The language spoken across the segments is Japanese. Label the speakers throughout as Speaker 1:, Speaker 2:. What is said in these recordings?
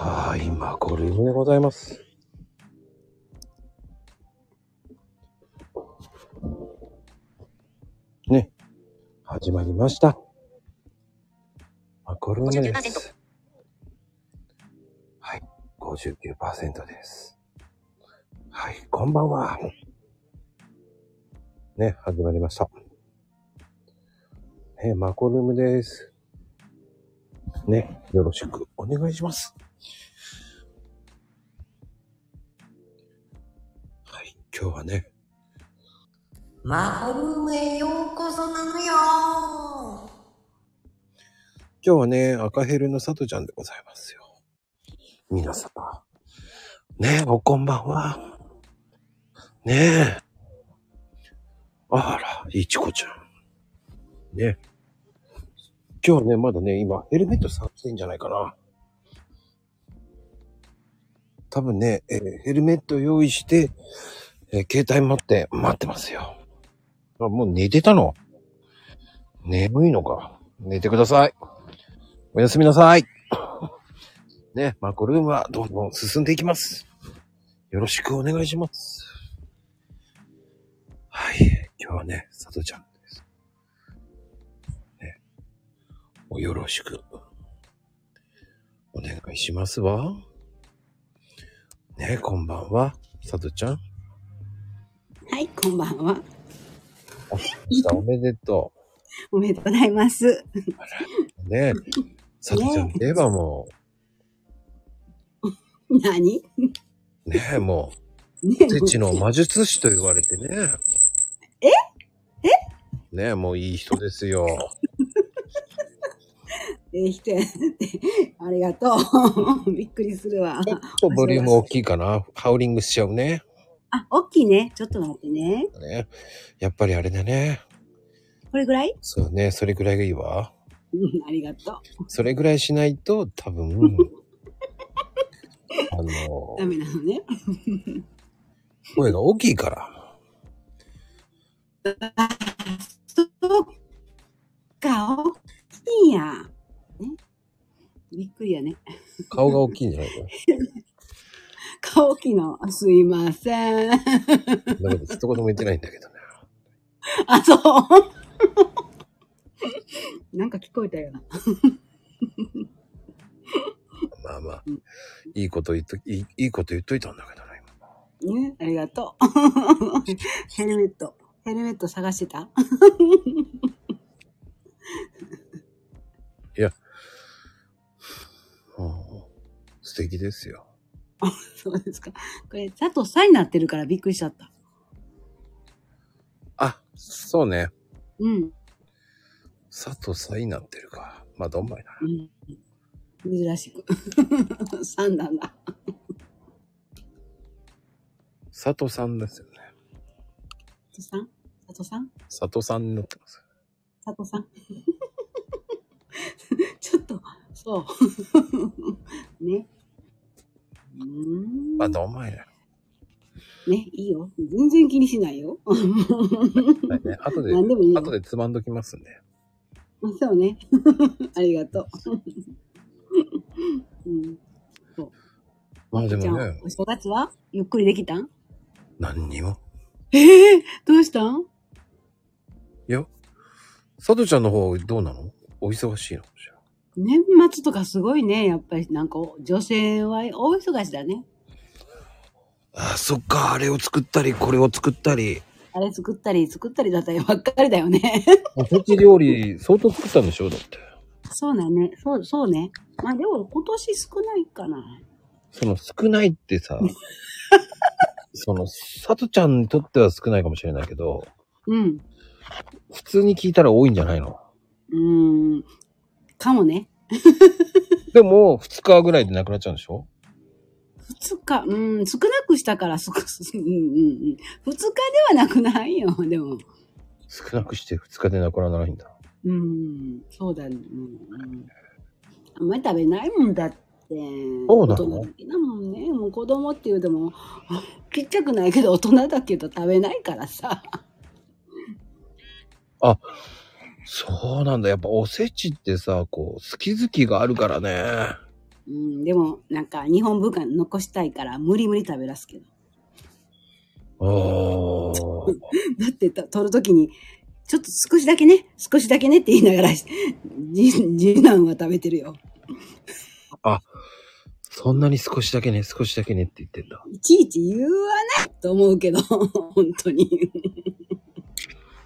Speaker 1: マコルームでございます。ね。始まりました。マコルームです。はい。59%です。はい。こんばんは。ね。始まりました。ね。マコルームです。ね。よろしくお願いします。はい、今日はね、
Speaker 2: マホルームへようこそなのよ
Speaker 1: 今日はね、赤ヘルのさとちゃんでございますよ。皆様。ねえ、おこんばんは。ねえ。あら、いちこちゃん。ねえ。今日はね、まだね、今、ヘルメット探してんじゃないかな。多分ね、えーヘルメット用意して、えー携帯持って待ってますよ。あ、もう寝てたの眠いのか。寝てください。おやすみなさい。ね、マコルームはどんどん進んでいきます。よろしくお願いします。はい。今日はね、さとちゃんです。ね。およろしく。お願いしますわ。ね、こんばんは。さとちゃん。
Speaker 3: はい、こんばんは。
Speaker 1: おめでと
Speaker 3: おめでとうございます。
Speaker 1: う。ね。さとちゃんといえばも
Speaker 3: 何
Speaker 1: う、ね、もう、
Speaker 3: ね
Speaker 1: 聖地の魔術師と言われてね。
Speaker 3: え
Speaker 1: えねえ、もういい人ですよ。
Speaker 3: えー、人やって、ありがとう。 びっくりするわ
Speaker 1: ち。ょっとボリューム大きいかな。ハウリングしちゃうね。
Speaker 3: あ、大きいね。ちょっと待ってね。
Speaker 1: ねやっぱりあれだね。
Speaker 3: これぐらい
Speaker 1: そうね、それぐらいがいいわ。
Speaker 3: うん、ありがと
Speaker 1: それぐらいしないと、多分、あの
Speaker 3: う。ダ、メなのね。
Speaker 1: 声が大きいから。
Speaker 3: そっか、大きいんや。ね。びっくりやね。
Speaker 1: 顔が大きいんじゃないか
Speaker 3: 顔大きいの。あすいません。
Speaker 1: な。だけど、一言も言ってないんだけどね。
Speaker 3: あ、そう。 なんか聞こえたような。
Speaker 1: まあまあ、いいこと言っと、いいいいこと言っといたんだけどね。
Speaker 3: ね、ありがとう。 ヘルメット、ヘルメット探してた
Speaker 1: うん素敵ですよ。
Speaker 3: そうですか。これ、佐藤さんになってるからびっくりしちゃった。
Speaker 1: あ、そうね。
Speaker 3: うん。
Speaker 1: 佐藤さんになってるか。まあ、どんまいな。
Speaker 3: うん、珍しく。三段だ。
Speaker 1: 佐藤さんですよね。
Speaker 3: 佐藤さん佐藤さん
Speaker 1: 佐藤さんになってます。
Speaker 3: 佐藤さん ちょっと、そう。 ね。うーん。
Speaker 1: まあ、どんまいな。
Speaker 3: ね、いいよ。全然気にしないよ。
Speaker 1: はいね、後で、
Speaker 3: 何でもいいよ。
Speaker 1: 後でつまんどきますんで。
Speaker 3: そうね。 ありがとう。うん。
Speaker 1: まあで
Speaker 3: じゃ
Speaker 1: も
Speaker 3: あ
Speaker 1: ね、、
Speaker 3: お正月はゆっくりできたん
Speaker 1: 何にも。
Speaker 3: ええどうしたん
Speaker 1: いや、佐藤ちゃんの方どうなのお忙しいのかしら
Speaker 3: 年末とかすごいね。やっぱりなんか女性は大忙しだね。
Speaker 1: あそっか、あれを作ったり、これを作ったり。
Speaker 3: あれ作ったり作ったりだったりばっかりだよね。
Speaker 1: おせち料理、相当作ったんでしょだって。
Speaker 3: そうだね。そう、そうね。まあでも今年少ないかな。
Speaker 1: その少ないって さ、その、佐藤ちゃんにとっては少ないかもしれないけど、
Speaker 3: うん。
Speaker 1: 普通に聞いたら多いんじゃないの
Speaker 3: うーん。かもね。
Speaker 1: でも、2日ぐらいでなくなっちゃうんでしょ
Speaker 3: 二日、うん、少なくしたから、少 し、うんうんうん。二日ではなくないよ、でも。
Speaker 1: 少なくして2日でなくならないんだ。
Speaker 3: うん、そうだね。うん、あんまり食べないもんだって。
Speaker 1: そうなの
Speaker 3: 大人だけだもんね。もう子供っていうでも、ちっちゃくないけど大人だけど食べないからさ。
Speaker 1: そうなんだ。やっぱおせちってさ、こう、好き好きがあるからね。
Speaker 3: うん、でも、なんか、日本文化残したいから、無理無理食べ出すけど。
Speaker 1: あー
Speaker 3: だってと、取るときに、ちょっと少しだけね、少しだけねって言いながら、じ次男は食べてるよ。
Speaker 1: そんなに少しだけね、少しだけねって言ってんだ。
Speaker 3: いちいち言わないと思うけど、本当に。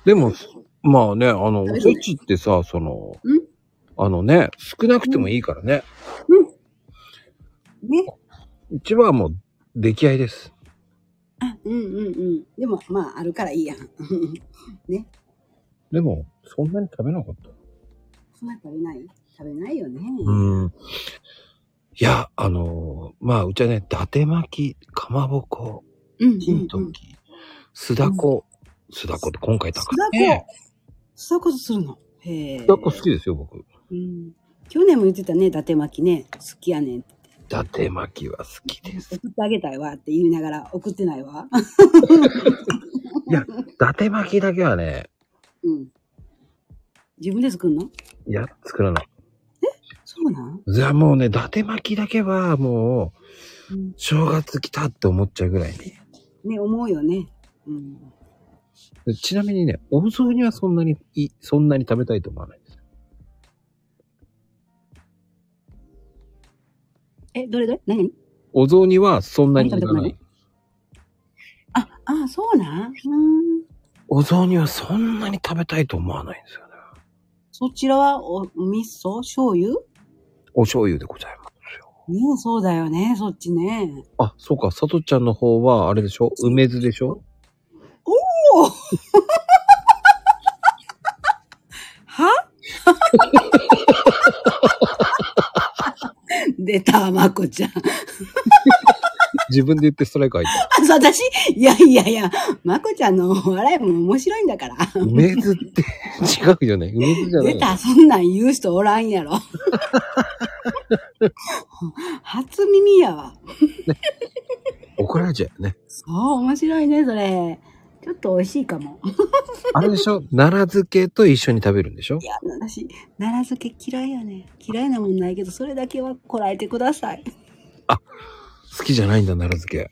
Speaker 1: でも、まあね、あの、おせちってさ、その
Speaker 3: ん、
Speaker 1: あのね、少なくてもいいからね。
Speaker 3: ね。
Speaker 1: うちはもう、出来合いです。
Speaker 3: あ、うんうんうん。でも、まあ、あるからいいやん。
Speaker 1: でも、そんなに食べなかった。
Speaker 3: そんな食べない食べないよね。
Speaker 1: うん。いや、あのまあ、うちはね、伊達巻き、かまぼこ、
Speaker 3: うん
Speaker 1: 金時、すだこ、すだこって今回高い。
Speaker 3: 酢だこそういうことするの。へえ。
Speaker 1: すだこ好きですよ、僕。伊
Speaker 3: うん。去年も言ってたね、伊達巻きね。好きやねんって。
Speaker 1: 達巻きは好きです。
Speaker 3: 送ってあげたいわって言いながら送ってないわ。
Speaker 1: 伊 達巻きだけはね、
Speaker 3: うん。自分で作るの
Speaker 1: いや、作らない。
Speaker 3: そうなん、
Speaker 1: じゃあもうね、伊達巻きだけはもう、
Speaker 3: うん、
Speaker 1: 正月来たって思っちゃうぐらいね。
Speaker 3: ね、思うよね。うん。
Speaker 1: でちなみにね、お雑煮はそんなにい、そんなに食べたいと思わない。
Speaker 3: え、どれどれ何々
Speaker 1: お雑煮はそんなにいら
Speaker 3: 食べた
Speaker 1: な
Speaker 3: く
Speaker 1: い。
Speaker 3: あ、あ、そうなんうん。
Speaker 1: お雑煮はそんなに食べたいと思わないんですよね。
Speaker 3: そちらはお、お味噌醤油
Speaker 1: お醤油でございますよ。
Speaker 3: ねえそうだよね、そっちね。
Speaker 1: あ、そうか、さとちゃんの方は、あれでしょ梅酢でしょ
Speaker 3: は 出た、まこちゃん。
Speaker 1: 自分で言ってストライク入った。
Speaker 3: あそう私いやいやいや、まこちゃんのお笑いも面白いんだから。
Speaker 1: 梅酢って違うよ ね。梅酢じゃないよ。
Speaker 3: 出た、そんなん言う人おらんやろ。 初耳やわ。
Speaker 1: 怒られちゃうよね。
Speaker 3: そう、面白いね、それ。ちょっと美味しいかも。
Speaker 1: あれでしょ奈良漬けと一緒に食べるんでしょ
Speaker 3: いや、私、奈良漬け嫌いやね。嫌いなもんないけど、それだけはこらえてください。
Speaker 1: 好きじゃないんだ、奈良漬け。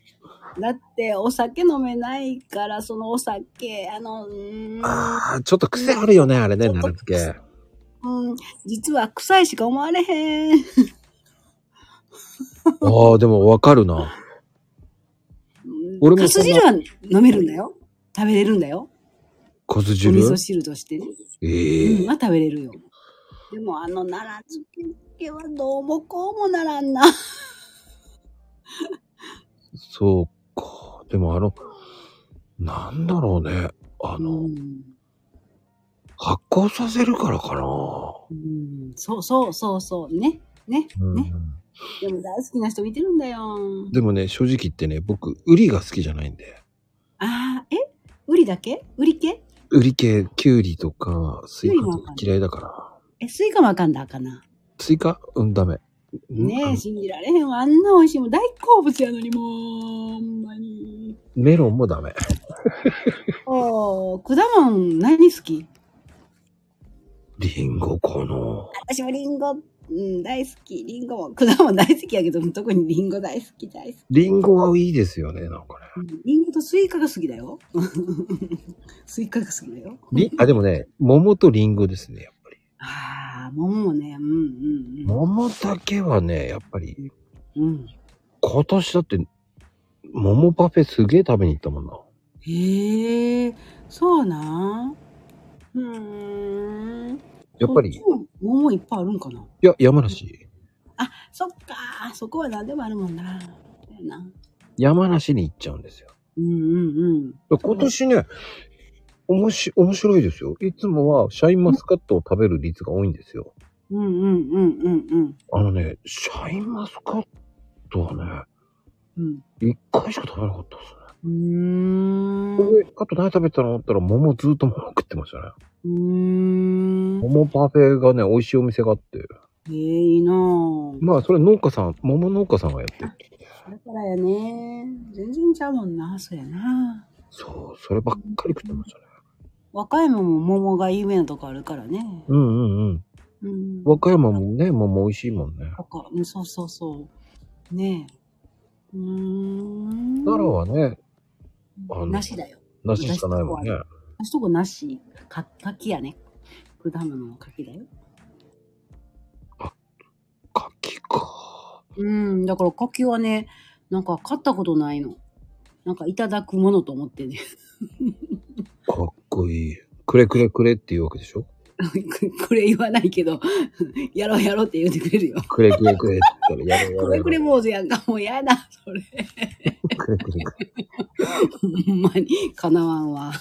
Speaker 3: だって、お酒飲めないから、そのお酒、あの、うーん
Speaker 1: ああ、ちょっと癖あるよね、あれね、奈良漬け。
Speaker 3: うん、実は臭いしか思われへん。
Speaker 1: ああ、でもわかるな。俺もそんな
Speaker 3: かす汁は飲めるんだよ。食べれるんだよ。
Speaker 1: かす
Speaker 3: お
Speaker 1: 汁
Speaker 3: 味噌汁としてね。
Speaker 1: ええ
Speaker 3: うん、は食べれるよ。でもあの奈良漬けはどうもこうもならんな。
Speaker 1: そうか。でもあの、なんだろうね。あ
Speaker 3: う
Speaker 1: の、
Speaker 3: ん、
Speaker 1: 発酵させるからかな。
Speaker 3: うん、そうそうそうそうね。ね、
Speaker 1: うん
Speaker 3: ね。でも大好きな人見てるんだよ。
Speaker 1: でもね、正直言ってね、僕、ウリが好きじゃないんで。
Speaker 3: ああ、えウリだけウリ系
Speaker 1: ウリ系、キュウリとか、スイカと
Speaker 3: キュウリも
Speaker 1: か
Speaker 3: わかんない
Speaker 1: 嫌いだから。
Speaker 3: え、スイカもあかんだあかんな。
Speaker 1: スイカうん、ダメ。う
Speaker 3: ねえ、
Speaker 1: ん
Speaker 3: 信じられへんわ。あんな美味しいもん大好物やのにもう、ほんまに。
Speaker 1: メロンもダメ。
Speaker 3: おー、果物何好き
Speaker 1: リンゴかな。
Speaker 3: 私もリンゴ、うん、大好き。リンゴも、果物大好きやけど、特にリンゴ大好き、大好き。
Speaker 1: リンゴはいいですよね、なんかね。
Speaker 3: うんリンゴとスイカが好きだよ。 スイカが好きだよ。
Speaker 1: りあ、でもね、桃とリンゴですね、やっぱり。
Speaker 3: ああ、桃もね、うんうん
Speaker 1: 桃だけはね、やっぱり、
Speaker 3: うん。うん、
Speaker 1: 今年だって、桃パフェすげえ食べに行ったもんな。
Speaker 3: へえ、そうなん。うーん。
Speaker 1: やっぱり、い
Speaker 3: こっちも桃いっぱいあるんかな。
Speaker 1: や、山梨。
Speaker 3: あ、そっか、そこは何でもあるもんな。だよな
Speaker 1: 山梨に行っちゃうんですよ。
Speaker 3: うんうん
Speaker 1: 今年ね、おもし、面白いですよ。いつもはシャインマスカットを食べる率が多いんですよ。
Speaker 3: うん。うんうんうんうんうん。
Speaker 1: あのね、シャインマスカットは
Speaker 3: うん。
Speaker 1: ね、一回しか食べなかったですね。
Speaker 3: うーん。
Speaker 1: これあと何食べたのって言ったら桃ずっと桃食ってましたね。
Speaker 3: うーん。
Speaker 1: 桃パフェがね、美味しいお店があって。
Speaker 3: ええいいなぁ。
Speaker 1: まあ、それ農家さん、桃農家さんがやってる。
Speaker 3: だからやね。全然ちゃうもんな、そうやな。
Speaker 1: そう、そればっかり食ってましたね。
Speaker 3: 和歌山も桃が有名なとこあるからね。
Speaker 1: うんうんうん。
Speaker 3: うん。
Speaker 1: 和歌山もね、桃美味しいもんね。
Speaker 3: ここ、うん、そうそうそう。ねえ。うーん。
Speaker 1: 奈良はね、あの
Speaker 3: なしだよ。
Speaker 1: 梨しかないもんね。
Speaker 3: 私とこなし、か、柿やね。果物の柿だよ。
Speaker 1: 柿か。
Speaker 3: うん、だから柿はね、なんか買ったことないの。なんかいただくものと思ってね。
Speaker 1: かっこいい。くれくれくれって言うわけでしょ
Speaker 3: これ言わないけど、やろうやろうって言ってくれるよ。
Speaker 1: くれくれくれって言ったらやろうやろ
Speaker 3: こ
Speaker 1: うや
Speaker 3: れ
Speaker 1: ろう。
Speaker 3: これもうやんか、もうやだ、それ。
Speaker 1: くれくれくれ。
Speaker 3: ほんまに、かなわんわ。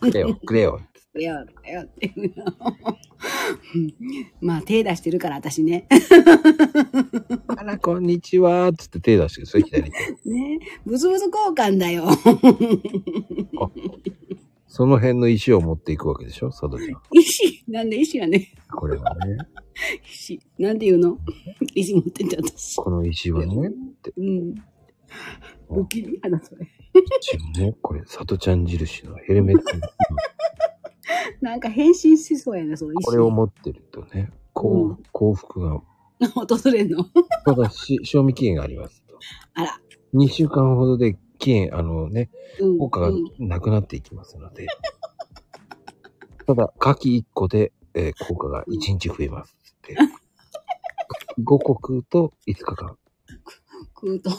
Speaker 1: くれよ、くれよ。
Speaker 3: いや、いや、っていうの。うんまあ、手出してるから、私ね。
Speaker 1: あら、こんにちは。つって手出してる。それ左手。
Speaker 3: ねブツブツ交換だよ。
Speaker 1: その辺の石を持っていくわけでしょ佐渡ちゃん。
Speaker 3: 石、なんで石はね、
Speaker 1: これはね。
Speaker 3: 石、なんて言うの 石持ってった私。
Speaker 1: この石はね。って。
Speaker 3: うん。不気味やな、それ。
Speaker 1: 一応ね、これ、佐渡ちゃん印のヘルメッ ト。
Speaker 3: なんか変身しそうやな、その石。
Speaker 1: これを持ってるとね、
Speaker 3: う
Speaker 1: 幸
Speaker 3: ん
Speaker 1: 幸福が、
Speaker 3: 訪れんの。
Speaker 1: ただし、賞味期限がありますと。
Speaker 3: あら。
Speaker 1: 2週間ほどで期限、あのね、
Speaker 3: うん
Speaker 1: 効果が
Speaker 3: うん
Speaker 1: なくなっていきますので。ただ、牡蠣1個で、えー効果が1日増えますって。5個食うと5日間。
Speaker 3: 食うと。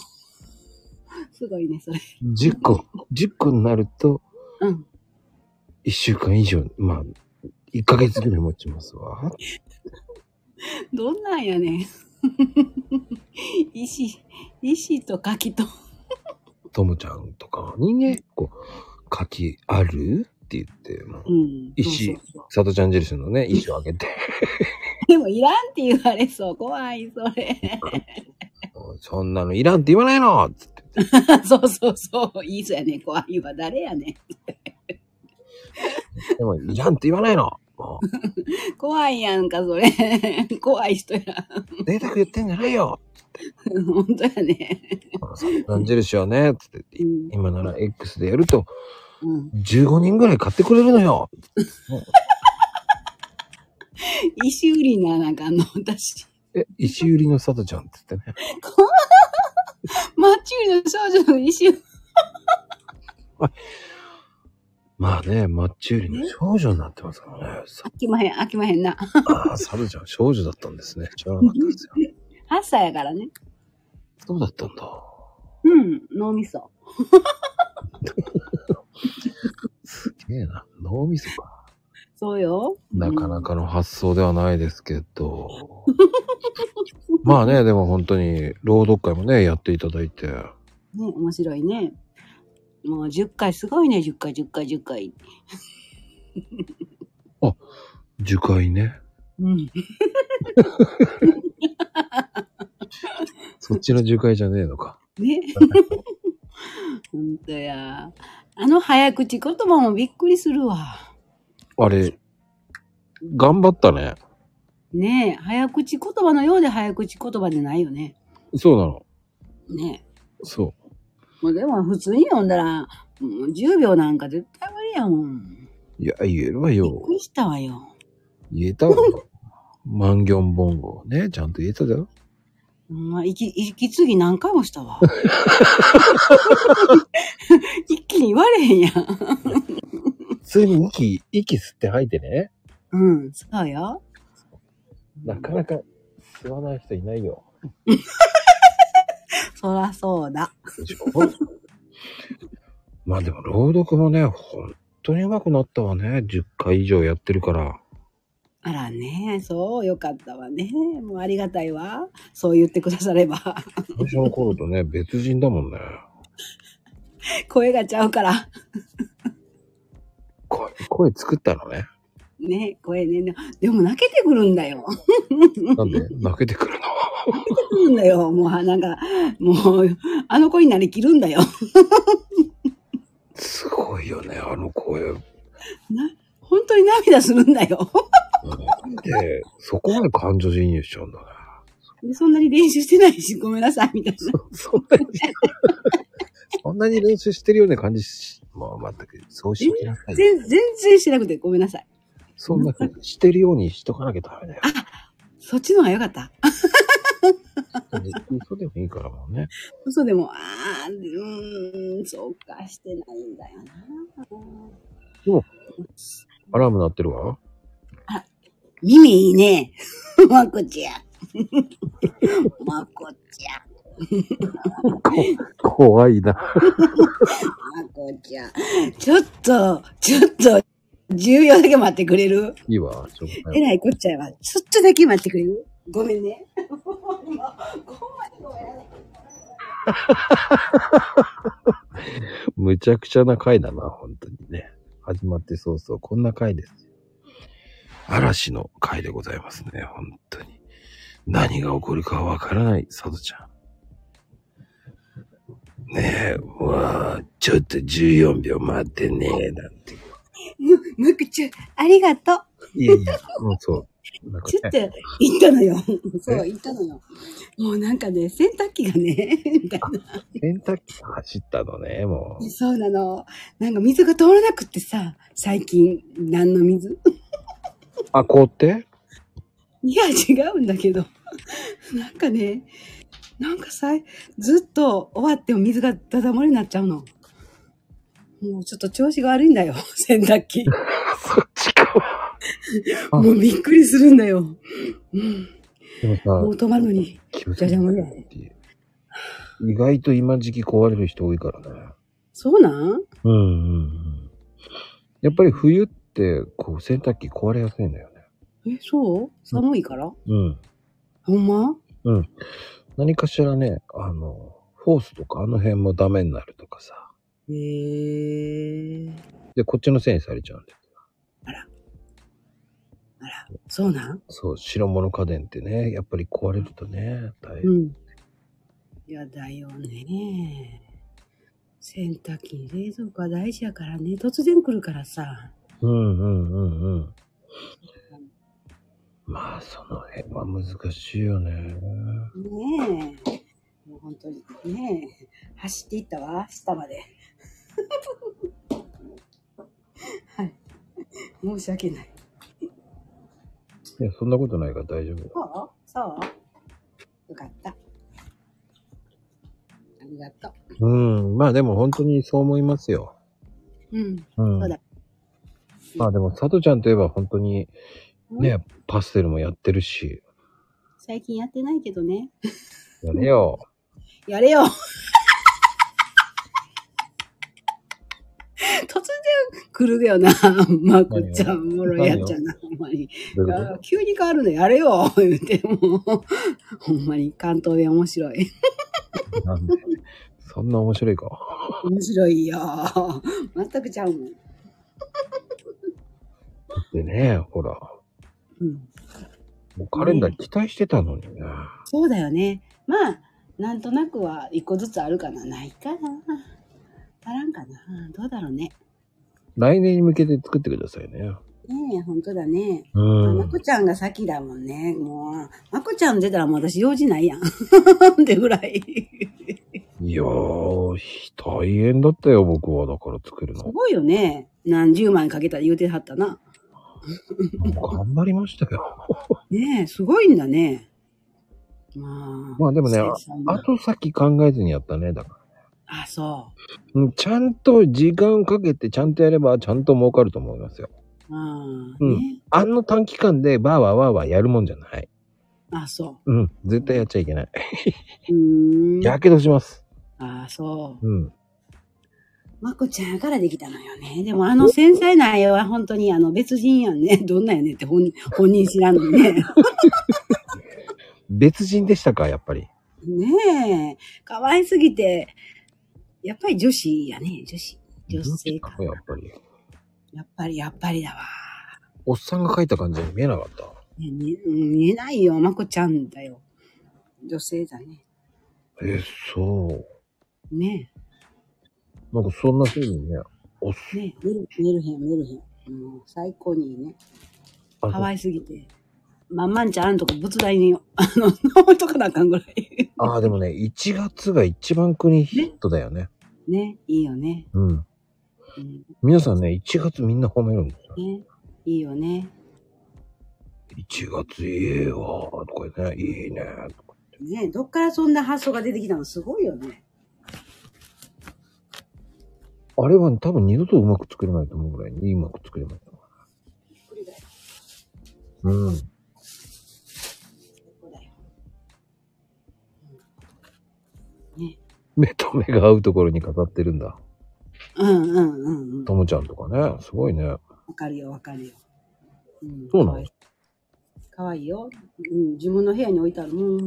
Speaker 3: すごいね、それ。
Speaker 1: 10個、10個になると
Speaker 3: うん。
Speaker 1: 1週間以上、まあ、1ヶ月ぐらい持ちますわ。
Speaker 3: どんなんやねん。 石、石と柿と。
Speaker 1: ともちゃんとかにね、こう、牡蠣あるって言って、もう
Speaker 3: うん。
Speaker 1: 石
Speaker 3: そうそうそう
Speaker 1: 佐藤ちゃん印のね、石をあげて、
Speaker 3: でも、いらんって言われそう。怖い、それ。
Speaker 1: おいそんなのいらんって言わないのっつって。
Speaker 3: そうそうそう。いいそうやねん。怖いわ。誰やね。
Speaker 1: でも、いらんって言わないのもうん
Speaker 3: 怖いやんか、それ。 怖い人や。
Speaker 1: 贅沢言ってんじゃないよ
Speaker 3: 本当やね。
Speaker 1: 佐藤ちゃん印をね、つって。
Speaker 3: うん。
Speaker 1: 今なら X でやると
Speaker 3: うん、
Speaker 1: 15人ぐらい買ってくれるのよ
Speaker 3: 石売りな、なんかあんの、私。
Speaker 1: え、石売りの佐藤ちゃんって言ってね。
Speaker 3: マッチ売りの少女の石売り
Speaker 1: まあね、マッチ売りの少女になってますからね。さ
Speaker 3: 飽きまへん、飽きまへんな。
Speaker 1: ああ、佐藤ちゃん少女だったんですね。知らなかったですよ。
Speaker 3: 8歳やからね。
Speaker 1: そうだったんだ。
Speaker 3: うん、脳みそ。
Speaker 1: すげえな。脳みそか。
Speaker 3: そうよ。
Speaker 1: なかなかの発想ではないですけど。まあね、でも本当に、朗読会もね、やっていただいて。
Speaker 3: うん。ね、面白いね。もう10回すごいね、10回、10回、10回。
Speaker 1: 樹海ね。
Speaker 3: うん。
Speaker 1: そっちの樹海じゃねえのか。
Speaker 3: ね。ほんとや。あの早口言葉もびっくりするわ。
Speaker 1: あれ、頑張ったね。
Speaker 3: ねえ、早口言葉のようで早口言葉でないよね。
Speaker 1: そうなの。
Speaker 3: ね
Speaker 1: そ
Speaker 3: え。もうでも普通に読んだら、もう10秒なんか絶対無理やもん。
Speaker 1: う。いや、言えるわ
Speaker 3: びっ
Speaker 1: よ
Speaker 3: く。りしたわよ。
Speaker 1: 言えたわ。万ン本号ね、ちゃんと言えただよ。
Speaker 3: うんまあ、息、息継ぎ何回もした わ。一気に言われへんやん。
Speaker 1: 普通に息、息吸って吐いてね。
Speaker 3: うん、そうよ。
Speaker 1: なかなか吸わない人いないよ。
Speaker 3: そらそうだ。
Speaker 1: でしょまあでも朗読もね、本当に上手くなったわね。10回以上やってるから。
Speaker 3: あらね、そう、よかったわね。もうありがたいわ。そう言ってくだされば。
Speaker 1: 最初の頃とね、別人だもんね。
Speaker 3: 声がちゃうから。
Speaker 1: 声、声作ったのね。
Speaker 3: ね、声ね。でも泣けてくるんだよ。
Speaker 1: なんで泣けてくるの
Speaker 3: 泣けてくるんだよ。もう、なんか、もう、あの子になりきるんだよ。
Speaker 1: すごいよね、あの声。うん
Speaker 3: な本当に涙するんだよ。
Speaker 1: で、そこまで感情移入しちゃうんだね。
Speaker 3: でそんなに練習してないし、ごめんなさい、みたいな。
Speaker 1: そんなに、そんなに練習してるような感じし、まあ、全く、そうしなさい。
Speaker 3: 全全然してなくて、ごめんなさい。
Speaker 1: そんな風にしてるようにしとかなきゃダメだよ。
Speaker 3: そっちの方が良かった。
Speaker 1: 嘘でもいいからもうね。
Speaker 3: 嘘でも、ああ、うーん、そうか、してないんだよな。
Speaker 1: でもアラーム鳴ってるわ。
Speaker 3: 耳いいね。 まこちゃん。 まこちゃ
Speaker 1: 怖いな。
Speaker 3: ん。まこちゃん。ちょっと、ちょっと、10秒だけ待ってくれる
Speaker 1: いいわ。しょうがな
Speaker 3: え
Speaker 1: い
Speaker 3: らいこっちゃいわ。ちょっとだけ待ってくれるごめんね。
Speaker 1: むちゃくちゃな回だな、本当にね。始まって早々、こんな回です。嵐の回でございますね、本当に。何が起こるかわからない、サドちゃん。ねえ、うわあちょっと14秒待ってねえ、なんて。
Speaker 3: む、むくちゃん、ありがとう。
Speaker 1: いやいや、もうそう。なんか
Speaker 3: ちょっ
Speaker 1: ね
Speaker 3: と行ったのよ。そう、行ったのよ。もうなんかね、洗濯機がね、 みたい
Speaker 1: 洗濯機が走ったのね、もう
Speaker 3: な。。そうなの。なんか水が通らなくってさ、最近、何の水
Speaker 1: あ、凍って
Speaker 3: いや、違うんだけど。 なんかね、なんかさ、ずっと終わっても水がだだ漏れになっちゃうの。もうちょっと調子が悪いんだよ、 洗濯機。
Speaker 1: そっちか。あ
Speaker 3: もうびっくりするんだよ。うん。
Speaker 1: でもさ
Speaker 3: もう、止まるのに。
Speaker 1: 気をつ
Speaker 3: じゃ
Speaker 1: けて
Speaker 3: じゃ
Speaker 1: っ
Speaker 3: 無理だね。
Speaker 1: ていう意外と今時期壊れる人多いからね。
Speaker 3: そうなん
Speaker 1: うんうんうん。やっぱり冬って、こう、洗濯機壊れやすいんだよね。
Speaker 3: え、そう寒いから
Speaker 1: うん。
Speaker 3: ほんま
Speaker 1: 何かしらね、あの、フォースとかあの辺もダメになるとかさ。
Speaker 3: へえー。
Speaker 1: で、こっちのせいにされちゃうんだよ。
Speaker 3: そうなん
Speaker 1: そう、白物家電ってね、やっぱり壊れるとね、大
Speaker 3: う
Speaker 1: 変。
Speaker 3: ん。いやだよね。洗濯機、冷蔵庫は大事やからね。突然来るからさ。
Speaker 1: うんうんうんうん。まあ、その辺は難しいよね。
Speaker 3: ねえ。もう本当にねえ。走っていったわ、下まで。 はい。申し訳ない。
Speaker 1: いや、そんなことないから大丈夫だ。
Speaker 3: そうそうよかった。ありがと
Speaker 1: うん。まあでも本当にそう思いますよ。
Speaker 3: う。うん。
Speaker 1: うん。
Speaker 3: そうだ
Speaker 1: まあでも、佐藤ちゃんといえば本当に、ね、パステルもやってるし、
Speaker 3: 最近やってないけどね。
Speaker 1: やれよ。
Speaker 3: やれよ 突然来るよな、まこちゃん、おもろいやっちゃうな、ほんまに。
Speaker 1: どう
Speaker 3: い
Speaker 1: いうこ
Speaker 3: や急に変わるのやれよ言うて、もう、ほんまに関東弁面白い。
Speaker 1: となんでそんな面白いか。
Speaker 3: 面白いよ。全くちゃうもん。
Speaker 1: でね、ほら、
Speaker 3: うん、
Speaker 1: もうカレンダー期待してたのにね。
Speaker 3: そうだよね。まあ、なんとなくは一個ずつあるかな。ないかな。足らんかな。どうだろうね。
Speaker 1: 来年に向けて作ってくださいね。
Speaker 3: ねえ、ほんとだね。
Speaker 1: う
Speaker 3: まあ
Speaker 1: ん。
Speaker 3: まこちゃんが先だもんね。もう、まこちゃん出たらもう私用事ないやん。 ってぐら い。
Speaker 1: いやー、大変だったよ、僕は。だから作る
Speaker 3: す
Speaker 1: の。
Speaker 3: ごいよね。何十万かけたら言うてはったな。
Speaker 1: もう頑張りましたよ。
Speaker 3: ねえ、すごいんだね。まあ。
Speaker 1: まあでもね
Speaker 3: 繊細な
Speaker 1: 後先考えずにやったね、だから。
Speaker 3: あ、そ
Speaker 1: うんちゃんと時間かけてちゃんとやればちゃんと儲かると思いますよ。
Speaker 3: う。ああ、
Speaker 1: うん
Speaker 3: ね。
Speaker 1: あの短期間でバーワーワーワーやるもんじゃない。
Speaker 3: あ、そ
Speaker 1: うん。絶対やっちゃいけない。
Speaker 3: う。うーん。
Speaker 1: やけどします。
Speaker 3: あ、そう。
Speaker 1: うん。
Speaker 3: まこちゃんやからできたのよね。でもあの繊細な絵は本当にあの別人やんね。 どんなんやねんって本人本人知らんの にね。
Speaker 1: 別人でしたか、やっぱり。
Speaker 3: ねえ。可愛すぎて。やっぱり女子やね。女子。女性か。
Speaker 1: やっぱり。
Speaker 3: やっぱり、やっぱりだわ。
Speaker 1: おっさんが描いた感じに見えなかった。
Speaker 3: ね見うん見えないよ。まこちゃんだよ。女性だね。
Speaker 1: え、そ
Speaker 3: ねえ。
Speaker 1: う。なんかそんな風にね、おっさん、
Speaker 3: ね、メルメルヘン、メルヘン。もう最高にいいね。
Speaker 1: あ
Speaker 3: 可愛すぎて。まんまんちゃんあんとこ仏大に、あの、登っとかなあかんぐらい。
Speaker 1: あーでもね、1月が一番国ヒットだよね。
Speaker 3: ね、いいよね。
Speaker 1: うん。
Speaker 3: うん、
Speaker 1: 皆さんね、1月みんな褒めるんですよ。
Speaker 3: ね、いいいよね。
Speaker 1: 1月いいよとか言ってね、いいねとか。
Speaker 3: ねどっからそんな発想が出てきたのすごいよね。
Speaker 1: あれは多分二度とうまく作れないと思うぐらいにうまく作れました。
Speaker 3: びっくりだよ。
Speaker 1: うん。
Speaker 3: 最高だよ。
Speaker 1: 目と目が合うところに飾ってるんだ。
Speaker 3: うんうんうんうん。
Speaker 1: ともちゃんとかね、すごいね。
Speaker 3: わかるよ、わかるよ。うん
Speaker 1: そうなの
Speaker 3: かわいいよ。うん、自分の部屋に置いたら、もう、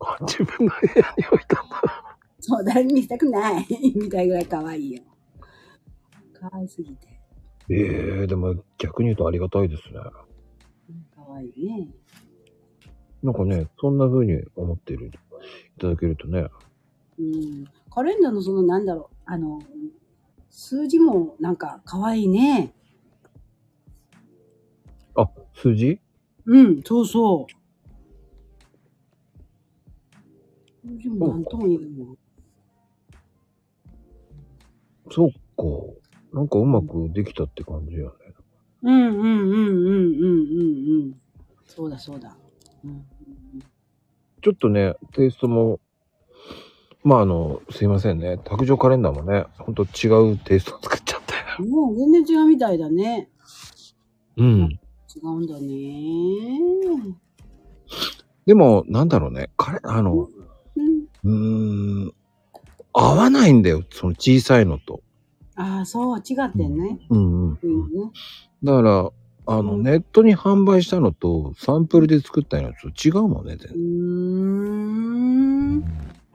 Speaker 1: あ自分の部屋に置いたんだ。
Speaker 3: そう、誰に見せたくないみたいぐらいかわいいよ。かわいすぎて。
Speaker 1: ええでも逆に言うとありがたいですね。
Speaker 3: うんかわいいね。
Speaker 1: なんかね、そんな風に思っている、いただけるとね。
Speaker 3: うん。カレンダーのその、なんだろう、あの、数字もなんかかわいいね。
Speaker 1: あ、数字
Speaker 3: うん、そうそう。数字もなんとも言えるもん。
Speaker 1: そっか。なんかうまくできたって感じよね。
Speaker 3: うんうんうんうんうんうんうん。そうだそうだ。うん。
Speaker 1: ちょっとね、テイストも、まああの、すいませんね。卓上カレンダーもね、ほんと違うテイスト作っちゃって。
Speaker 3: もう全然違うみたいだね。
Speaker 1: うん。
Speaker 3: 違うんだね。
Speaker 1: でも、なんだろうね。カレ、あの、
Speaker 3: う
Speaker 1: う
Speaker 3: ん。
Speaker 1: ーん、合わないんだよ。その小さいのと。
Speaker 3: ああ、そう、違ってんね。
Speaker 1: うんうん。
Speaker 3: うんね。
Speaker 1: だから、あの、
Speaker 3: うん
Speaker 1: ネットに販売したのと、サンプルで作ったのと違うもんね、全然。
Speaker 3: うーん。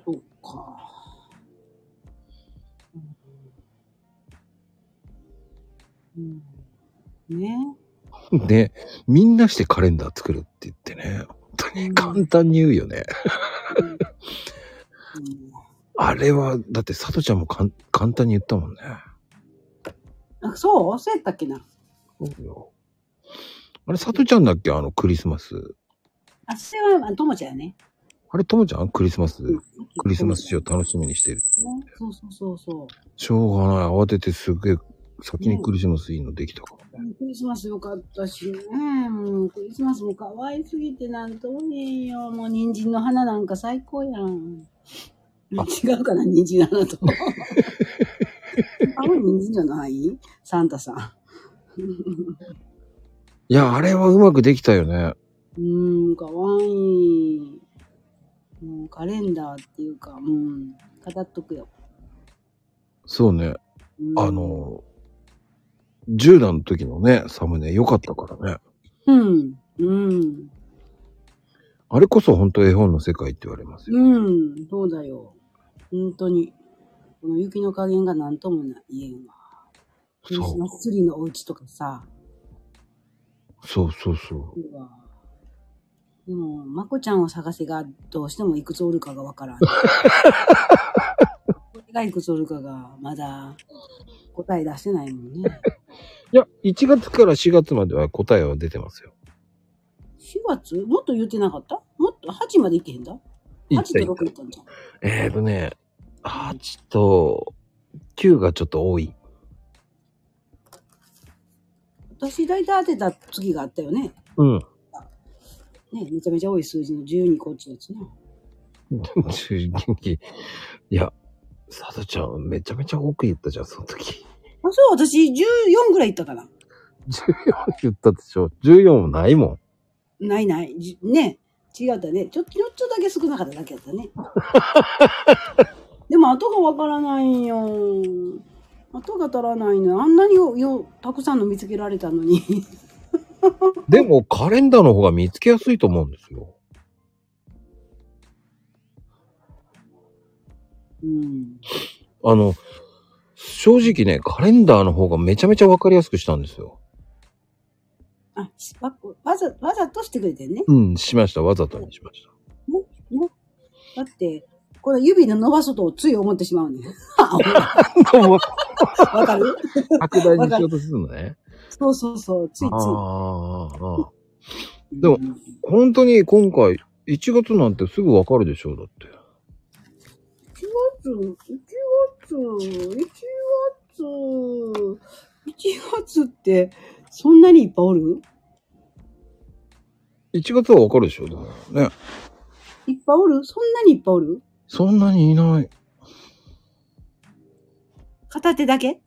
Speaker 3: そうか。うん。ね。
Speaker 1: で、みんなしてカレンダー作るって言ってね、本当に簡単に言うよね。
Speaker 3: うん
Speaker 1: あれは、だって、さとちゃんもかん簡単に言ったもんね。
Speaker 3: うん、あそうそうやったっけな。
Speaker 1: そうよ。あれ、さとちゃんだっけあの、クリスマス。
Speaker 3: あ、それは、あともちゃんやね。
Speaker 1: あれ、ともちゃんクリスマス、
Speaker 3: うん
Speaker 1: クリスマス仕様楽しみにしている。
Speaker 3: ねそうそうそうそう。
Speaker 1: しょうがない。慌ててすげえ、先にクリスマスいいのできたから。
Speaker 3: クリスマスよかったしね、もうクリスマスも可愛すぎてなんともねえよ。もう人参の花なんか最高やん。違うかな、人参の 花と。青い人参じゃないサンタさん。
Speaker 1: いや、あれはうまくできたよね。
Speaker 3: うーん、可愛い。もうカレンダーっていうか、うん、飾っとくよ。
Speaker 1: そうね。
Speaker 3: うん
Speaker 1: あ、の、10段の時のね、サムネ良かったからね。
Speaker 3: うん、うん、
Speaker 1: あれこそ本当絵本の世界って言われますよ。
Speaker 3: うん、そうだよ。本当に。この雪の加減が何ともない言えんわ。クリスマ
Speaker 1: そ
Speaker 3: スツリーのお家とかさ、
Speaker 1: う。そうそうそう。
Speaker 3: うわでも、まこちゃんを探せがどうしてもいくつおるかがわ からん。これがいくつおるかがまだ答え出してないもんね。
Speaker 1: いや、1月から4月までは答えは出てますよ。
Speaker 3: 4月もっと言ってなかったもっと8までいけへんだ ?8 と6いったんじゃん。
Speaker 1: えっ、ー、とね、8と9がちょっと多い。
Speaker 3: 私大体当てた月があったよね。
Speaker 1: うん。
Speaker 3: ね、めちゃめちゃ多い数字の12個っちのやつな。
Speaker 1: 正直。いや、さとちゃんめちゃめちゃ多く言ったじゃん、その時。
Speaker 3: あ、そう、私14ぐらいいったかな。
Speaker 1: 14言ったでしょ。14もないもん。
Speaker 3: ないない。じね。違ったね。ちょ、ちょっとだけ少なかっただけだった ね。でも後がわからないんよ。後が足らないのよ。あんなによ、よ、たくさんの見つけられたのに。
Speaker 1: でもカレンダーの方が見つけやすいと思うんですよ。
Speaker 3: うん。
Speaker 1: あの、正直ね、カレンダーの方がめちゃめちゃわかりやすくしたんですよ。
Speaker 3: あ、しわ、わざ、わざとしてくれてんね。
Speaker 1: うん、しました。わざとにしました。
Speaker 3: だって、これ指の伸ばそうとつい思ってしま うね。あわかる
Speaker 1: 拡大にしようとするのね。
Speaker 3: そうそうそう。ついつい。
Speaker 1: ああ、ああ。
Speaker 3: うん
Speaker 1: でも本当に今回、1月なんてすぐわかるでしょう、だって。
Speaker 3: 1月、1月、1月、1月って、そんなにいっぱいおる
Speaker 1: 1月はわかるでしょ、でもね。
Speaker 3: いっぱいおるそんなにいっぱいおる
Speaker 1: そんなにいない。
Speaker 3: 片手だけ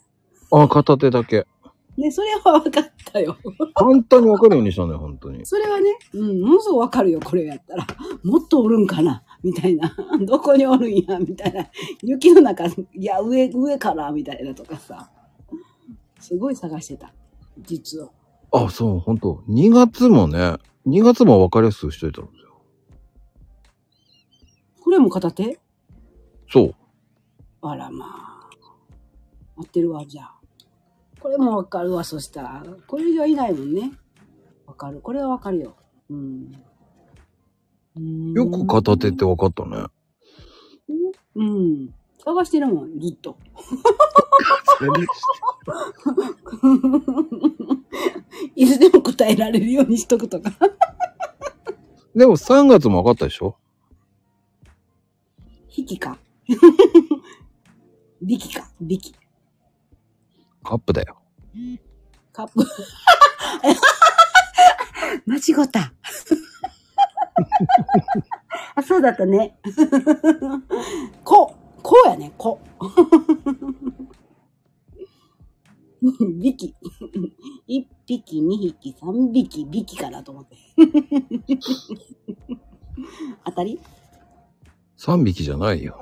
Speaker 1: あ、片手だけ。
Speaker 3: ね、それは分かったよ。
Speaker 1: 簡単にわかるようにしたね、本当に。
Speaker 3: それはね、うん、ものすごくわかるよ、これやったら。 もっとおるんかなみたいな。 どこにおるんやみたいな。雪の中、いや、上、上からみたいなとかさ。すごい探してた。実は。
Speaker 1: あ、そう、本当2月もね、2月もわかりやすくしといたんですよ。
Speaker 3: これも片手
Speaker 1: そう。
Speaker 3: あらまあ。合ってるわ、じゃあ。これもわかるわ、そしたら。これ以上いないもんね。わかる。これはわかるよ。うん。うん
Speaker 1: よく片手ってわかったね。
Speaker 3: うん。探してるもん、ずっと。いつでも答えられるようにしとくとか。
Speaker 1: でも3月もわかったでしょ
Speaker 3: 引きか。 力か。力。
Speaker 1: カップだよ。
Speaker 3: カップ。 間違った。 あ、そうだったね。 こう。こうやね、こ う。匹。 一匹、二匹、三匹、匹かなと思 って。当たり
Speaker 1: 3匹じゃないよ。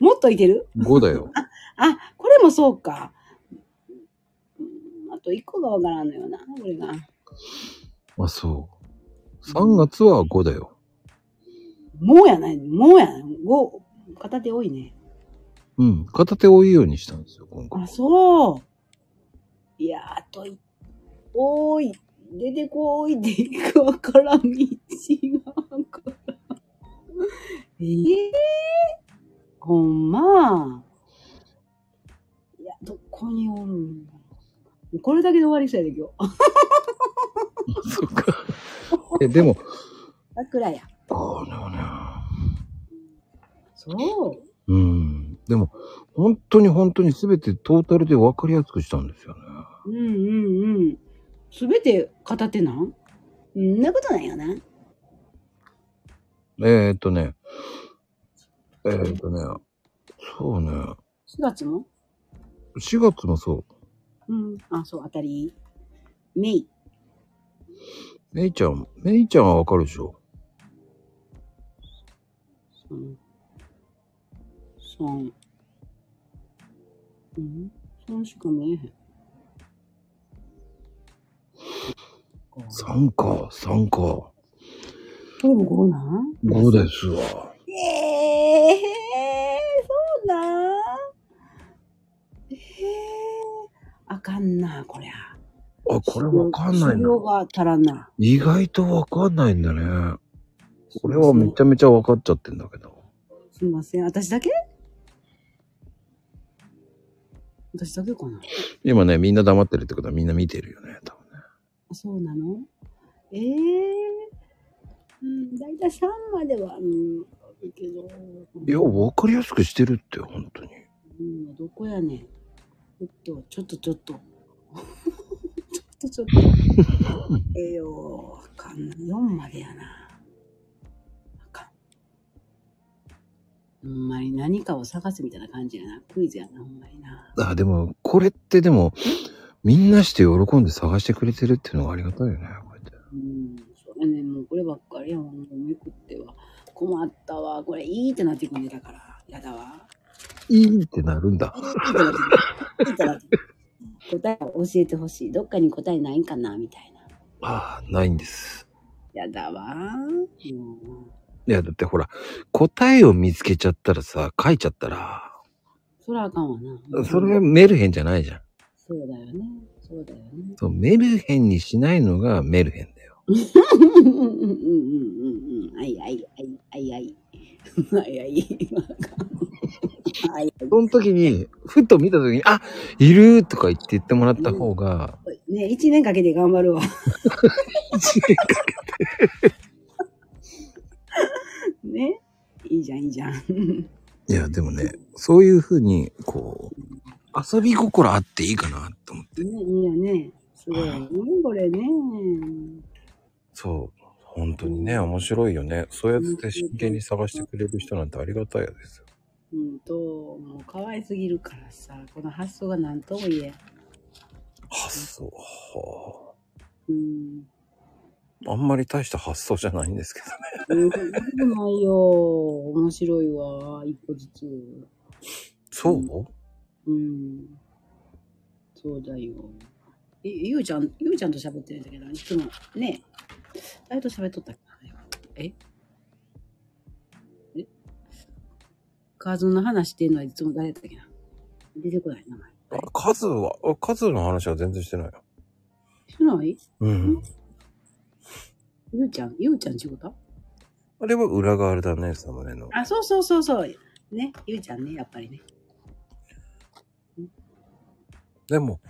Speaker 3: もっといける
Speaker 1: 5だ よ。
Speaker 3: あ、これもそうか。うんあと一個がわからんのよな、これが。
Speaker 1: あ、そう。3月は5だよ。
Speaker 3: もうやない、もうやない。五片手多いね。
Speaker 1: うん。片手多いようにしたんですよ、今回。
Speaker 3: あ、そう。いやー、あとい、おーい、出てこーいで行くわからん、道がわからん。 ええほんま。いや、どこにおるんだろうこれだけで終わりそうやで、今日。
Speaker 1: そっか。え、でも、
Speaker 3: 桜や。
Speaker 1: あれはね。
Speaker 3: そう。
Speaker 1: うん。でも、本当に本当に全てトータルで分かりやすくしたんですよね。
Speaker 3: うんうんうん。すべて片手なんんなことないよな。
Speaker 1: えー、っとね。えー、っとね。そうね。
Speaker 3: 4月も
Speaker 1: 4月もそう。
Speaker 3: うん。あ、そう、当たり。メイ。
Speaker 1: めいちゃん、めいちゃんはわかるでしょ。
Speaker 3: うん。そん。うんそんしか見えへん。
Speaker 1: 3か、3か。
Speaker 3: これもこうなん
Speaker 1: 5ですわ。
Speaker 3: ええそうなんええあかんな、こりゃ。
Speaker 1: あ、これわかんない
Speaker 3: 修行
Speaker 1: な。
Speaker 3: が足らんな。
Speaker 1: 意外とわかんないんだね。これはめちゃめちゃわかっちゃってんだけど。
Speaker 3: すいません。私だけ私だけかな
Speaker 1: 今ね、みんな黙ってるってことはみんな見てるよね、多分ね。
Speaker 3: あそうなのええうん、だいたい3までは、うん、あるけど。
Speaker 1: いや、わかりやすくしてるって、本当に。
Speaker 3: うん、どこやねん。ちょっと、ちょっと、ち ょっと。ちょっと、ちょっと。ええよ、あかんな。4までやな。あかん。ほんまに何かを探すみたいな感じやな。クイズやな、ほんまにな。
Speaker 1: あ、でも、これってでも、みんなして喜んで探してくれてるっていうのがありがたいよね、こうやって。
Speaker 3: うん、そうやね、もうこればっかりやもん、めくっては。困ったわ、これいいってなってくんねだから、やだわ。
Speaker 1: いいってなるんだ。
Speaker 3: いいってなってくるいいってなってくる答えを教えてほしい。どっかに答えないんかな、みたいな。
Speaker 1: ああ、ないんです。
Speaker 3: やだわ。もう
Speaker 1: いや、だってほら、答えを見つけちゃったらさ、書いちゃったら、
Speaker 3: そらあかんわな。
Speaker 1: それがメルヘンじゃないじゃん。
Speaker 3: そうだよね。そうだよね。
Speaker 1: そう、メルヘンにしないのがメルヘンだよ。
Speaker 3: うんうんうんうんうんうん。あいあいあいあいあい。 あいあ い。あいあ
Speaker 1: その時に、ふと見た時に、あ、いるとか言って言ってもらった方が、
Speaker 3: い。ね、一年かけて頑張るわ。
Speaker 1: 一年か
Speaker 3: ね。いいじゃん、いいじゃん。
Speaker 1: いや、でもね、そういうふうに、こう、遊び心あっていいかなと思って。
Speaker 3: ね、いいよね。すごいね、これね。
Speaker 1: そう。本当にね、面白いよね。そうやって真剣に探してくれる人なんてありがたいですよ。
Speaker 3: うんと、もう可愛すぎるからさ、この発想が何とも言えん。
Speaker 1: 発想。は
Speaker 3: うん。
Speaker 1: ああんまり大した発想じゃないんですけどね。
Speaker 3: うん、でもないよ。面白いわ。一個ずつ。
Speaker 1: そう、
Speaker 3: うん。そうだよ。ゆゆうちゃん、ゆうちゃんと喋ってるんだけど、いつも、ねえ。誰と喋っとったっけええカズの話してんのはいつも誰だったっけな出てこない名前。
Speaker 1: あ数は、あ数の話は全然してないよ。
Speaker 3: してない
Speaker 1: うん。
Speaker 3: ゆうちゃん、ゆうちゃん仕事
Speaker 1: あれは裏側だね、サムネの。
Speaker 3: あ、そうそうそうそう。ね、ゆうちゃんね、やっぱりね。
Speaker 1: でも、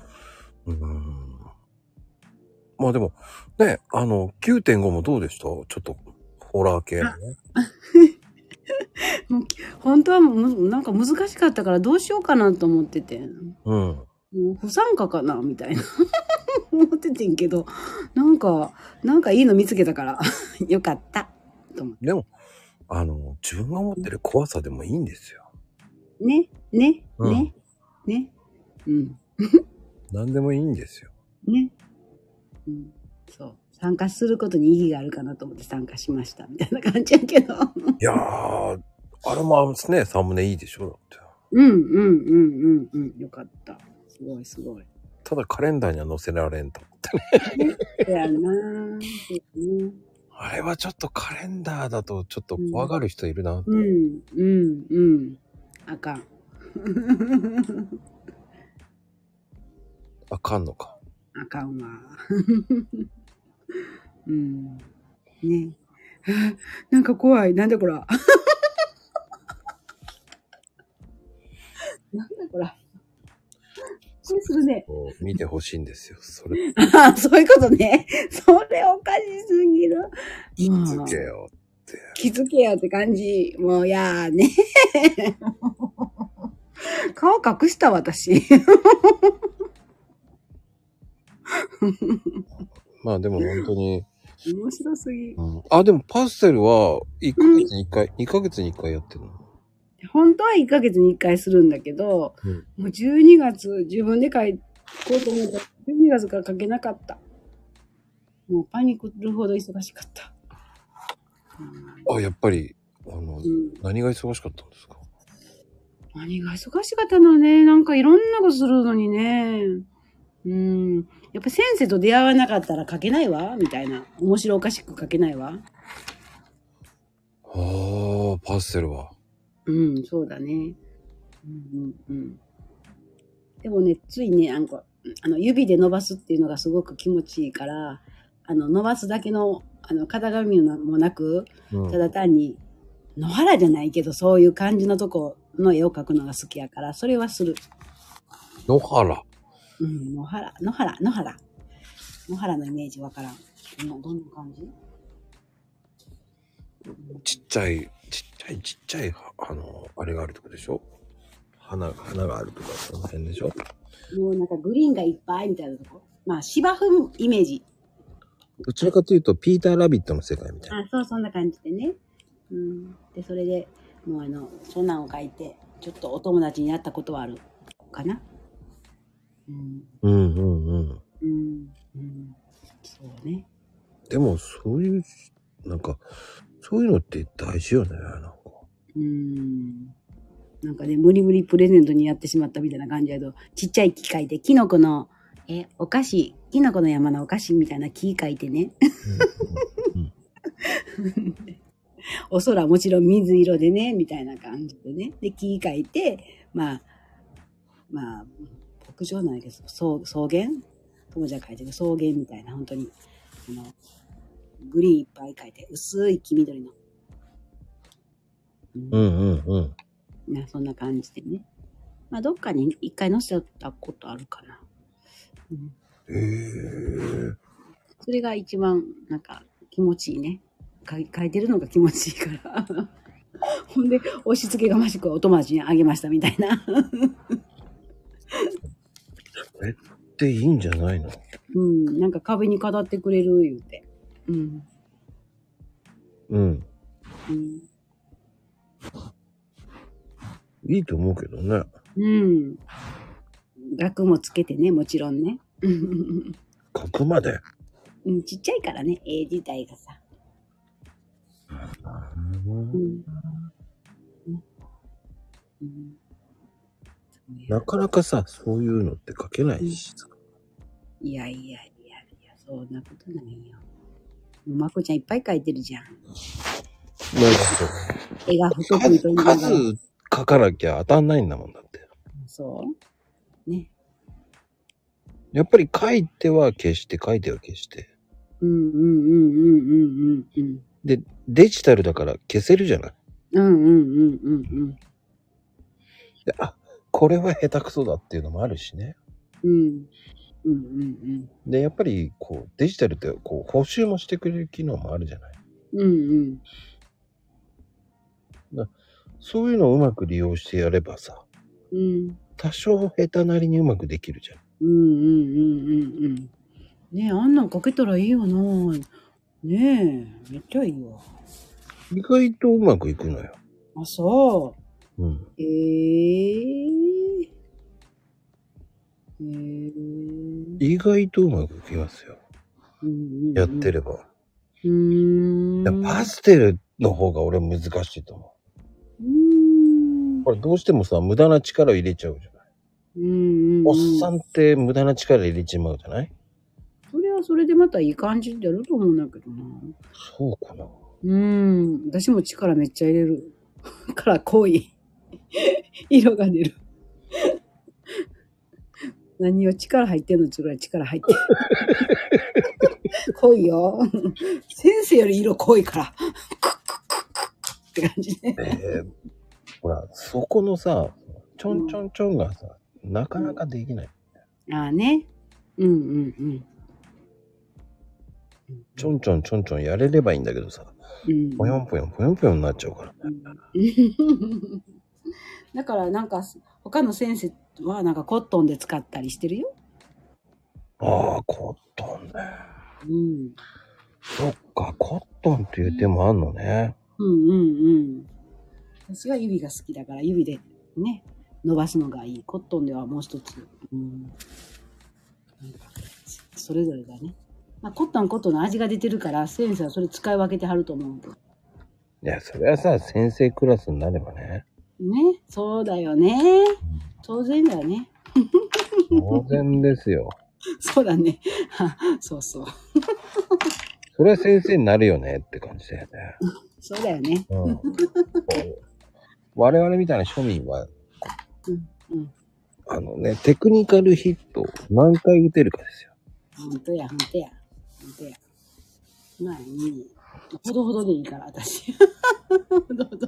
Speaker 1: うーん。まあでも、ね、あの、9.5もどうでしたちょっと、ホラー系のね。
Speaker 3: 本当はもうむ、なんか難しかったからどうしようかなと思ってて。
Speaker 1: うん。
Speaker 3: もう不参加かなみたいな 思っててんけどなんかなんかいいの見つけたから よかったと思っ
Speaker 1: でも、あの、自分が思ってる怖さでもいいんですよ。
Speaker 3: てねね
Speaker 1: うん
Speaker 3: ね、ねうん
Speaker 1: 何でもいいんですよ。
Speaker 3: ねうんそう参加することに意義があるかなと思って参加しましたみたいな感じやけど
Speaker 1: いやー、あれもね、サムネいいでしょだって。
Speaker 3: うんうんうんうんうんよかったすごいすごい
Speaker 1: ただカレンダーには載せられんと思ってね。
Speaker 3: そやなそうね
Speaker 1: あれはちょっとカレンダーだとちょっと怖がる人いるな。
Speaker 3: うんうんうんあかん
Speaker 1: あかんのか。
Speaker 3: あかんわ。 うん。ね。 なんか怖い。なんだこら。 なんだこら。これするね。
Speaker 1: こう見てほしいんですよ。それ、
Speaker 3: あ そういうことね。それおかしすぎる。
Speaker 1: 気
Speaker 3: まあ
Speaker 1: づけよ。
Speaker 3: 気づけよって感じ。もう、やーね。 顔隠した私。
Speaker 1: まあでも本当に。
Speaker 3: 面白すぎ。
Speaker 1: うん、あ、でもパステルは1ヶ月に1回、2ヶ月に1回やってるの。
Speaker 3: 本当は1ヶ月に1回するんだけど、
Speaker 1: うん
Speaker 3: もう12月自分で書いこうと思ったら12月から書けなかったもうパニックるほど忙しかった、うん
Speaker 1: あ、やっぱり、あの、
Speaker 3: うん、
Speaker 1: 何が忙しかったんですか
Speaker 3: 何が忙しかったのねなんかいろんなことするのにねうんやっぱ先生と出会わなかったら書けないわみたいな面白おかしく書けないわ
Speaker 1: ああ、パステルは。
Speaker 3: うん、そうだね。うんうんうん。でもね、ついね、あの、あの指で伸ばすっていうのがすごく気持ちいいから、あの、伸ばすだけの、あの、型紙もなく、
Speaker 1: うん
Speaker 3: ただ単に、野原じゃないけど、そういう感じのとこの絵を描くのが好きやから、それはする。
Speaker 1: 野原。
Speaker 3: うん、野原、野原、野原。野原のイメージわからん。どんなどんな感じ
Speaker 1: ちっちゃい、ちっちゃい、ちっちゃい、はあの、あれがあるとこでしょ花、花があるとか、その辺でしょ
Speaker 3: もうなんかグリーンがいっぱいみたいなとこ。まあ、芝生イメージ。
Speaker 1: どちらかというと、ピーター・ラビットの世界みたいな。
Speaker 3: あそうそんな感じでね、うん、でそれでもうあのそんなんを書いてちょっとお友達になったことはあるかなうん
Speaker 1: うんうんうん。
Speaker 3: うんうんそうね
Speaker 1: でも、そういう、なんか、そういうのって大事よね、なん か。
Speaker 3: うんなんかね無理無理プレゼントにやってしまったみたいな感じやけどちっちゃい機械でキノコのえお菓子キノコの山のお菓子みたいな木書いてね お空もちろん水色でねみたいな感じでねで木書いてまあまあ牧場なんやけど草草原友じゃ書いてる草原みたいな本当にあのグリーンいっぱい書いて薄い黄緑の、うん
Speaker 1: うんうんうん。
Speaker 3: なそんな感じでね。まあ、どっかに一回載せたことあるかな。うん、
Speaker 1: へえ。
Speaker 3: それが一番、なんか、気持ちいいね。か書いてるのが気持ちいいから。 ほんで、押し付けがましくお友達にあげましたみたいな。
Speaker 1: それっていいんじゃないの
Speaker 3: うん。なんか壁に飾ってくれる言うて。うん。
Speaker 1: うん。
Speaker 3: うん。
Speaker 1: いいと思うけどね。
Speaker 3: うん。額もつけてね、もちろんね。 うん
Speaker 1: ここまで。
Speaker 3: うん。ちっちゃいからね、絵自体がさ。うん。うんうんそういう
Speaker 1: なかなかさ、そういうのって書けないしさ。
Speaker 3: いやいやいやいや、そんなことないよ。もうまこちゃんいっぱい描いてるじゃん。絵が太く
Speaker 1: 数
Speaker 3: と言いながら。
Speaker 1: 数書かなきゃ当たんないんだもんだって。
Speaker 3: そうね。
Speaker 1: やっぱり書いては消して、書いては消して。
Speaker 3: うんうんうんうんうんうんうん。
Speaker 1: で、デジタルだから消せるじゃない。
Speaker 3: うんうんうんうん
Speaker 1: であ、これは下手くそだっていうのもあるしね。
Speaker 3: うん。うん。うんうん
Speaker 1: で、やっぱりこう、デジタルってこう、補修もしてくれる機能もあるじゃない。
Speaker 3: うん。うん
Speaker 1: そういうのをうまく利用してやればさ、
Speaker 3: うん。うん。
Speaker 1: 多少下手なりにうまくできるじゃん。
Speaker 3: うんうんうんうんうん。ねえ、あんなんかけたらいいよな。ねえ、めっちゃいいわ。
Speaker 1: 意外とうまくいくのよ。
Speaker 3: あ、そう。
Speaker 1: うん。
Speaker 3: えー、えー、
Speaker 1: 意外とうまくいきますよ。やって
Speaker 3: る。
Speaker 1: れば。
Speaker 3: うー
Speaker 1: いや
Speaker 3: ん。
Speaker 1: パステルの方が俺難しいと思
Speaker 3: うーん
Speaker 1: う。。これどうしてもさ、無駄な力を入れちゃうじゃない。
Speaker 3: うん。
Speaker 1: おっさ
Speaker 3: うん
Speaker 1: って無駄な力入れちまうじゃない
Speaker 3: それはそれでまたいい感じになると思うんだけどな。
Speaker 1: そうかな。
Speaker 3: うん。私も力めっちゃ入れる。 から濃い。 色が出る。 何を力入ってんのっちゅうぐらい力入ってる。 濃いよ。先生より色濃いから。クックックックッって感じね。
Speaker 1: えー、ほら、そこのさ、ちょんちょんちょんがさ、なかなかできない。
Speaker 3: ああね。うんうんうん。
Speaker 1: ちょんちょんちょんちょんやれればいいんだけどさ、
Speaker 3: うん
Speaker 1: ぽよんぽよんぽよんぽよんになっちゃうから。
Speaker 3: うん だからなんか他の先生はなんかコットンで使ったりしてるよ。
Speaker 1: ああ、コットンね。
Speaker 3: うん。
Speaker 1: そっか、コットンっていう手もあんのね。
Speaker 3: うんうんうん。私は指が好きだから指でね、伸ばすのがいい。コットンではもう一つ。うん。なんかそれぞれがね。まあ、コットンコットンの味が出てるから先生はそれ使い分けてはると思うけど。
Speaker 1: いや、それはさ、先生クラスになればね。
Speaker 3: ね。そうだよね。当然だよね。
Speaker 1: 当然ですよ。
Speaker 3: そうだね。 そうそう。
Speaker 1: それは先生になるよねって感じだよね。
Speaker 3: そうだよね。
Speaker 1: うん。我々みたいな庶民は、
Speaker 3: うんうん。
Speaker 1: あのね、テクニカルヒットを何回打てるかですよ。
Speaker 3: 本当や、本当や。本当や。まあいい。ほどほどでいいから、私。ほどほどで。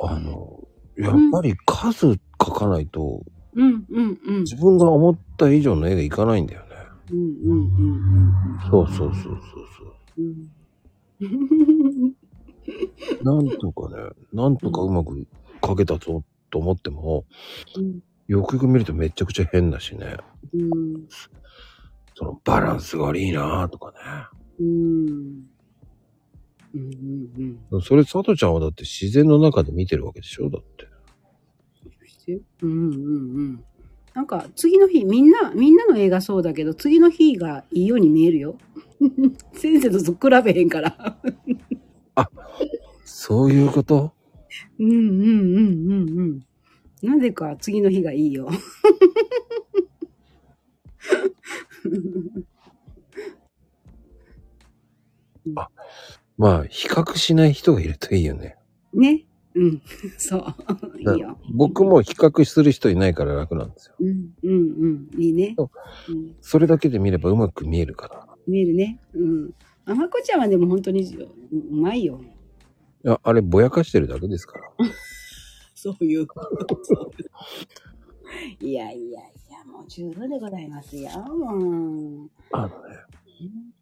Speaker 1: あの、やっぱり数書かないと、
Speaker 3: うん、うん、うん。
Speaker 1: 自分が思った以上の絵がいかないんだよね。
Speaker 3: うん、うん、うん、
Speaker 1: そうそうそうそう
Speaker 3: うん。
Speaker 1: そう。なんとかね、なんとかうまく書けたぞと思っても、
Speaker 3: うん。
Speaker 1: よくよく見るとめちゃくちゃ変だしね。
Speaker 3: うん。
Speaker 1: そのバランスが悪いなぁとか
Speaker 3: うん。うん、うん、
Speaker 1: ね。それ、佐藤ちゃんはだって自然の中で見てるわけでしょだって。
Speaker 3: うん、うん、うん。なんか、次の日、みんな、みんなの映画そうだけど、次の日がいいように見えるよ。先生と比べへんから。
Speaker 1: そういうこと
Speaker 3: うん、うん、うん、うん、うん。なぜか次の日がいいよ。
Speaker 1: まあ、比較しない人がいるといいよね。
Speaker 3: ね。うん。そう。い
Speaker 1: だ
Speaker 3: いよ。
Speaker 1: 僕も比較する人いないから楽なんですよ。
Speaker 3: うん。うん。うん。いいね。
Speaker 1: そう
Speaker 3: うん、
Speaker 1: それだけで見ればうまく見えるから。
Speaker 3: 見えるね。うん。あまこちゃんはでも本当にううまいよ。
Speaker 1: いや、あれ、ぼやかしてるだけですから。
Speaker 3: そういう。いやいやいや、もう十分でございますよ。もう。
Speaker 1: あのね、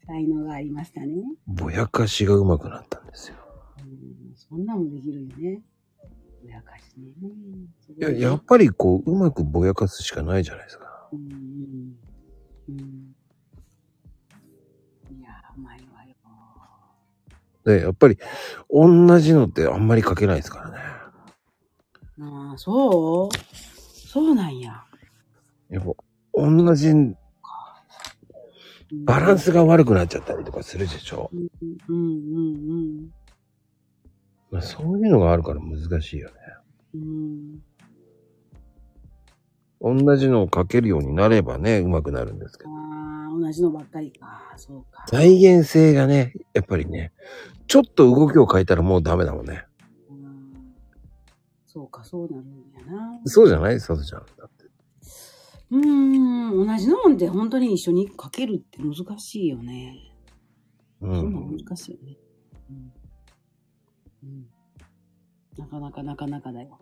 Speaker 3: 才能がありましたね。
Speaker 1: ぼやかしがうまくなったんですよ。
Speaker 3: うん、そんなもんできるよね。親かしね。
Speaker 1: いや、やっぱりこう、うまくぼやかすしかないじゃないですか。
Speaker 3: ううん。うん。いやー、うまいわよ。
Speaker 1: で、やっぱり、同じのってあんまり書けないですからね。
Speaker 3: ああ、そうそうなんや。
Speaker 1: やっぱ、同じ
Speaker 3: うん
Speaker 1: バランスが悪くなっちゃったりとかするでしょ。
Speaker 3: うんうんうん
Speaker 1: まあ、そういうのがあるから難しいよね。
Speaker 3: うん。うん。
Speaker 1: 同じのを書けるようになればね、うまくなるんですけど。
Speaker 3: ああ、同じのばっかりか。そうか。
Speaker 1: 再現性がね、やっぱりね、ちょっと動きを変えたらもうダメだもんね。
Speaker 3: うんそうか、そうなるんやな。
Speaker 1: そうじゃないサトちゃん。だって
Speaker 3: うーん、同じのもんで本当に一緒にかけるって難しいよね。
Speaker 1: う
Speaker 3: そんなの
Speaker 1: ん。
Speaker 3: 難しいよね。うん。うん。なかなかなかなかだよ。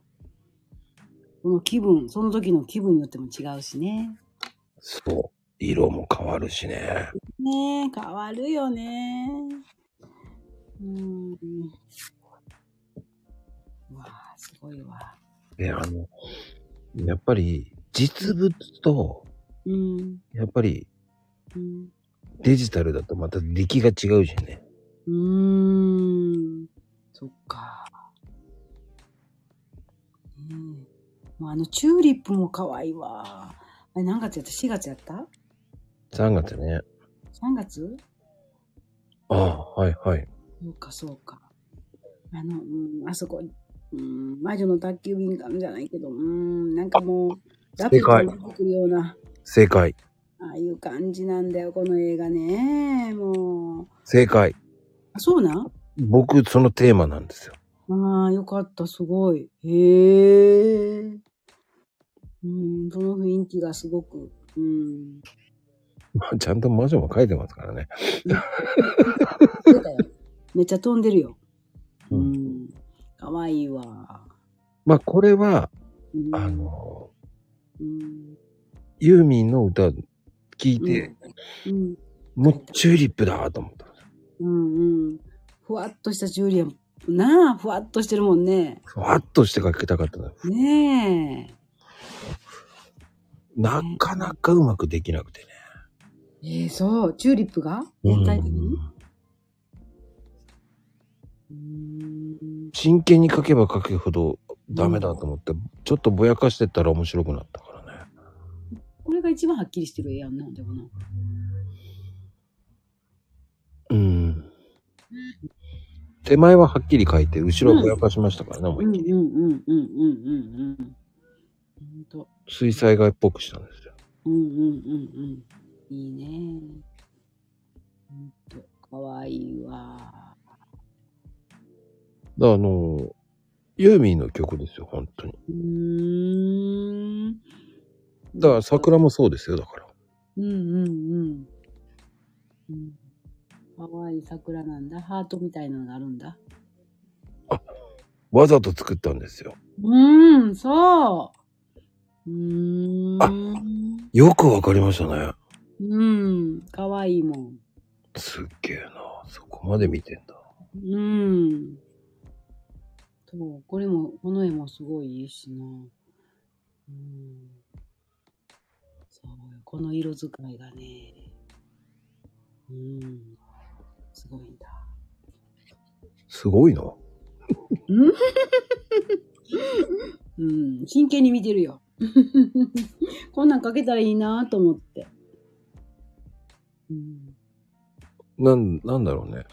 Speaker 3: その気分、その時の気分によっても違うしね。
Speaker 1: そう。色も変わるしね。
Speaker 3: ねえ、変わるよね。うん。うわあ、すごいわ。
Speaker 1: で、あの、やっぱり、実物と、
Speaker 3: うん。
Speaker 1: やっぱり
Speaker 3: うん。
Speaker 1: デジタルだとまた出来が違うしね。
Speaker 3: うーん。そっか。うん。もうあのチューリップも可愛いわ。あれ何月やった ?4 月やった
Speaker 1: 3月ね。
Speaker 3: ?3 月
Speaker 1: ああ、はいはい。
Speaker 3: そうか、そうか。あの、うん、あそこ、うん、魔女の宅急便館じゃないけど、うん、なんかもう、ラピュタに出てくるような、
Speaker 1: 正解。
Speaker 3: ああいう感じなんだよ、この映画ね。もう。
Speaker 1: 正解。
Speaker 3: あ、そうなん
Speaker 1: 僕、そのテーマなんですよ。
Speaker 3: ああ、よかった、すごい。へえ。うん、その雰囲気がすごく。うん。
Speaker 1: まあ、ちゃんと魔女も書いてますからね。
Speaker 3: 出 たよめっちゃ飛んでるよ。
Speaker 1: う
Speaker 3: うんん。かわいいわ。
Speaker 1: まあ、これは、
Speaker 3: うん、
Speaker 1: あの、
Speaker 3: うん。
Speaker 1: ユーミンの歌を聞い
Speaker 3: うん。
Speaker 1: て、
Speaker 3: うん。
Speaker 1: もうチューリップだと思ったんですよ。
Speaker 3: うん。うん。ふわっとしたジュリアン。なあ、ふわっとしてるもんね。
Speaker 1: ふわっとして書きたかったの
Speaker 3: ね
Speaker 1: なかなかうまくできなくてね。
Speaker 3: え。ええそう。チューリップが全体的
Speaker 1: う
Speaker 3: に。
Speaker 1: ん
Speaker 3: うん。
Speaker 1: 真剣に書けば書くほどダメだと思って、ちょっとぼやかしてったら面白くなったからね。
Speaker 3: これが一番はっきりしてる絵やんな、でもな。
Speaker 1: うん。手前ははっきり書いて、後ろはぼやかしましたからね、思
Speaker 3: う
Speaker 1: いっ
Speaker 3: ん
Speaker 1: き
Speaker 3: うん
Speaker 1: り
Speaker 3: うんうんうんうんうん。ほんと。
Speaker 1: 水彩画っぽくしたんですよ。
Speaker 3: うんうんうんうん。いいね。ほんと、かわいいわ。
Speaker 1: だからあの、ユーミンの曲ですよ、本当に。
Speaker 3: うーん。
Speaker 1: だから桜もそうですよ、だから。
Speaker 3: うんうんうん。うん、かわいい桜なんだ。ハートみたいなのがあるんだ。
Speaker 1: わざと作ったんですよ。
Speaker 3: うーん、そう。うーん。
Speaker 1: よくわかりましたね。
Speaker 3: うん、かわいいもん。
Speaker 1: すっげえな。そこまで見てんだ。
Speaker 3: うん。そう、これも、この絵もすごいいいしな。うん。そうよ、この色使いがね。うん。すごいんだ。
Speaker 1: すごいな。
Speaker 3: うん。真剣に見てるよ。 こんなんかけたらいいなと思って。うん。
Speaker 1: なん、なんだろうね。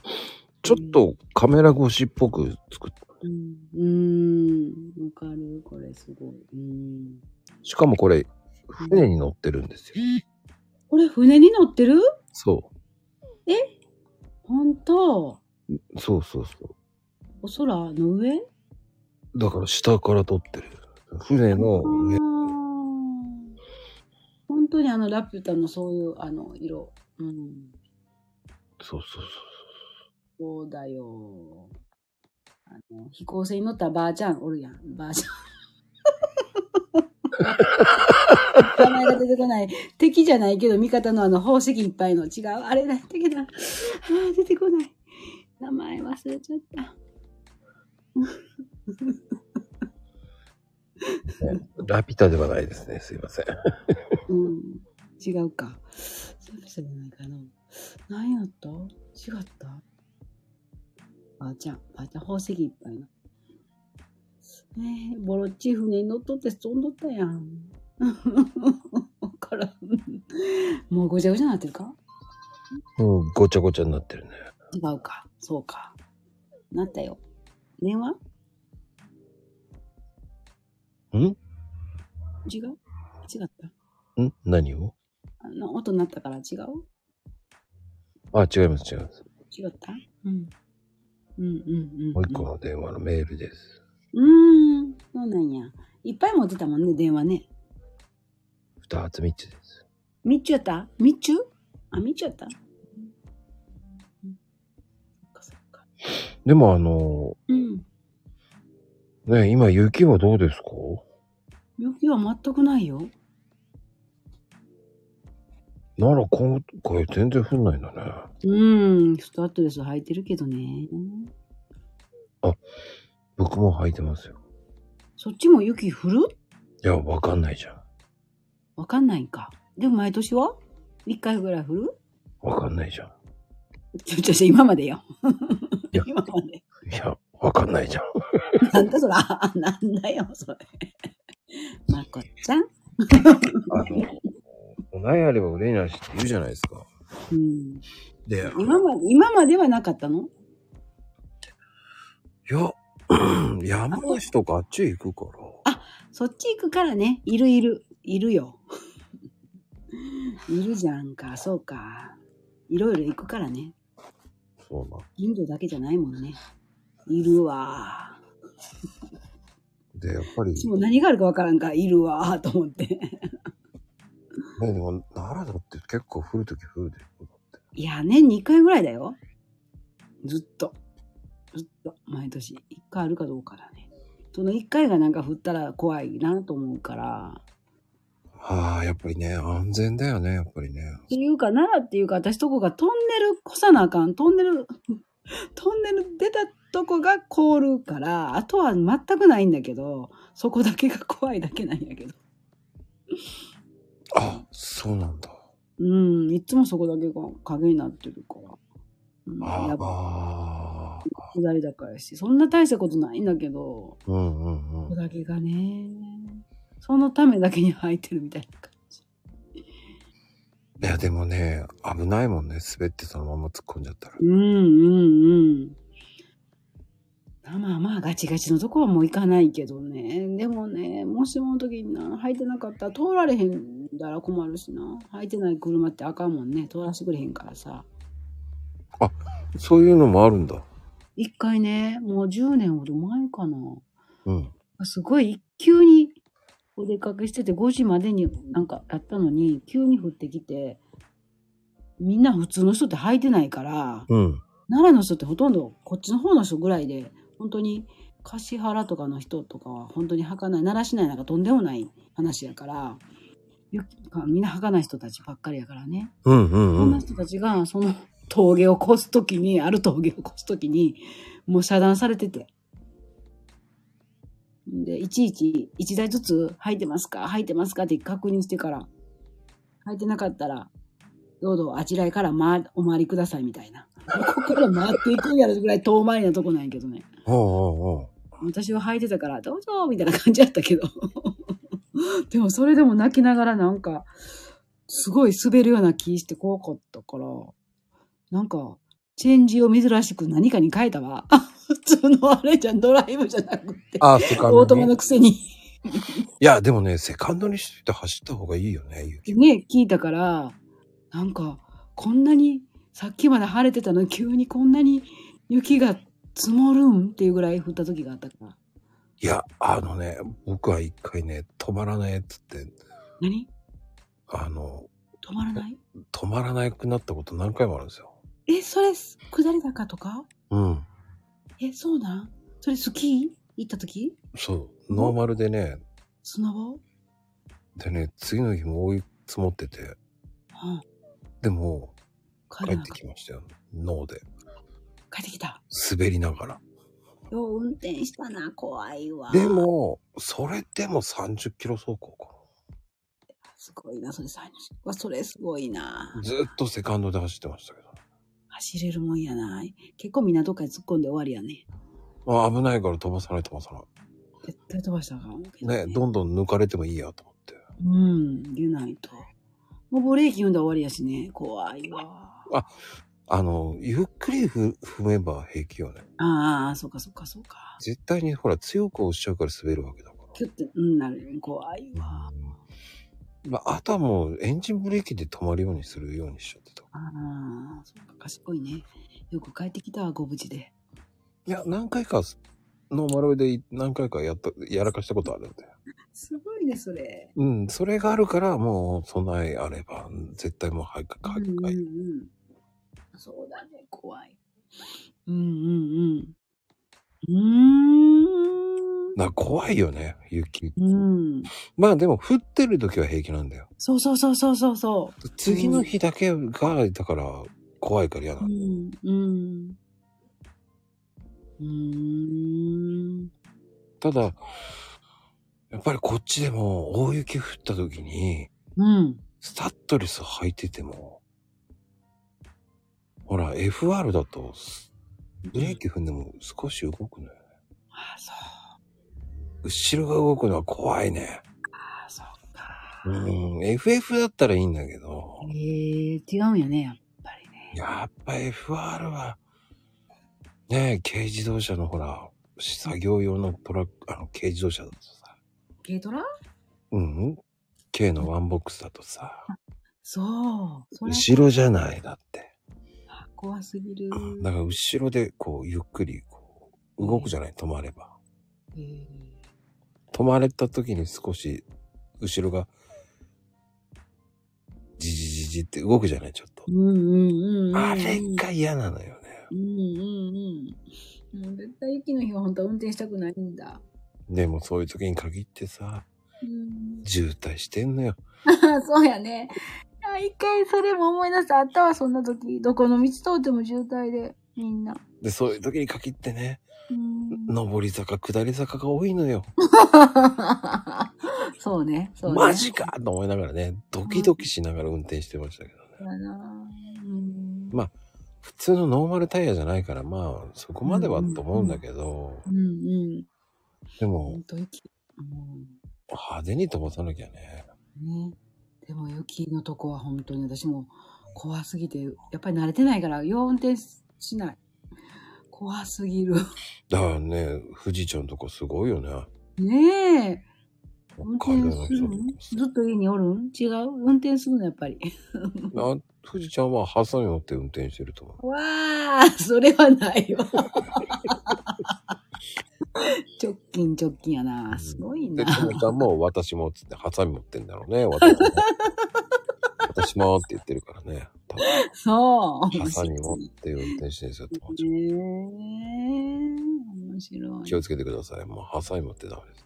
Speaker 1: ちょっとカメラ越しっぽく作っ
Speaker 3: うん。うん。わかるこれすごい。うん。
Speaker 1: しかもこれ、船に乗ってるんですよ。
Speaker 3: これ船に乗ってる
Speaker 1: そ
Speaker 3: ほんと。
Speaker 1: う。そうそうそ
Speaker 3: お空の上
Speaker 1: う。だから下から撮ってる。船の上。
Speaker 3: うん本当にあのラピュタのそういうあの色。うん。
Speaker 1: そうそうそう。
Speaker 3: そうだよ。あの飛行船に乗ったばあちゃんおるやん。ばあちゃん。名前が出てこない。敵じゃないけど、味方のあの宝石いっぱいの違う。あれだったけど、あー出てこない。名前忘れちゃった。
Speaker 1: ラピュタではないですね。すいません。
Speaker 3: うん。違うか。そういう人じゃないかな。何やった違ったばあちゃん、ばあちゃん、宝石いっぱいな。ねえ、ボロッチ船に乗っとって飛んどったやん。 わからん。もうごちゃごちゃなってるか
Speaker 1: うん、ごちゃごちゃになってるね。
Speaker 3: 違うか。そうか。なったよ。電話
Speaker 1: ん
Speaker 3: 違う違った
Speaker 1: ん何を
Speaker 3: あの、音鳴ったから違う
Speaker 1: あ、違います、違います。
Speaker 3: 違ったうん。うんうんうん。
Speaker 1: もう一個の電話のメールです。
Speaker 3: うーん、そうなんや。いっぱい持ってたもんね、電話ね。
Speaker 1: 二つ三つです。
Speaker 3: みっちゅやったみっちゅあ、みっちゅやったうんそっかそっか。
Speaker 1: でもあの
Speaker 3: うん。
Speaker 1: ね今雪はどうですか
Speaker 3: 雪は全くないよ。
Speaker 1: ならこう、これ全然降んないんだね。
Speaker 3: うん、スタッドレス履いてるけどね。
Speaker 1: 僕も履いてますよ。
Speaker 3: そっちも雪降る
Speaker 1: いや、わかんないじゃん。
Speaker 3: わかんないんか。でも毎年は一回ぐらい降る
Speaker 1: わかんないじゃん。
Speaker 3: ちょちょちょ、今までよ。
Speaker 1: いや
Speaker 3: 今まで。
Speaker 1: いや、わかんないじゃん。
Speaker 3: なんだそら、 なんだよ、それ。 まこっちゃん。
Speaker 1: あの、ないあれば憂いなしって言うじゃないですか。
Speaker 3: うん
Speaker 1: で、あの
Speaker 3: 今まで、今まではなかったの
Speaker 1: いや、山梨とかあっちへ行くから。
Speaker 3: そっち行くからね、いるいる、いるよ。 いるじゃんか、そうか。いろいろ行くからね。
Speaker 1: そうなん
Speaker 3: インドだけじゃないもんね。いるわ。
Speaker 1: で、やっぱり、
Speaker 3: 私も何があるかわからんから、いるわ、と思って。
Speaker 1: ね、でも奈良だって結構降るとき降るでしょ。だって
Speaker 3: いや、年2回ぐらいだよ。ずっと。ずっと。毎年。1回あるかどうかだね。その1回がなんか降ったら怖いなと思うから。
Speaker 1: ああ、やっぱりね、安全だよね、やっぱりね。
Speaker 3: っていうか、奈良っていうか、私とこがトンネル越さなあかん。トンネル、 トンネル出たとこが凍るから、あとは全くないんだけど、そこだけが怖いだけなんやけど。
Speaker 1: あ、そうなんだ。
Speaker 3: うん、いつもそこだけが影になってるから。うん、
Speaker 1: あ
Speaker 3: やっぱ
Speaker 1: あ、
Speaker 3: 下りだからし、そんな大したことないんだけど、
Speaker 1: うんうん
Speaker 3: そうこ
Speaker 1: ん。
Speaker 3: だけがね、そのためだけに履いてるみたいな感じ。
Speaker 1: いや、でもね、危ないもんね、滑ってそのまま突っ込んじゃったら。
Speaker 3: うんうんうん。まあまあまあガチガチのとこはもう行かないけどね。でもね、もしもの時にな、履いてなかったら通られへんだら困るしな。履いてない車ってあかんもんね。通らせてくれへんからさ。
Speaker 1: そういうのもあるんだ。
Speaker 3: 一回ね、もう10年ほど前かな。
Speaker 1: うん。
Speaker 3: すごい急にお出かけしてて5時までになんかやったのに、急に降ってきて、みんな普通の人って履いてないから、
Speaker 1: うん。
Speaker 3: 奈良の人ってほとんどこっちの方の人ぐらいで本当に橿原とかの人とかは本当に履かない奈良市内なんかとんでもない話やから雪みんな履かない人たちばっかりやからね、
Speaker 1: うんうん
Speaker 3: そん
Speaker 1: う。
Speaker 3: なん人たちがその峠を越す時にある峠を越す時にもう遮断されててでいちいち1台ずつ履いてますか履いてますかって確認してから履いてなかったらどうぞあちらへから、ま、お回りくださいみたいな。 ここから回っていくんやろぐらい遠回りなとこなんやけどね。
Speaker 1: おうおうおう
Speaker 3: 私は履いてたから、どうぞみたいな感じやったけど。 でもそれでも泣きながらなんか、すごい滑るような気して怖かったから、なんか、チェンジを珍しく何かに変えたわ。 普通のあれじゃん、ドライブじゃなくて。
Speaker 1: あ、セカン
Speaker 3: オー
Speaker 1: ド
Speaker 3: トマ
Speaker 1: に。
Speaker 3: のくせに。
Speaker 1: いや、でもね、セカンドにしといて走った方がいいよね、雪。
Speaker 3: ね、聞いたから、なんか、こんなに、さっきまで晴れてたのに急にこんなに雪が積もるんっていうぐらい降った時があったから。
Speaker 1: いや、あのね、僕は一回ね、止まらないっつって、
Speaker 3: 何
Speaker 1: あの、
Speaker 3: 止まらない
Speaker 1: 止まらなくなったこと何回もあるんですよ。
Speaker 3: え、それ、下り坂とか
Speaker 1: うん。
Speaker 3: え、そうなんそれスキー行った時
Speaker 1: そう。ノーマルでね、
Speaker 3: スノボ
Speaker 1: でね、次の日も追い積もってて、
Speaker 3: うん。
Speaker 1: でも、
Speaker 3: 帰
Speaker 1: 帰
Speaker 3: ら
Speaker 1: っ
Speaker 3: な
Speaker 1: て
Speaker 3: かっ
Speaker 1: きましたよ。脳で。
Speaker 3: た帰ってきた。
Speaker 1: 滑りながら。
Speaker 3: よう運転したな、怖いわ。
Speaker 1: で、も、それでも30キロ走行か
Speaker 3: すごいな、それ最初。わ、それすごいな
Speaker 1: な。。ずっとセカンドで走ってましたけ
Speaker 3: 走れるもんやな。結構みんなどっかに突っ込んで終わりやね。
Speaker 1: ど。あ危ないから飛ばさない飛ばさ
Speaker 3: 絶対飛ばしたらあかんけど
Speaker 1: ない。ね、どんどん抜かれてもいいやと思って。
Speaker 3: うん、出ないと。もうブレーキ踏んだら終わりやしね。怖いわ。
Speaker 1: あの、ゆっくりふ踏めば平気よね。
Speaker 3: ああ、そうかそうかそうか。
Speaker 1: 絶対にほら強く押しちゃうから滑るわけだから。
Speaker 3: キュッて、うん、なる。怖いわ。
Speaker 1: まあ、あとはもうエンジンブレーキで止まるようにするようにしちゃってた。
Speaker 3: ああ、そうか、賢いね。よく帰ってきたわ、ご無事で。
Speaker 1: いや、何回か、ノーマルで何回かやった、やらかしたことあるんで。
Speaker 3: すごいね、それ。
Speaker 1: うん、それがあるから、もう、備えあれば、絶対もう早く
Speaker 3: う
Speaker 1: 帰
Speaker 3: ん
Speaker 1: る。
Speaker 3: うん
Speaker 1: は
Speaker 3: う
Speaker 1: い
Speaker 3: ん。そうだね、怖い。うんうんうん。うーん。
Speaker 1: な怖いよね、雪。
Speaker 3: うん。
Speaker 1: まあでも、降ってる時は平気なんだよ。
Speaker 3: そうそうそうそうそうそ
Speaker 1: 次の日だけが、だから、怖いから嫌な
Speaker 3: う。う
Speaker 1: の。
Speaker 3: ん。うん。うーん。
Speaker 1: ただ、やっぱりこっちでも、大雪降った時に、
Speaker 3: うん。
Speaker 1: スタッドレス履いてても、ほら、FR だと、すブレーキ踏んでも少し動くのよね。
Speaker 3: ああ、そう。
Speaker 1: 後ろが動くのは怖いね。
Speaker 3: ああ、そうか。
Speaker 1: うん、FF だったらいいんだけど、
Speaker 3: ええ違うんやね、やっぱりね。
Speaker 1: やっぱ FR は、ねえ、軽自動車のほら、作業用のトラック、あの、軽自動車だとさ、
Speaker 3: 軽トラ
Speaker 1: うん、うん、軽のワンボックスだとさ、
Speaker 3: そう。それ
Speaker 1: 後ろじゃない、だって。
Speaker 3: 怖すぎる。
Speaker 1: だから後ろで、こう、ゆっくり、こう、動くじゃない、止まれば。
Speaker 3: えー
Speaker 1: 止まれた時に少し、後ろが、じじじじって動くじゃない、ちょっと
Speaker 3: う。んうんうんうん。
Speaker 1: あれが嫌なのよね。
Speaker 3: うんうんうん。もう絶対雪の日は本当は運転したくないんだ。
Speaker 1: でもそういう時に限ってさ、
Speaker 3: うん。
Speaker 1: 渋滞してんのよ。
Speaker 3: そうやね。いや一回それも思い出した。あったわ、そんな時。どこの道通っても渋滞で、みんな。
Speaker 1: で、そういう時に限ってね、
Speaker 3: うん。
Speaker 1: 上り坂、下り坂が多いのよ。
Speaker 3: そうね。そうね。
Speaker 1: マジかと思いながらね、ドキドキしながら運転してましたけどね。
Speaker 3: やなうん。
Speaker 1: ま普通のノーマルタイヤじゃないから、まあ、そこまではと思うんだけど、
Speaker 3: うんうん。
Speaker 1: でも
Speaker 3: 本、当雪。うん
Speaker 1: 派手に飛ばさなきゃね。
Speaker 3: ね。でも雪のとこは本当に私も怖すぎて、やっぱり慣れてないから、よう運転しない。怖すぎる。
Speaker 1: だからね、富士ちゃんとかすごいよね。
Speaker 3: ねえ。運
Speaker 1: 海外
Speaker 3: 転
Speaker 1: の
Speaker 3: する
Speaker 1: 人
Speaker 3: のずっと家におるん違う運転するのやっぱり。
Speaker 1: とか。あ富士ちゃんはハサミ持って運転してると思う。
Speaker 3: わあ、 それはないわ。 直近直近やな。すごい
Speaker 1: で、
Speaker 3: な。
Speaker 1: ともちゃんも私もっつってハサミ持ってんだろうね。私も。私もって言ってるからね。多分
Speaker 3: そう。
Speaker 1: ハ
Speaker 3: 面
Speaker 1: サ
Speaker 3: 白い
Speaker 1: ミ持って運転してるんですよ、ともちゃん。
Speaker 3: ねえ面白い
Speaker 1: 気。をつけてください。もうハサミ持ってダメです。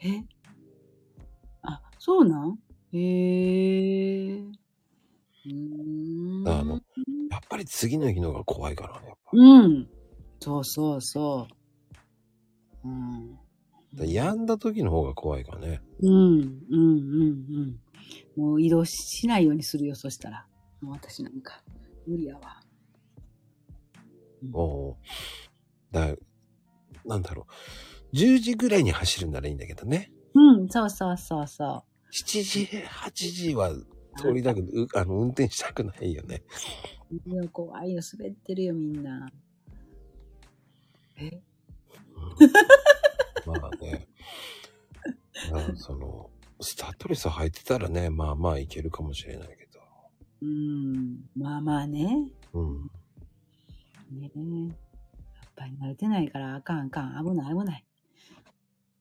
Speaker 3: えあ、そうなんへえー。うーん。
Speaker 1: あのやっぱり次の日の方が怖いからね。やっぱ
Speaker 3: うん。そうそうそう。うん。
Speaker 1: りだから病んだ時の方が怖いからね。
Speaker 3: うん、うん、うん、うん。もう移動しないようにするよ、そしたら。もう私なんか、無理やわ。
Speaker 1: おうだなんだろう。10時ぐらいに走るならいいんだけどね。
Speaker 3: うん、そうそうそうそ
Speaker 1: 7時、8時は通りたく、う あの、運転したくないよね。
Speaker 3: う。いや、怖いよ、滑ってるよ、みんな。え
Speaker 1: うんまあね。 まあ、その、スタッドレス履いてたらね、まあまあいけるかもしれないけ
Speaker 3: うん、まあまあね。
Speaker 1: ど。うん。
Speaker 3: ねえ。やっぱり慣れてないから、あかんあかん。危ない危ない。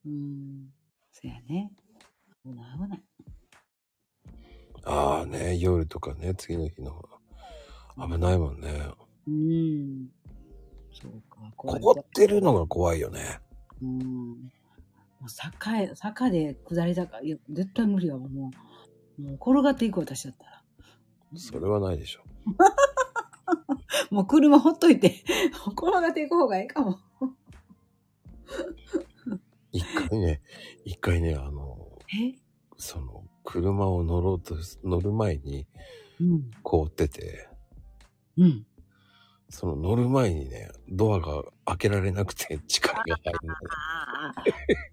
Speaker 3: うーん。そやね。危ない危ない。
Speaker 1: ああね、夜とかね、次の日の危ないもんね。
Speaker 3: うーん。そうか、怖い
Speaker 1: 凍ってるのが怖いよね。
Speaker 3: うん。もう坂へ、坂で下り坂。いや、絶対無理やわ、もう。もう転がっていく私だったら。
Speaker 1: それはないでしょ。
Speaker 3: もう車ほっといて、転がっていく方がいいかも。
Speaker 1: 一回ね、一回ね、あの、
Speaker 3: え
Speaker 1: その、車を乗ろうとす、乗る前に
Speaker 3: うん。
Speaker 1: 凍ってて、
Speaker 3: うん。
Speaker 1: その乗る前にね、ドアが開けられなくて 力が入るので。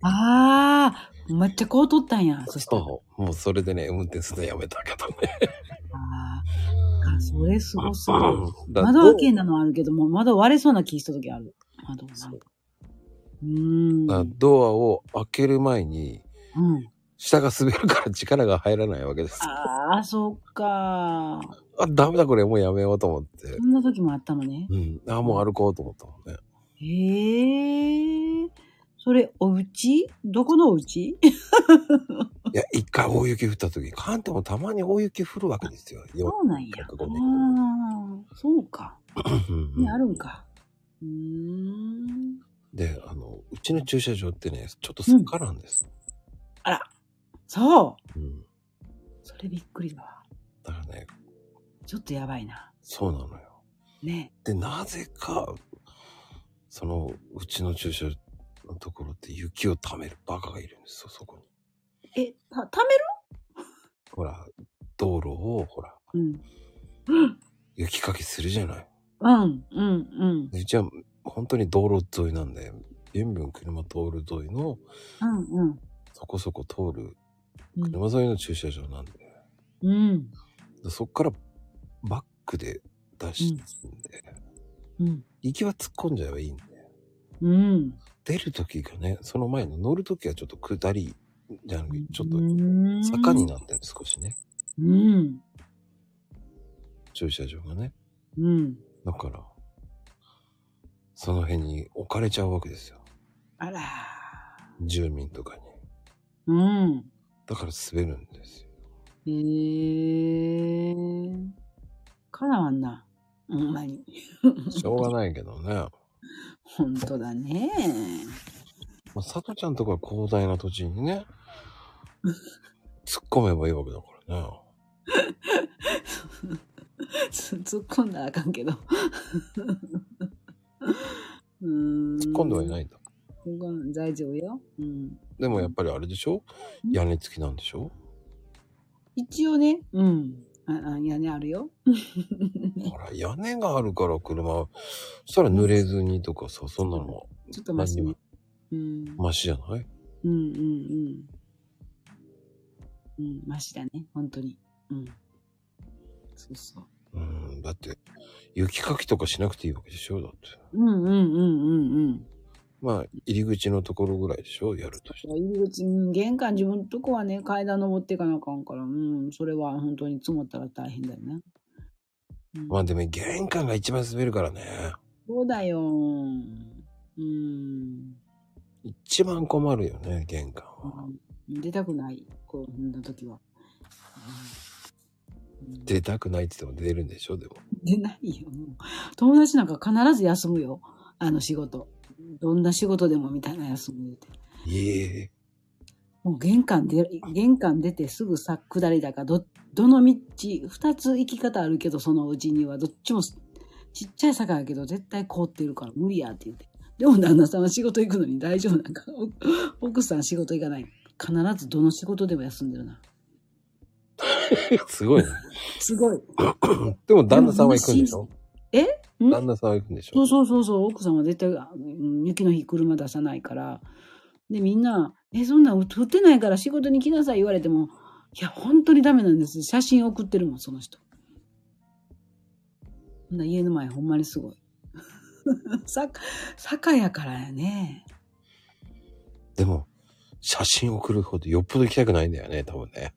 Speaker 3: ああー、めっちゃこう取ったんや。そしたら。
Speaker 1: そう。もうそれでね、運転するのやめたけどね。
Speaker 3: あーあ、それすごそう。
Speaker 1: だ
Speaker 3: 窓開けなのはあるけども、窓割れそうな気した時ある。窓がなんか。うーん。
Speaker 1: ドアドアを開ける前に、
Speaker 3: うん。
Speaker 1: 下が滑るから 力が入らないわけです。
Speaker 3: ああ、そっか。
Speaker 1: あ、ダメだこれ、もうやめようと思って
Speaker 3: そ。んな時もあったのね。
Speaker 1: うん。あ、もう歩こうと思ったもんね。
Speaker 3: へえ。それ、お家どこのお家
Speaker 1: いや、一回大雪降った時、関東もたまに大雪降るわけですよ。よ
Speaker 3: そうなんや。あ
Speaker 1: 過去ね
Speaker 3: あー、そうか。
Speaker 1: うんうん
Speaker 3: ね、あるんか。うーん。
Speaker 1: で、あの、うちの駐車場ってね、ちょっと坂なんです。
Speaker 3: そ
Speaker 1: う
Speaker 3: う。
Speaker 1: ん。
Speaker 3: それびっくりだわ。
Speaker 1: だからね、
Speaker 3: ちょっとやばいな。
Speaker 1: そうなのよ。
Speaker 3: ね。
Speaker 1: で、なぜか、その、うちの駐車のところって雪を貯めるバカがいるんですよ、そこに。
Speaker 3: え、た、貯める
Speaker 1: ほら、道路を、ほら、
Speaker 3: うん。
Speaker 1: 雪かきするじゃない。
Speaker 3: うん、うん、うん。
Speaker 1: でうちは、本当に道路沿いなんで、ビュンビュン車通る沿いの、
Speaker 3: うん、うん。
Speaker 1: そこそこ通る、
Speaker 3: うん
Speaker 1: 車沿いの駐車場なんで、
Speaker 3: うん。
Speaker 1: でそこからバックで出してんで、
Speaker 3: うん。
Speaker 1: 行きは突っ込んじゃえばいいんで、
Speaker 3: うん。
Speaker 1: 出る時がね、その前の乗る時はちょっと下り、じゃなくて、ちょっと
Speaker 3: と
Speaker 1: 坂になってる少しね、
Speaker 3: うん。
Speaker 1: 駐車場がね。
Speaker 3: うん。
Speaker 1: だから、その辺に置かれちゃうわけですよ。
Speaker 3: あらー。
Speaker 1: 住民とかに。
Speaker 3: うん。
Speaker 1: だから滑るんですよ。
Speaker 3: へえー。かなわんな。ほんまに。
Speaker 1: しょうがないけどね。ま
Speaker 3: ほんとだね。
Speaker 1: あ、さとちゃんとか広大な土地にね、突っ込めばいいわけだからね。
Speaker 3: つ突っ込んだらあかんけど。 うーん。
Speaker 1: 突っ込んではいないんだ。
Speaker 3: 突っ込ん大丈夫よ。うん。
Speaker 1: でもやっぱりあれでしょ
Speaker 3: うん
Speaker 1: 屋根付きなんでしょ
Speaker 3: 一応ね。うん。あ、あ、いやね、あるよ。
Speaker 1: ほら、屋根があるから車、そしたら濡れずにとかさ、そんなのも
Speaker 3: ちょっとマシね。うん。
Speaker 1: マシじゃない
Speaker 3: うんうんうん。うん、マシだね、本当に。うん。そうそう。
Speaker 1: うん、だって、雪かきとかしなくていいわけでしょだって。
Speaker 3: うんうんうんうんうん。
Speaker 1: まあ、入り口のところぐらいでしょやるとして。
Speaker 3: 入り口、うん玄関自分のとこはね、階段登っていかなあかんから、うん、それは本当に積もったら大変だよね。うん、
Speaker 1: まあでも、玄関が一番滑るからね。
Speaker 3: そうだよ。うん。
Speaker 1: 一番困るよね、玄関は。
Speaker 3: うん出たくない、こう、んな時は。うんうん
Speaker 1: 出たくないって言っても出るんでしょでも。
Speaker 3: 出ないよ、もう。友達なんか必ず休むよ。あの仕事。どんな仕事でもみたいな休むって。
Speaker 1: いえ、
Speaker 3: もう玄関で、玄関出てすぐさ、下りだか、ど、どの道、二つ行き方あるけど、そのうちには、どっちもす、ちっちゃい坂やけど、絶対凍ってるから無理やって言って。でも旦那さんは仕事行くのに大丈夫なんか、お奥さん仕事行かない。必ずどの仕事でも休んでるな。
Speaker 1: すごいね。
Speaker 3: すごい。
Speaker 1: でも、旦那さんは行くんでしょ
Speaker 3: えん
Speaker 1: 旦那さんは行くんでし
Speaker 3: そ
Speaker 1: ょ
Speaker 3: うそうそうそう、奥さんは絶対、うん雪の日車出さないから。で、みんな、え、そんなん降ってないから仕事に来なさい言われても、いや、本当にダメなんです。写真送ってるもん、その人。ほんなら家の前、ほんまにすごい。 さ、坂やからやね。
Speaker 1: でも、写真送るほどよっぽど行きたくないんだよね、多分ね。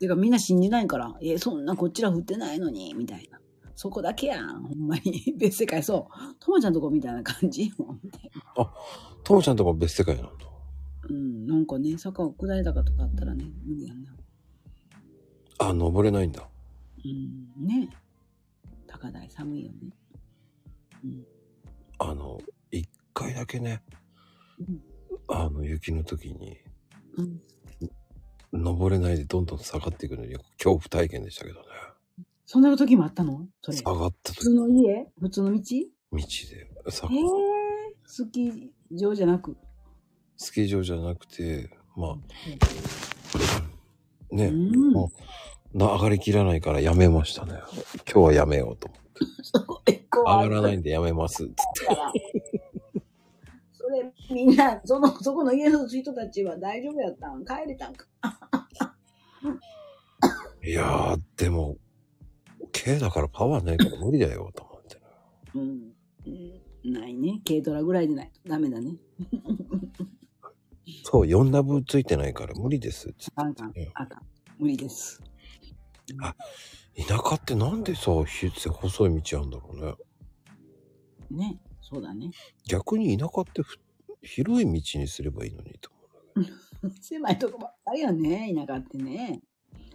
Speaker 3: てかみんな信じないから、え、そんなこっちら降ってないのに、みたいな。そこだけやん、ほんまに。 別世界、そう。ともちゃんとこみたいな感じ。ほんで
Speaker 1: ともちゃんとか別世界なんだ。
Speaker 3: うん、なんかね、坂を下り坂とかあったらね、無理やんな。
Speaker 1: あ、登れないんだ。
Speaker 3: うん、ね高台寒いよね。うん。
Speaker 1: あの、一回だけね、
Speaker 3: うん
Speaker 1: あの、雪の時に、
Speaker 3: うん
Speaker 1: 登れないでどんどん下がっていくのに、恐怖体験でしたけどね。
Speaker 3: そんな時もあったのそれ。
Speaker 1: 下がった時、
Speaker 3: 普通の家普通の道
Speaker 1: 道で、さ
Speaker 3: ええー、スキー上じゃなく。
Speaker 1: スキー場じゃなくて、まあ、
Speaker 3: う
Speaker 1: ね、
Speaker 3: ん。
Speaker 1: もうな上がりきらないからやめましたね。今日はやめようと。上がら ないんでやめます。
Speaker 4: それ、みんな、その、そこの家の人たちは大丈夫やったん帰れたんか
Speaker 1: いやー、でも、K だからパワーないから無理だよ、と思って。
Speaker 4: うん。うん
Speaker 3: ないね。軽トラぐらいでないとダメだね。
Speaker 1: そう、4ダブついてないから無理です。つ
Speaker 3: あかん
Speaker 1: うん、
Speaker 3: あかん。無理です。
Speaker 1: 田舎ってなんでさ、ひ細い道あんだろうね。
Speaker 3: ね。そうだね。
Speaker 1: 逆に田舎ってふ広い道にすればいいのにと
Speaker 4: 狭いとこばっか
Speaker 3: あれやね、田舎ってね。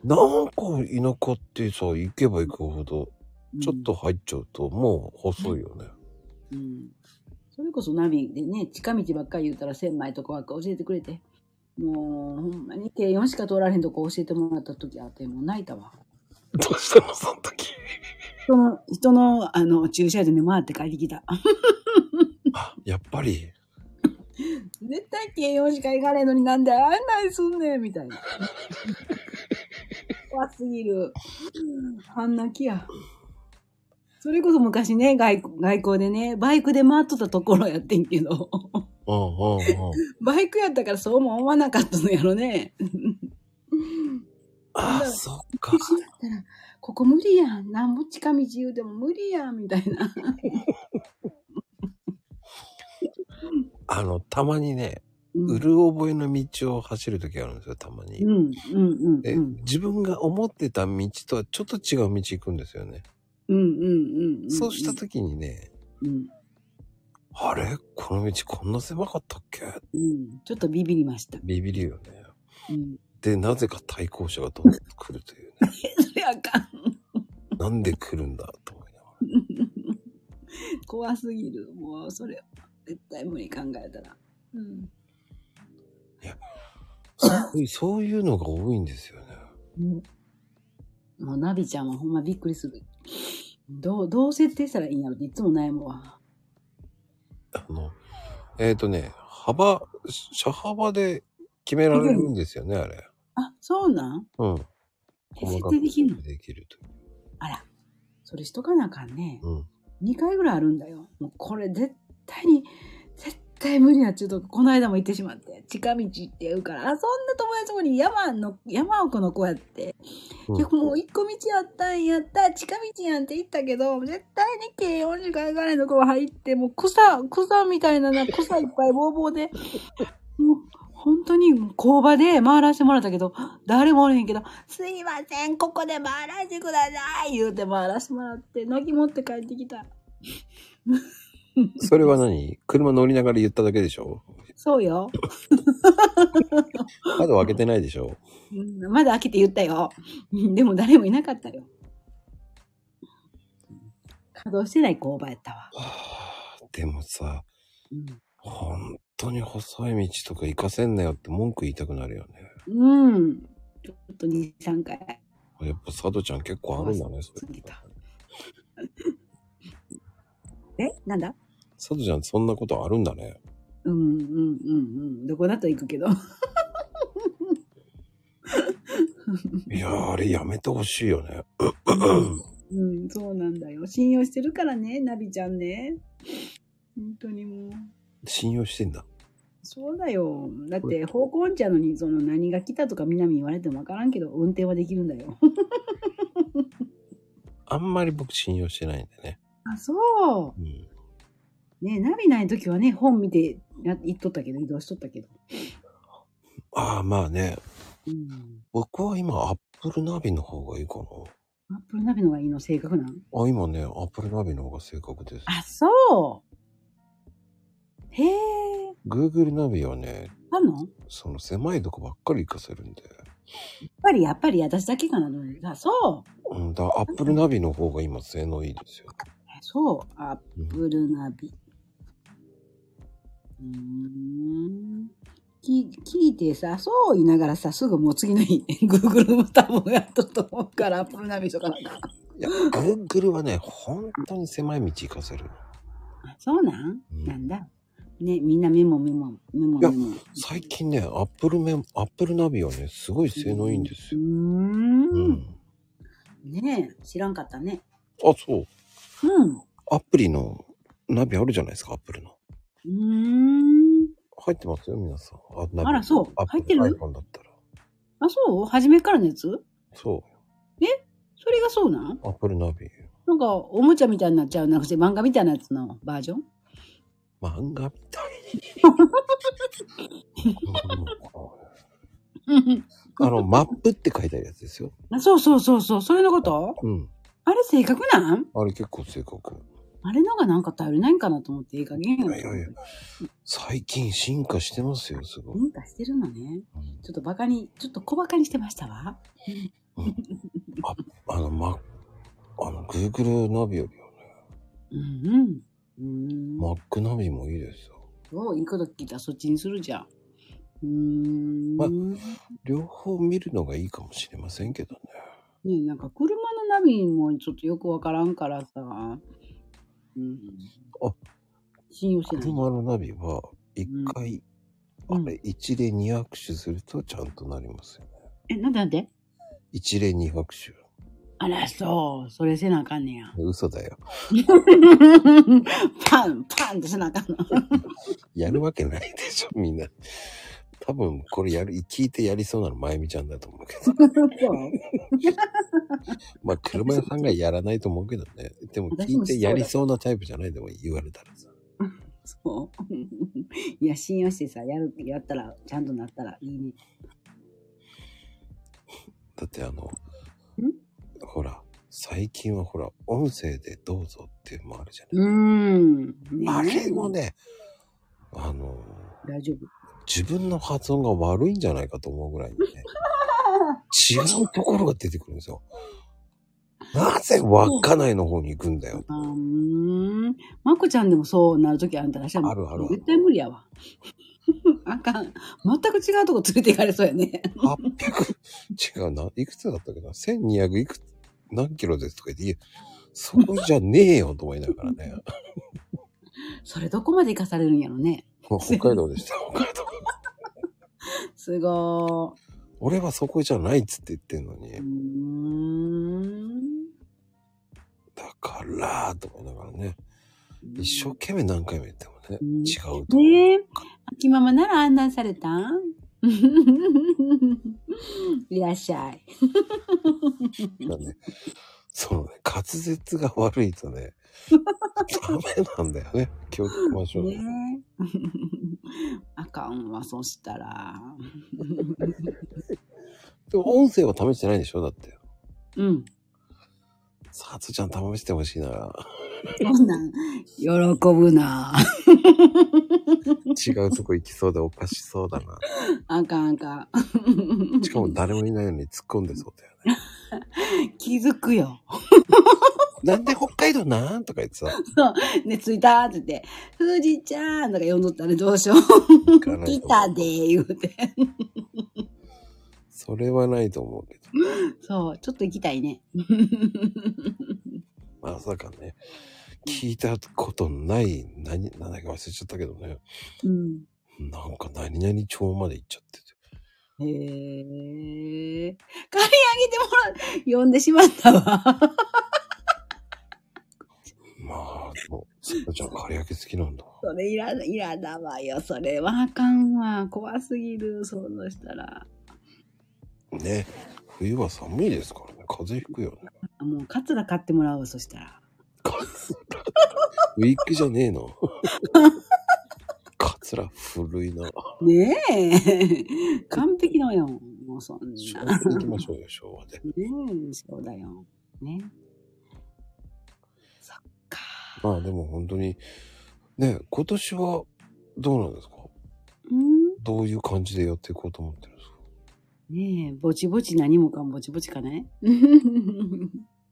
Speaker 1: 思う。なんか田舎ってさ、行けば行くほど、
Speaker 3: うん
Speaker 1: ちょっ。と入っちゃうともう細いよね。
Speaker 3: うん。それこそナビでね、近道ばっかり言ったら1000枚とかばっか教えてくれて。もう、ほんまに軽4しか通られへんとこ教えてもらった時あって、もう泣いたわ。
Speaker 1: どうしたの、その時。
Speaker 3: 人の、人の、あの、駐車場に回って帰ってきた。
Speaker 1: あ、やっぱり。
Speaker 3: 絶対形容しか行かれんのになんであんないすんねんみたいな。怖すぎる。あんなきや。それこそ昔ね、外外交でね、バイクで回っとったところやってんけど、
Speaker 1: うんうん うん。
Speaker 3: バイクやったからそうも思わなかったのやろね。
Speaker 1: あ、そっか。
Speaker 3: ここ無理やん。なんぼ近道言うても無理やん、みたいな。
Speaker 1: あの、たまにね、
Speaker 3: うん、
Speaker 1: うる覚えの道を走る時あるんですよ、たまに
Speaker 3: う。ん、うん、うん、
Speaker 1: で、
Speaker 3: うん。
Speaker 1: 自分が思ってた道とはちょっと違う道行くんですよね。
Speaker 3: うん、うん、うんうん。
Speaker 1: そうした時にね、
Speaker 3: うん、
Speaker 1: あれこの道こんな狭かったっけ
Speaker 3: うん。ちょっとビビりました。
Speaker 1: ビビるよね。
Speaker 3: うん。
Speaker 1: で、なぜか対向車がどんどん来ると いうね。
Speaker 3: それあかん。
Speaker 1: なんで来るんだと思いながら。
Speaker 3: 怖すぎる。もう、それ、絶対無理考えたら。うん。
Speaker 1: そういうそういうのが多いんですよね。
Speaker 3: もう、ナビちゃんはほんまびっくりする。どう、どう設定したらいいんやろっていつも悩むわ。
Speaker 1: あの、えっ、とね、幅、車幅で決められるんですよね、あれ。
Speaker 3: あ、そうなん
Speaker 1: うん。
Speaker 3: え設定できんの
Speaker 1: できるとい
Speaker 3: それしとかなあかんね。
Speaker 1: う。うん。
Speaker 3: 2回ぐらいあるんだよ。もう、これ絶対に、絶対無理なっちゅうとこ、この間も行ってしまって、近道って言うから、あ、そんな友達のとこに山の、山奥の子やって、
Speaker 1: うん
Speaker 3: いや、もう一個道やったんやった、近道やんって言ったけど、絶対に軽音時間以外のとこ入って、もう草、草みたいなな、草いっぱいぼうぼうで、もう本当にもう工場で回らせてもらったけど、誰もおれへんけど、すいません、ここで回らせてください言うて回らせてもらって、泣き持って帰ってきた。
Speaker 1: それは何車乗りながら言っただけでしょ
Speaker 3: そうよ。
Speaker 1: 窓開けてないでしょ
Speaker 3: うんまだ開けて言ったよ。うんでも誰もいなかったよ。稼働してない工場やったわ。
Speaker 1: でもさ、
Speaker 3: うん
Speaker 1: 本当に細い道とか行かせんなよって文句言いたくなるよね。
Speaker 3: うん。ちょっと2、3回
Speaker 1: やっぱ佐藤ちゃん結構あるんだね、そ
Speaker 3: 過
Speaker 1: れ
Speaker 3: ぎ。た。えなんだ
Speaker 1: 佐藤ちゃんそんなことあるんだね。
Speaker 3: うんうんうんうん。どこだと行くけど。
Speaker 1: いやー、あれやめてほしいよね。
Speaker 3: うん、そうなんだよ。信用してるからね、ナビちゃんね。本当にもう。
Speaker 1: 信用してんだ。
Speaker 3: そうだよ。だって方向音痴やのに、その何が来たとか南言われてもわからんけど、運転はできるんだよ。
Speaker 1: あんまり僕信用してないんでね。
Speaker 3: あ、そ
Speaker 1: うん。
Speaker 3: う。ねナビない時はね、本見てや行っとったけど、移動しとったけど。
Speaker 1: ああ、まあね。
Speaker 3: うん。
Speaker 1: 僕は今、アップルナビの方がいいかな。
Speaker 3: アップルナビの方がいいの、正確なん
Speaker 1: あ、今ね、アップルナビの方が正確です。
Speaker 3: あ、そう。へえ、
Speaker 1: Google ナビはね、
Speaker 3: あんのやっ
Speaker 1: その狭いとこばっかり行かせるんで。
Speaker 3: ぱり、やっぱり私だけかな。うんあ、そう。
Speaker 1: うん、だアップルナビの方が今性能いいですよ。
Speaker 3: あそう。アッ
Speaker 1: うん、
Speaker 3: プルナビ。うーん。き聞いてさ、そう言いながらさ、すぐもう次の日、Google も多分やっとると思うから、アップルナビとかなんか。
Speaker 1: いや、Google はね、本当に狭い道行かせる。
Speaker 3: あそうなん
Speaker 1: うん
Speaker 3: なんだ。ね、みんなメモメモ、メモ
Speaker 1: いや
Speaker 3: メモ。
Speaker 1: 最近ね、アップルメン、アップルナビはね、すごい性能いいんです
Speaker 3: うー。
Speaker 1: よ。うんん。
Speaker 3: ねえ、知らんかったね。
Speaker 1: あ、そう。
Speaker 3: うん。う
Speaker 1: アプリのナビあるじゃないですか、アップルの。
Speaker 3: ーん。
Speaker 1: 入ってますよ、皆さん。あ、ナビ
Speaker 3: あらそう
Speaker 1: アップル
Speaker 3: 入ってる
Speaker 1: iPhone だったら。
Speaker 3: あ、そう初めからのやつ
Speaker 1: そ
Speaker 3: それがそうなん
Speaker 1: う、アップルナビ。
Speaker 3: なんか、おもちゃみたいになっちゃうなくて、漫画みたいなやつのバージョン
Speaker 1: 漫画みた い。
Speaker 3: うん
Speaker 1: あの、マップって書いてあるやつですよ。
Speaker 3: うん。そうそうそうそう、それのこと
Speaker 1: うん。
Speaker 3: あれ正確なん
Speaker 1: あれ結構正確。
Speaker 3: あれのがなんか頼りないんかなと思っていい加減や
Speaker 1: いやいやいや最近進化してますよ、すごい。
Speaker 3: 文化してるのね。ちょっとバカに、ちょっと小バカにしてましたわ。
Speaker 1: あの、ま、あの、Google ナビよりはね、
Speaker 3: うんうん。うん。
Speaker 1: Mac ナビもいいですよ。
Speaker 3: おいいこと聞いたらそっちにするじゃん。うーん。
Speaker 1: ま
Speaker 3: ね
Speaker 1: 両方見るのがいいかもしれませんけどね。
Speaker 3: えなんか車のナビもちょっとよくわからんからさ。うん。
Speaker 1: あ
Speaker 3: 信用してない。
Speaker 1: 車のナビは、一回、
Speaker 3: うん
Speaker 1: あれ、一例二拍手するとちゃんとなりますよね。
Speaker 3: え、なんでなんで
Speaker 1: 一例二拍手。
Speaker 3: あら、そう。それせなあかんね や。
Speaker 1: 嘘だよ。
Speaker 3: パン、パンってせな あかんの。
Speaker 1: やるわけないで しょ、みんな。多分、これやる、聞いてやりそうなの、まゆみちゃんだと思うけど。まあ、車屋さんがやらないと思うけどね。でも、聞いてやりそうなタイプじゃないでも言われたらさ。
Speaker 3: そう。 いや、信用してさ、やる、やったら、ちゃんとなったらいいね。
Speaker 1: だって、あの
Speaker 3: ん、
Speaker 1: ほら、最近はほら、音声でどうぞっていうのもあるじゃ
Speaker 3: うーん。
Speaker 1: ない。
Speaker 3: ね
Speaker 1: あれもね、あの、
Speaker 3: 大丈夫。
Speaker 1: 自分の発音が悪いんじゃないかと思うぐらいにね、違うところが出てくるんですよ。なぜ稚内の方に行くんだよ。
Speaker 3: あーうーん。まこちゃんでもそうなるときあんたらしゃ
Speaker 1: あるあるある
Speaker 3: 絶対無理やわ。 あかん。全く違うとこ連れて行かれそうやね。
Speaker 1: 800、違うな、いくつだったっけな、1200いくつ、何キロですとか言って、いや、そこじゃねえよと思いながらね、
Speaker 3: それどこまで行かされるんやろね。
Speaker 1: もう北海道でした、北海道。
Speaker 3: すご
Speaker 1: 俺はそこじゃないっつって言ってんの
Speaker 3: ー。う
Speaker 1: に
Speaker 3: ー、ん。
Speaker 1: だから、と思いながらね、一生
Speaker 3: 緒
Speaker 1: 懸命何回も言ってもね、
Speaker 3: うん
Speaker 1: 違うと。
Speaker 3: ねえ。秋ママなら案内されたん いらっしゃい。
Speaker 1: だね、そのね、滑舌が悪いと ね、ダメなんだよね。気をつけましょうね。
Speaker 3: ね え。あかんわ、そしたら。
Speaker 1: でも音声は試してないんでしょだって。
Speaker 3: うん。
Speaker 1: さあつちゃん試してほしい な。
Speaker 3: そんなん、喜 ぶな。
Speaker 1: 違うとこ行きそうでおかしそうだな。
Speaker 3: あかんあかん。
Speaker 1: しかも誰もいないのに突っ込んでそうだよね。
Speaker 3: 気づくよ。
Speaker 1: なんで北海道なんとか言ってさ、
Speaker 3: ね、着いたーって言って、富士ちゃんとか呼んどったらどうしよ
Speaker 1: 行か
Speaker 3: う。
Speaker 1: ない と
Speaker 3: 来
Speaker 1: 思
Speaker 3: た
Speaker 1: う。
Speaker 3: でー言うて。
Speaker 1: それはないと思うけど。
Speaker 3: そう、ちょっと行きたいね。
Speaker 1: まさかね、聞いたことない、何、何だか忘れちゃったけどね。
Speaker 3: うん。
Speaker 1: なんか何々町まで行っちゃってて。
Speaker 3: へえ。借り上げてもらう。呼んでしまったわ。
Speaker 1: まあ、もう、さとちゃん、かりあけ好きなんだ。
Speaker 3: それいら、いらだわよ。それはあかんわ。怖すぎる。想像したら。
Speaker 1: ね。冬は寒いですからね。風邪ひくよね。
Speaker 3: もう、カツラ買ってもらおう。そしたら。
Speaker 1: カツラ。ウィッグじゃねえの。カツラ古いな。
Speaker 3: ねえ。完璧だよ。もうそん
Speaker 1: 昭
Speaker 3: な。
Speaker 1: 和で行きましょうよ、昭和で。
Speaker 3: ねえ、そうだよ。ね。そっか。
Speaker 1: まあでも本当に、ね、今年はどうなんですか
Speaker 3: うん
Speaker 1: どういう感じでやっていこうと思ってるんですか
Speaker 3: ねえ、ぼちぼち何もかもぼちぼちかね。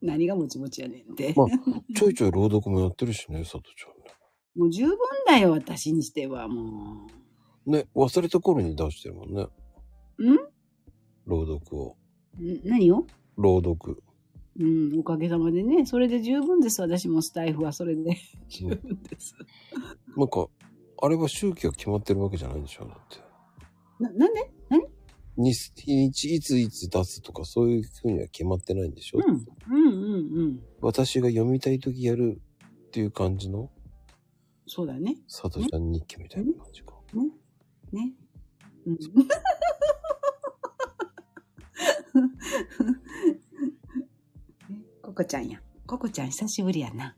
Speaker 3: 何がぼちぼちやねんって。
Speaker 1: まあちょいちょい朗読もやってるしね、さとち
Speaker 3: もう十分だよ、私にしては、も
Speaker 1: ゃんね。ね、忘れた頃に出してるもんね。ん朗読を。
Speaker 3: う。ん何を
Speaker 1: 朗読。
Speaker 3: うん、おかげさまでね、それで十分です、私もスタイフはそれで
Speaker 1: う
Speaker 3: 十
Speaker 1: ん
Speaker 3: 分です。
Speaker 1: なんか、あれは周期が決まってるわけじゃないんでしょだって。
Speaker 3: な、なんで
Speaker 1: に日いついつ出すとかそういうふうには決まってないんでしょ、
Speaker 4: うん。うんうんうん。
Speaker 1: 私が読みたい時やるっていう感じの
Speaker 4: そうだね。
Speaker 1: 佐藤ちゃん日記みたいな感じか。
Speaker 3: ね。
Speaker 4: うん、
Speaker 3: ココちゃんや。ココちゃん久しぶりやな。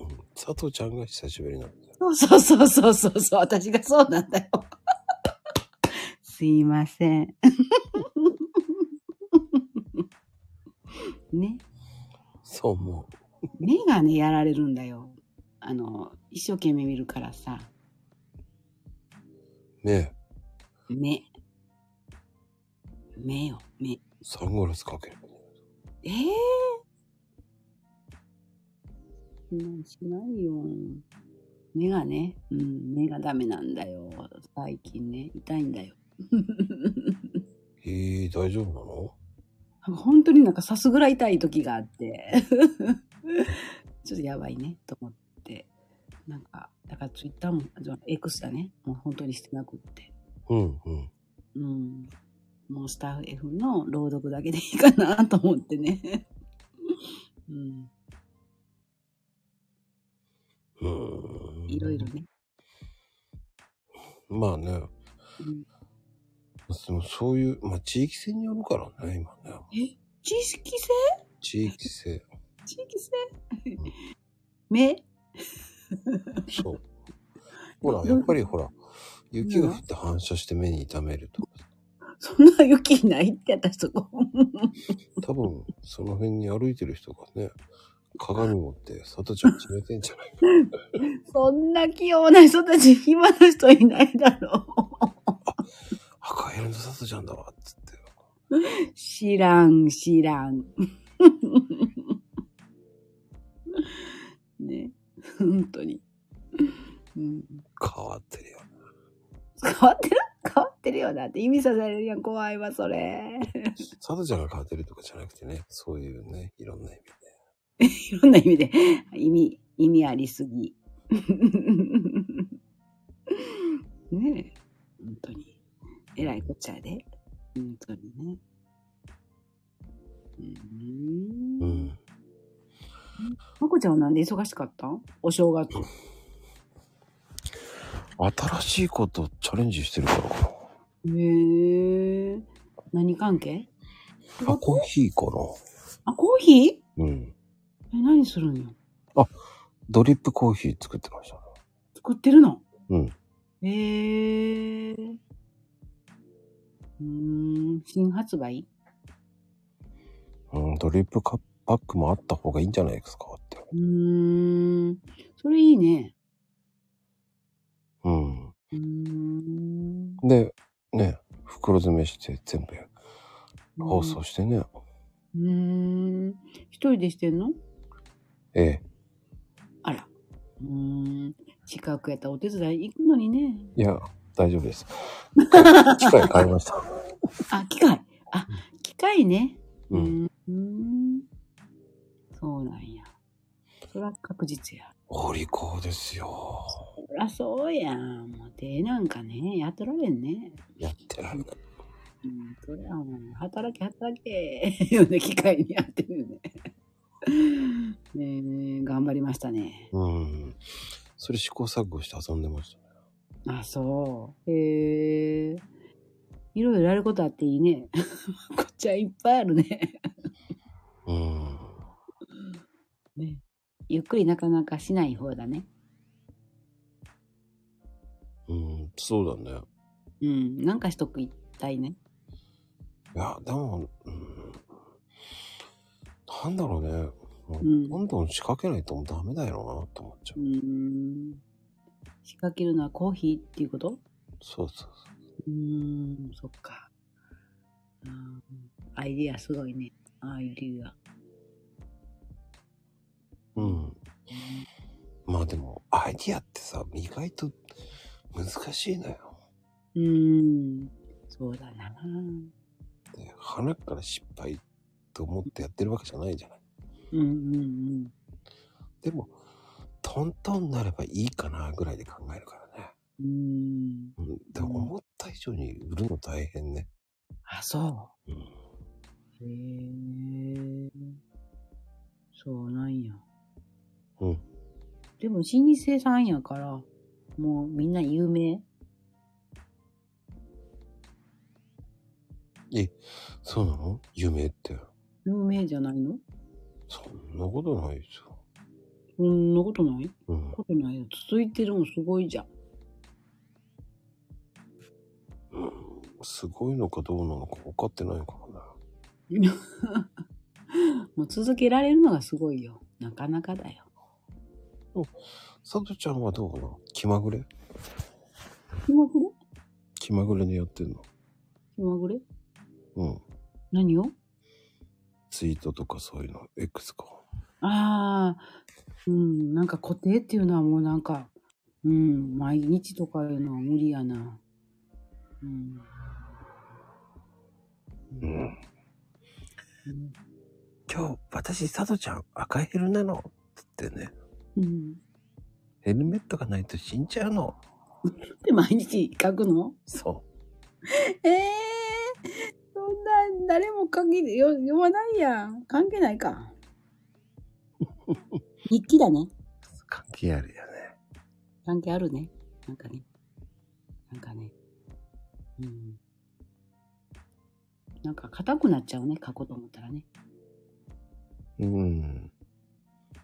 Speaker 1: うん。佐藤ちゃんが久しぶりなんだよ。
Speaker 3: そうそうそうそうそうそう、私がそうなん だよ。すいませ ん。ね、
Speaker 1: そう思う。
Speaker 3: 目がね、やられるんだよ。あの、一生懸命見るからさ、
Speaker 1: ねえ、
Speaker 3: 目。目よ、目。
Speaker 1: サングラスかける。
Speaker 3: ええー。しないよ。目がね、うん、目がダメなんだよ。最近ね、痛いんだよ。
Speaker 1: えー、大丈夫なの
Speaker 3: 本当になんか刺すぐらい痛い時があって、 ちょっとやばいね、と思って。なんか、だからツイッターも、あじゃあ X だね。もう本当にしてなくって。
Speaker 1: うんうん。
Speaker 3: うん。もうスタッフ F の朗読だけでいいかなと思ってね。 うん。
Speaker 1: うーん。
Speaker 3: いろいろ。ね。
Speaker 1: まあね。
Speaker 3: うん、
Speaker 1: でもそういう、まあ地域性によるからね、今ね。
Speaker 3: 知識性
Speaker 1: 地域 性。
Speaker 3: 知識性目
Speaker 1: そう。ほら、やっぱりほら、雪が降って反射して目に痛めるとか、
Speaker 3: そんな雪ないって私そこ。
Speaker 1: 多分、その辺に歩いてる人がね、鏡持って、さとちゃん決めてんじゃないか。
Speaker 3: そんな器用な人たち暇な人いないだろう。
Speaker 1: あ、カエルのさとちゃんだわ、っつって。
Speaker 3: 知らん、知らん。 ね、本当に。うん、
Speaker 1: 変わってるよ。
Speaker 3: 変わってる変わってるよなって意味させられるやん、怖いわ、それ。
Speaker 1: さとちゃんが変わってるとかじゃなくてね、そういうね、いろんな意味で。
Speaker 3: いろんな意味で、意味、意味ありすぎ。 ねえ、本当に。えらいこっちゃやで。本当にね。う。
Speaker 1: うんん。
Speaker 3: まこちゃんはなんで忙しかったんお正月。
Speaker 1: 新しいことチャレンジしてるからか
Speaker 3: へえ。何関係
Speaker 1: な。あ、コーヒーか
Speaker 3: あ、コーヒー
Speaker 1: な。うん。
Speaker 3: え、何するんよ
Speaker 1: ドリップコーヒー作ってました。
Speaker 3: 作ってるの
Speaker 1: うん。
Speaker 3: へえ。うーん、新発売
Speaker 1: うん、ドリップカパックもあった方がいいんじゃないですかって。
Speaker 3: うーん、それいいね。
Speaker 1: うん。
Speaker 3: うーん。
Speaker 1: で、ね、袋詰めして全部包装してね。
Speaker 3: うーん。一人でしてんの
Speaker 1: ええ。
Speaker 3: あら。うーん。近くやったらお手伝い行くのにね。
Speaker 1: いや、大丈夫です。機械買いました。
Speaker 3: あ、機械。あ、機械ね。
Speaker 1: う。
Speaker 3: うんん。うんそうなんや。そら確実や。
Speaker 1: お利口ですよ。
Speaker 3: そらそうやん。もう手なんかね、やっとられんね。
Speaker 1: やってられない。
Speaker 3: うん、そりゃもう、働け働け。ような機会にやってるよね。 ねえ頑張りましたね。
Speaker 1: うん。それ試行錯誤して遊んでました。
Speaker 3: あ、そう。へえ。いろいろやることあっていいね。 こっちはいっぱいあるね。
Speaker 1: うん。
Speaker 3: ねゆっくりなかなかしない方だね。
Speaker 1: うん、そうだね。
Speaker 3: うん、なんかしとく一体ね。
Speaker 1: いや、でも、うん。なんだろうね。もう
Speaker 3: うん
Speaker 1: どんどん仕掛けないともうダメだよな、と思っちゃ
Speaker 3: う
Speaker 1: う。
Speaker 3: ん。仕掛けるのはコーヒーっていうこと
Speaker 1: そうそうそう
Speaker 3: ーん、そっか。うんアイディアすごいね。アイディア。
Speaker 1: う。うん。まあでも、アイディアってさ、意外と難しいのよ。
Speaker 3: うーん、そうだな。
Speaker 1: で、鼻から失敗と思ってやってるわけじゃないじゃない。
Speaker 3: うんうん
Speaker 1: でも、トントンになればいいかなぐらいで考えるからね。
Speaker 3: うーん。
Speaker 1: うん。でも思った以上に売るの大変ね。
Speaker 3: あ、そ
Speaker 1: うん。
Speaker 3: う。へえ。そうなんや。
Speaker 1: うん。
Speaker 3: でも、老舗さんやから、もうみんな有名。
Speaker 1: そうなの夢って。
Speaker 3: 有名じゃないの
Speaker 1: そんなことないですよ。
Speaker 3: そんなことない
Speaker 1: うん。
Speaker 3: ことないよ。続いてるのすごいじゃん。
Speaker 1: すごいのかどうなのか分かってないからな。
Speaker 3: もう続けられるのがすごいよ。なかなかだよ。
Speaker 1: さとちゃんはどうかな気まぐれ
Speaker 3: 気まぐれ
Speaker 1: 気まぐれでやってんの。
Speaker 3: 気まぐれ
Speaker 1: うん。
Speaker 3: 何を
Speaker 1: ツイートとかそういうの。X か。
Speaker 3: ああ、うん、なんか固定っていうのはもうなんか、うん、毎日とかいうのは無理やな。うん。
Speaker 1: うん。
Speaker 3: うん
Speaker 1: 今日、私、さとちゃん、赤いヘルなの。つってね。
Speaker 3: うん。
Speaker 1: ヘルメットがないと死んじゃうの。
Speaker 3: で、毎日書くの
Speaker 1: そ
Speaker 3: ええそんな、誰も書き、よ読まないやん。関係ない か。日記だね。
Speaker 1: う。関係あるよね。
Speaker 3: 関係あるね。なんかね。なんかね。うん。なんか硬くなっちゃうね。書こうと思ったらね。
Speaker 1: うん。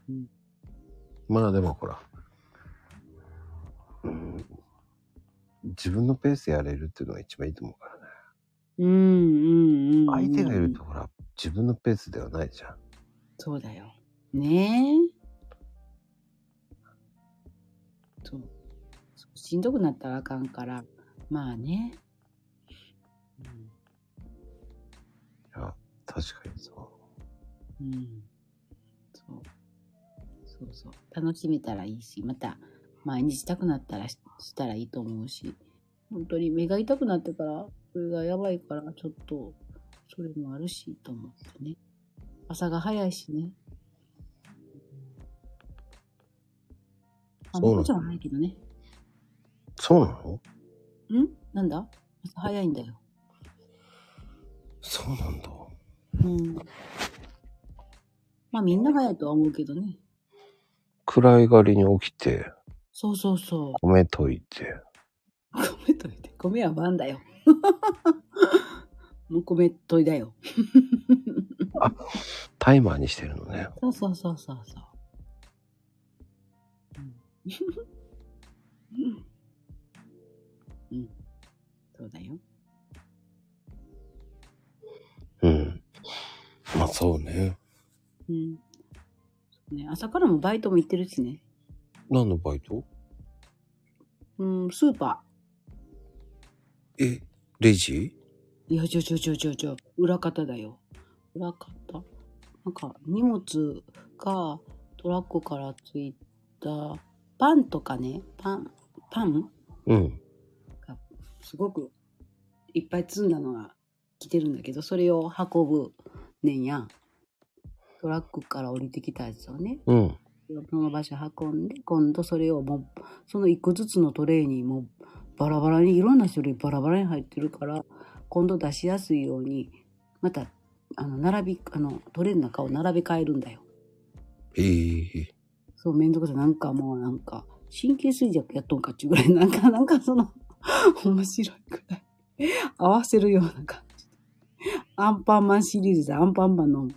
Speaker 3: うん
Speaker 1: まあでもほら、うん、自分のペースでやれるっていうのが一番いいと思うからね。
Speaker 3: うんうんうんうん。
Speaker 1: 相手がいるとほら、自分のペースではないじゃん。
Speaker 3: そうだよ。ねえ。そう。そうしんどくなったらあかんから。まあね。
Speaker 1: いや、確かにそう。
Speaker 3: うん。うん、そう。そうそう。楽しめたらいいし、また、毎日したくなったらししたらいいと思うし。本当に目が痛くなってから、それがやばいから、ちょっと、それもあるし、と思ってね。朝が早いしね。あ、
Speaker 1: そうな
Speaker 3: 猫
Speaker 1: の
Speaker 3: ちゃんは早いけどね。
Speaker 1: そうなの
Speaker 3: んなんだ朝早いんだよ。
Speaker 1: そうなんだ。
Speaker 3: うん。まあみんな早いとは思うけどね。
Speaker 1: 暗いがりに起きて、
Speaker 3: そうそうそう。
Speaker 1: 米といて。
Speaker 3: 米といて。米は晩だよ。 もう米といだよ。
Speaker 1: タイマーにしてるのね。
Speaker 3: そうそうそうそうそう。うん。うん。そうだよ。
Speaker 1: うん。まあそうね。
Speaker 3: うん。そうね、朝からもバイトも行ってるしね。
Speaker 1: 何のバイト
Speaker 3: うん、スーパ
Speaker 1: え、レジ
Speaker 3: ー。いや、ちょちょちょちょちょ、裏方だよ。裏方なんか、荷物がトラックからついた、パンとかね、パン、パン
Speaker 1: うん。
Speaker 3: すごくいっぱい積んだのが来てるんだけどそれを運ぶねんやトラックから降りてきたやつをね
Speaker 1: うん。
Speaker 3: その場所運んで今度それをもうその一個ずつのトレーにもうバラバラにいろんな種類バラバラに入ってるから今度出しやすいようにまたあの並びあのトレーの中を並べ替えるんだよ。
Speaker 1: ええ
Speaker 3: そう、めんどくさい。なんかもうなんか、神経衰弱やっとんかっちゅうぐらい、なんか、 なんかその、面白いくらい。合わせるような感じ。アンパンマンシリーズでアンパンマンの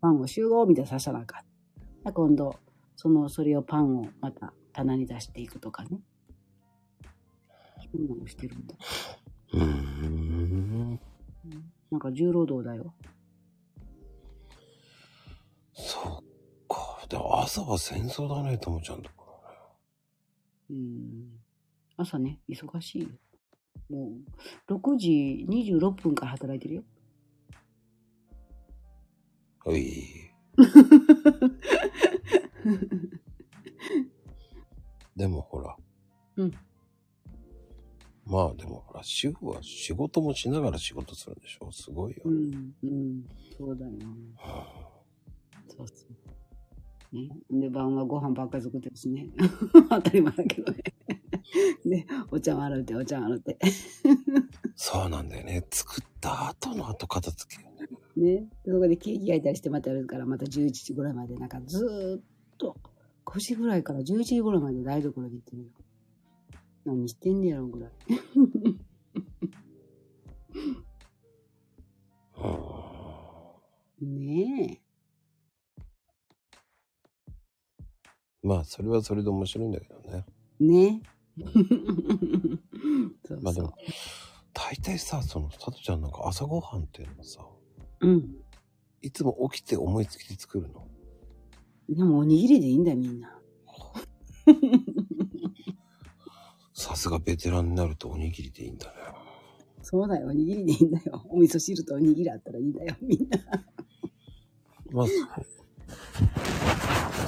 Speaker 3: パンを集合みたいなさせなあかん。で今度、その、それをパンをまた棚に出していくとかね。そんなのしてるんだ。
Speaker 1: うーん。
Speaker 3: なんか重労働だよ。
Speaker 1: そっか。でも朝は戦争だね、ともちゃんとか。
Speaker 3: うん。朝ね、忙しいよ。もう、6時26分から働いてるよ。
Speaker 1: はい。でもほら。
Speaker 3: うん。
Speaker 1: まあでもほら、主婦は仕事もしながら仕事するんでしょすごいよ。
Speaker 3: うん、うん、そうだよ。
Speaker 1: はあ
Speaker 3: そうそう。ね、で、晩はご飯ばっかり作ってるしね。 当たり前だけどね。 で、お茶碗洗うて、お茶碗洗うて。
Speaker 1: そうなんだよね。作った後の後片付けよね。
Speaker 3: ね。そこでケーキ焼いたりしてまたやるから、また11時ぐらいまで、なんかずーっと、9時ぐらいから11時ぐらいまで台所で行ってるよ。何してんねやろぐらい。ね
Speaker 1: うんまあ、それはそれで面白いんだけどね。
Speaker 3: え。 ねそう
Speaker 1: まあで
Speaker 3: そ
Speaker 1: も
Speaker 3: う。
Speaker 1: 大体さ、その、さとちゃんなんか朝ごはんっていうのはさ、
Speaker 3: うん。
Speaker 1: いつも起きて思いつきで作るの。
Speaker 3: でもおにぎりでいいんだよみんな。
Speaker 1: さすがベテランになるとおにぎりでいいんだね。
Speaker 3: そうだよ、おにぎりでいいんだよ。 お味噌汁とおにぎりあったらいいんだよ、 みんな。
Speaker 1: まあ、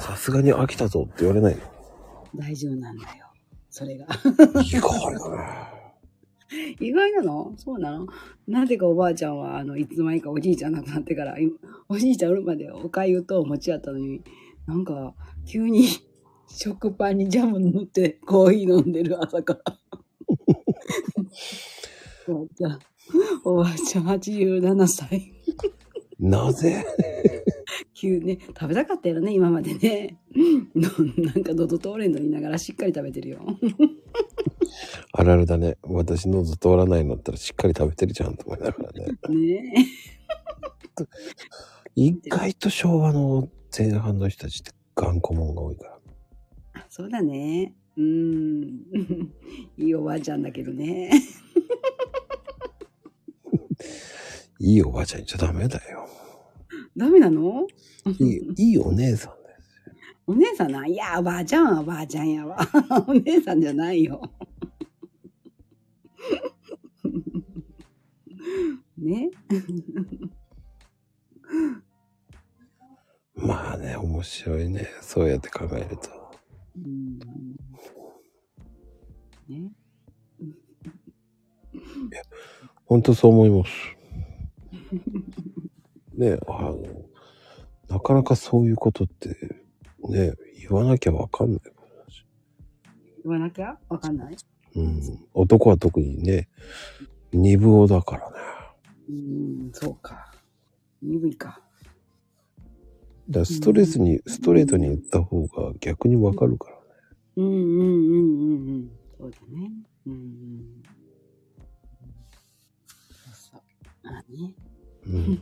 Speaker 1: さすがに飽きたぞって言われないの。
Speaker 3: 大丈夫なんだよ。それが。
Speaker 1: 意外だね。
Speaker 3: 意外なのそうなのなぜかおばあちゃんは、あの、いつの間にかおじいちゃん亡くなってから、今おじいちゃんおるまでおかゆとお餅やったのに、なんか、急に食パンにジャム塗ってコーヒー飲んでる朝から。おばあちゃん、おばあちゃん87歳。
Speaker 1: なぜ
Speaker 3: 急ね、食べたかったよね、今までね。 のなんか、どど通れんの言いながらしっかり食べてるよ。
Speaker 1: あるあるだね。私喉通らないんだったらしっかり食べてるじゃんと思いながらね。
Speaker 3: ね
Speaker 1: 意外と昭和の前半の人たちって頑固者が多いから。
Speaker 3: あそうだね。うーん。 いいおばあちゃんだけどね。
Speaker 1: いいおばあちゃんじゃダメだよ。
Speaker 3: ダメなの
Speaker 1: いい、いいお姉さんだよ。
Speaker 3: お姉さんな、いや、おばあちゃんはおばあちゃんやわ。 お姉さんじゃないよ。 ね。
Speaker 1: まあね、面白いね。そうやって考えると。
Speaker 3: うん。ね。
Speaker 1: ほんとそう思います。 ねあの、なかなかそういうことって、ね言わなきゃわかんない。
Speaker 3: 言わなきゃわかんない。
Speaker 1: うん。男は特にね、二分男だからね。
Speaker 3: うん、そうか。鈍いか。
Speaker 1: だからストレスに、ストレートに言った方が逆にわかるからね。
Speaker 3: うんうんうんうんうん。そうだね。うんうん。そうそう。あね。
Speaker 1: うん。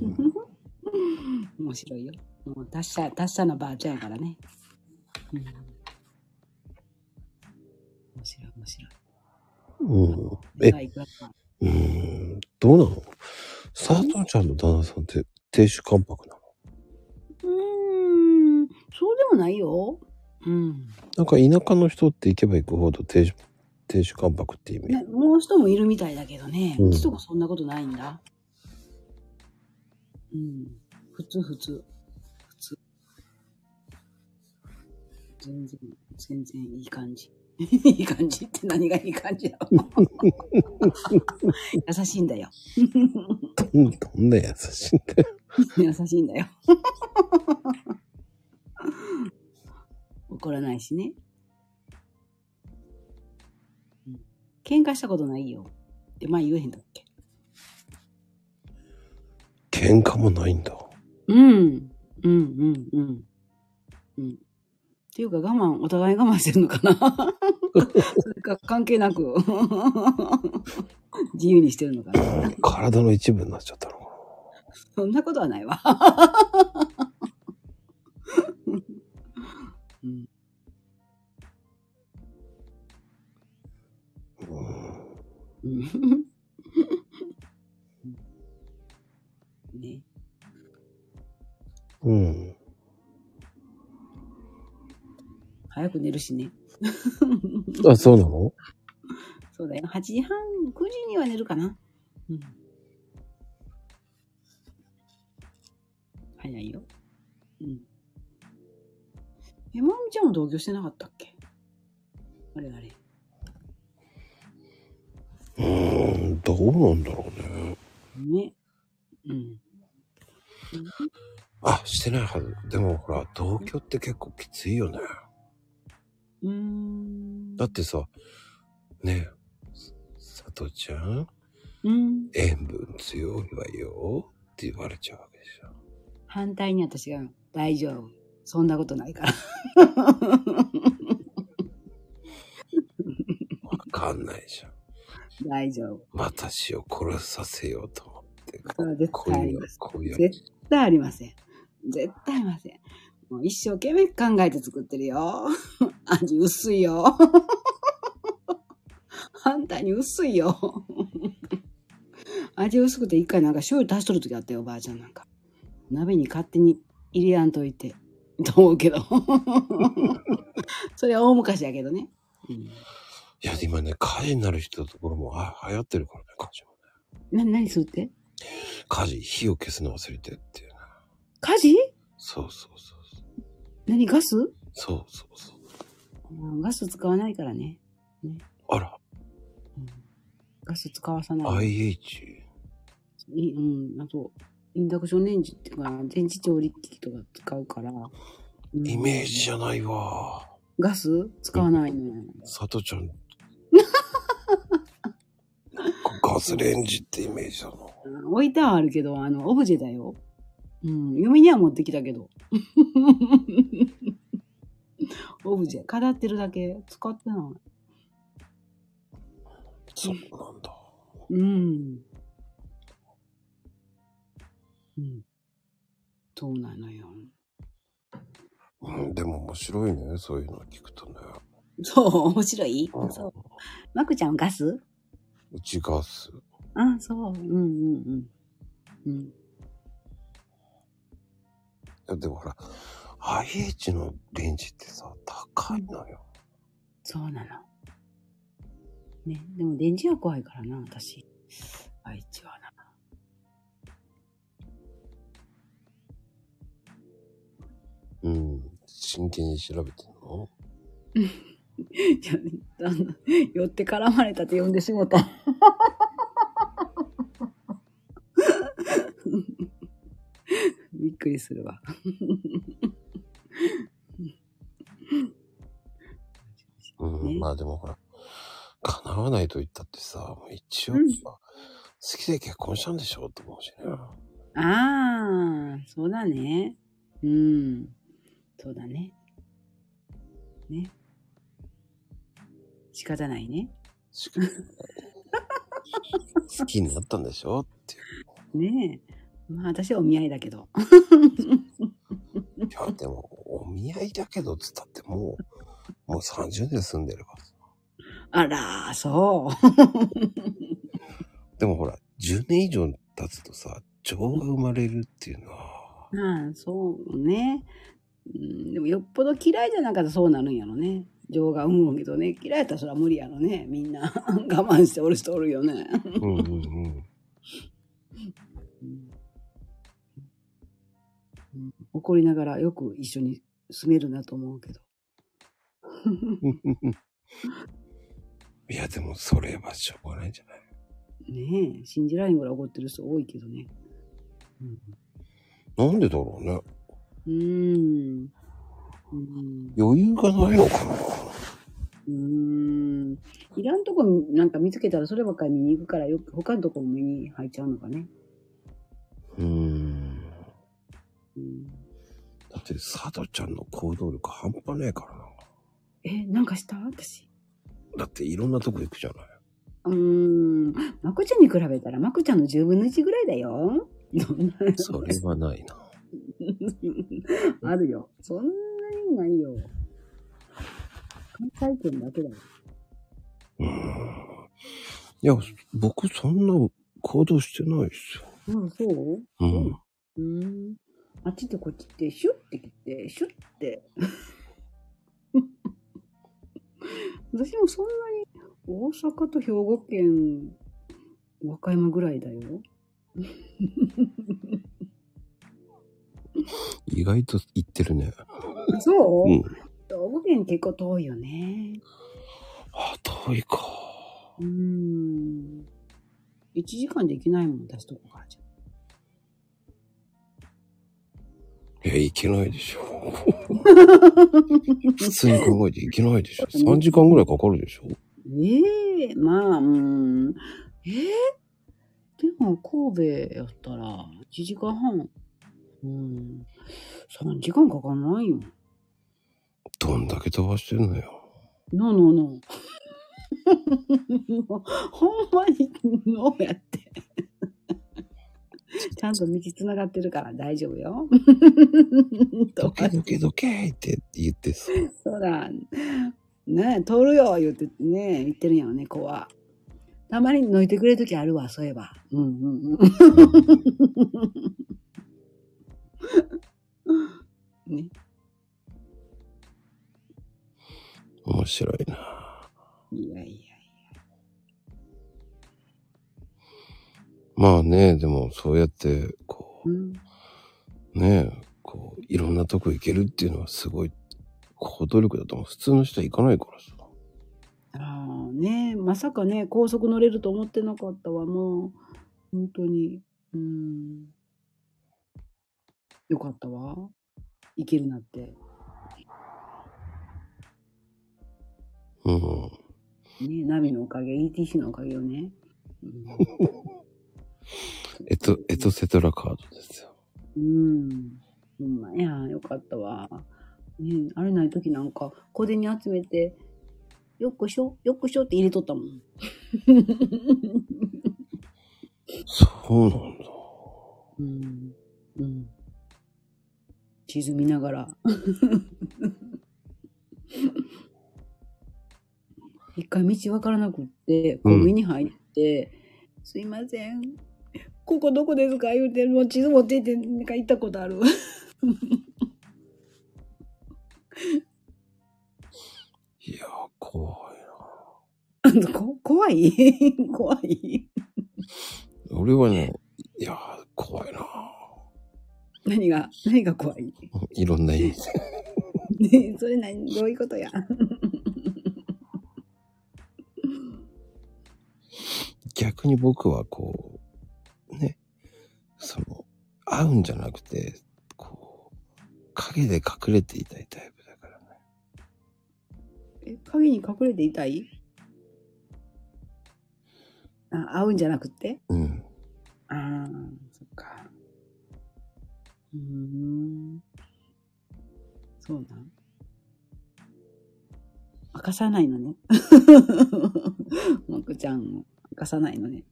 Speaker 3: 面白いよ。もう達者、達者なばあちゃんやからね。うん。面白い、面白い。
Speaker 1: うん、え、
Speaker 3: はいくらか
Speaker 1: うん、どうなの佐藤ちゃんの旦那さんって亭主関白なの
Speaker 3: うーん、そうでもないよ。うん。
Speaker 1: なんか田舎の人って行けば行くほど亭主、亭主関白って意味。
Speaker 3: ね、もう人もいるみたいだけどね。
Speaker 1: うん
Speaker 3: うちとかそんなことないんだ。うん。普通、普通。普通。全然、全然いい感じ。 いい感じって何がいい感じだろう 優しいんだよ。
Speaker 1: どんどんな優しいんだよ。
Speaker 3: 優しいんだよ。 怒らないしね。うん喧嘩したことないよ。って前言えへんだっけ
Speaker 1: 喧嘩もないんだ。
Speaker 3: うん。うんうんうん。うん。っていうか我慢、お互い我慢してるのかなそれか関係なく自由にしてるのかな
Speaker 1: 体の一部になっちゃったのかな。
Speaker 3: そんなことはないわ。うんうんね、
Speaker 1: うん。
Speaker 3: 早く寝るしね。
Speaker 1: あ、そうなの
Speaker 3: そうだよ。8時半、9時には寝るかな。うん。早いよ。うん。え、まみちゃんも同居してなかったっけあれあれ。
Speaker 1: うーん、どうなんだろうね。
Speaker 3: ね。うん。
Speaker 1: あ、してないはず。でもほら、同居って結構きついよね。
Speaker 3: うーん。
Speaker 1: だってさ、ねえ、さ佐藤ちゃん、
Speaker 3: うん。
Speaker 1: 塩分強いわよって言われちゃうわけでしょ。
Speaker 3: 反対に私が、大丈夫。そんなことないから。
Speaker 1: わ かんないじゃん。
Speaker 3: 大丈夫。
Speaker 1: 私を殺させようと思って。
Speaker 3: そう絶
Speaker 1: こう
Speaker 3: 対あ
Speaker 1: い
Speaker 3: り
Speaker 1: う
Speaker 3: ま
Speaker 1: の
Speaker 3: す、
Speaker 1: こういうの
Speaker 3: 絶対ありません。絶対ありません。もう一生懸命考えて作ってるよ。 味薄いよ。 反対に薄いよ。 味薄くて一回なんか醤油足しとる時あったよ、おばあちゃんなんか。鍋に勝手に入れやんといて。と思うけど。 それは大昔やけどね。うん
Speaker 1: いや、今ね、火事になる人のところもは流行ってるからね、火事もね。
Speaker 3: な、何するって
Speaker 1: 火事、火を消すの忘れてっていうね。
Speaker 3: 火事
Speaker 1: そうそうそうそう。
Speaker 3: 何ガス
Speaker 1: そうそうそう。
Speaker 3: うんガス使わないからね。
Speaker 1: あら、
Speaker 3: うんガス使わさない。
Speaker 1: IH。
Speaker 3: いうん、あと、インダクションレンジっていうか、電磁調理器とか使うから。うん
Speaker 1: イメージじゃないわ。
Speaker 3: ガス使わないね。
Speaker 1: 佐藤ち ゃん。ガスレンジってイメージだな。
Speaker 3: うん置いてはあるけど、あの、オブジェだよ。うん、嫁には持ってきたけど。 オブジェ、飾ってるだけ、使ってな
Speaker 1: そうなんだ。
Speaker 3: い。うん。うん。そうなのよ。
Speaker 1: うん、でも面白いね、そういうの聞くとね。
Speaker 3: そう、面白い
Speaker 1: うん
Speaker 3: そう。まくちゃんガス
Speaker 1: うちガス。
Speaker 3: あそう。うんうんうん。うん。
Speaker 1: いやでもほら、IH のレンジってさ、高いのよ。
Speaker 3: そうなの。ね、でも電磁は怖いからな、私。あいつはな。
Speaker 1: うん。真剣に調べてんの
Speaker 3: いや、あの、寄って絡まれたって呼んでしもた。 びっくりするわ。
Speaker 1: うん、
Speaker 3: ね
Speaker 1: まあでもほら、叶わないと言ったってさ、もう一応さ、
Speaker 3: うん
Speaker 1: 好きで結婚したんでしょと思うしね。
Speaker 3: ああ、そうだね。うん。そうだね。ね。仕方ないね。
Speaker 1: しか好きになったんでしょっていう。
Speaker 3: ねえ。まあ私はお見合いだけど。
Speaker 1: いや、でも、お見合いだけどっつったってもう、もう30年住んでるからさ。
Speaker 3: あら、そ
Speaker 1: でもほら、10年以上経つとさ、情が生まれるっていうのは、
Speaker 3: う。ああ、そうね。うん、でもよっぽど嫌いじゃなかったらそうなるんやろね。情がうんけどね。嫌いやったらそれは無理やろね。みんな 我慢しておる人おるよね。
Speaker 1: うんうんうん。
Speaker 3: うんうん怒りながらよく一緒に住めるなと思うけど。
Speaker 1: いや、でも、それはしょうがないんじゃない
Speaker 3: ねえ、信じられんぐらい怒ってる人多いけどね。うん。
Speaker 1: なんでだろうね。
Speaker 3: うーん。うん
Speaker 1: 余裕がないのかな。
Speaker 3: うーん。いらんとこなんか見つけたらそればっかり見に行くからよく他のとこも目に入っちゃうのかね。
Speaker 1: うーん。
Speaker 3: うん、
Speaker 1: だって、サドちゃんの行動力半端ねえからな。
Speaker 3: え、なんかした私。
Speaker 1: だって、いろんなとこ行くじゃない。
Speaker 3: うーん。まこちゃんに比べたらまこちゃんの10分の1ぐらいだよ。どんな
Speaker 1: それはないな。
Speaker 3: あるよ。そんなにないよ。関西圏だけだよ。
Speaker 1: うーん。いや、僕、そんな行動してないですよ。
Speaker 3: うん、そう
Speaker 1: うん。
Speaker 3: うーん。あっちとこっちって、シュッて切って、シュッて。 私もそんなに大阪と兵庫県、和歌山ぐらいだ よ。
Speaker 1: 意外と行ってるね。
Speaker 3: あそう、
Speaker 1: うん。
Speaker 3: 兵庫県結構遠いよね。
Speaker 1: あ、遠いか。
Speaker 3: うーん。1時間で行けないもん、出すとこからじゃ。
Speaker 1: いや、いけないでしょ。 普通に考えていけないでしょ。3時間ぐらいかかるでしょ。
Speaker 3: ええまあ、うーん。ええでも、神戸やったら、1時間半。うん。3時間かかんないよ。
Speaker 1: どんだけ飛ばしてんのよ。
Speaker 3: ののの。 ほんまに、のやって。ちゃんと道つながってるから大丈夫よ。
Speaker 1: ど
Speaker 3: と
Speaker 1: け
Speaker 3: か、
Speaker 1: どけどけって言ってさ。
Speaker 3: そら、ねえ、通るよ、言ってね、言ってるんやろね、子は。たまに乗いてくれるときあるわ、そういえば。うんうんうん。ね。
Speaker 1: 面白いな。
Speaker 3: いやいや。
Speaker 1: まあね、でもそうやって、こ
Speaker 3: うん。
Speaker 1: う、ね、こう、いろんなとこ行けるっていうのはすごい行動力だと思う。普通の人は行かないからさ。
Speaker 3: ああね、まさかね、高速乗れると思ってなかったわ、もう。本当に。うん。よかったわ。行けるなって。
Speaker 1: うん。
Speaker 3: ね、ナビのおかげ、ETC のおかげよね。うん
Speaker 1: えっと、えっと、セトラカードですよ。
Speaker 3: うん。ほんまや、よかったわ。ね、あれない時なんか、小銭集めて、よっこしょ、よっこしょって入れとったもん。
Speaker 1: そうなんだ。
Speaker 3: うん。うん。沈みながら。 一回道わからなくって、コンビニ入って、すいません。ここどこですか言うて、もう地図持って行って、なんか行ったことある。
Speaker 1: いや、怖い
Speaker 3: あの こ怖い 怖い
Speaker 1: な。俺はね、いや、怖いな。
Speaker 3: 何が、何が怖い
Speaker 1: いろんな意味で。
Speaker 3: ねそれ何どういうことや
Speaker 1: 逆に僕はこう、ね、その、会うんじゃなくて、こう、影で隠れていたいタイプだからね。
Speaker 3: え影に隠れていたいあ、会うんじゃなくて
Speaker 1: うん。
Speaker 3: ああ、そっか。うーん。そうなん。明かさないのね。 もくちゃんを明かさないのね。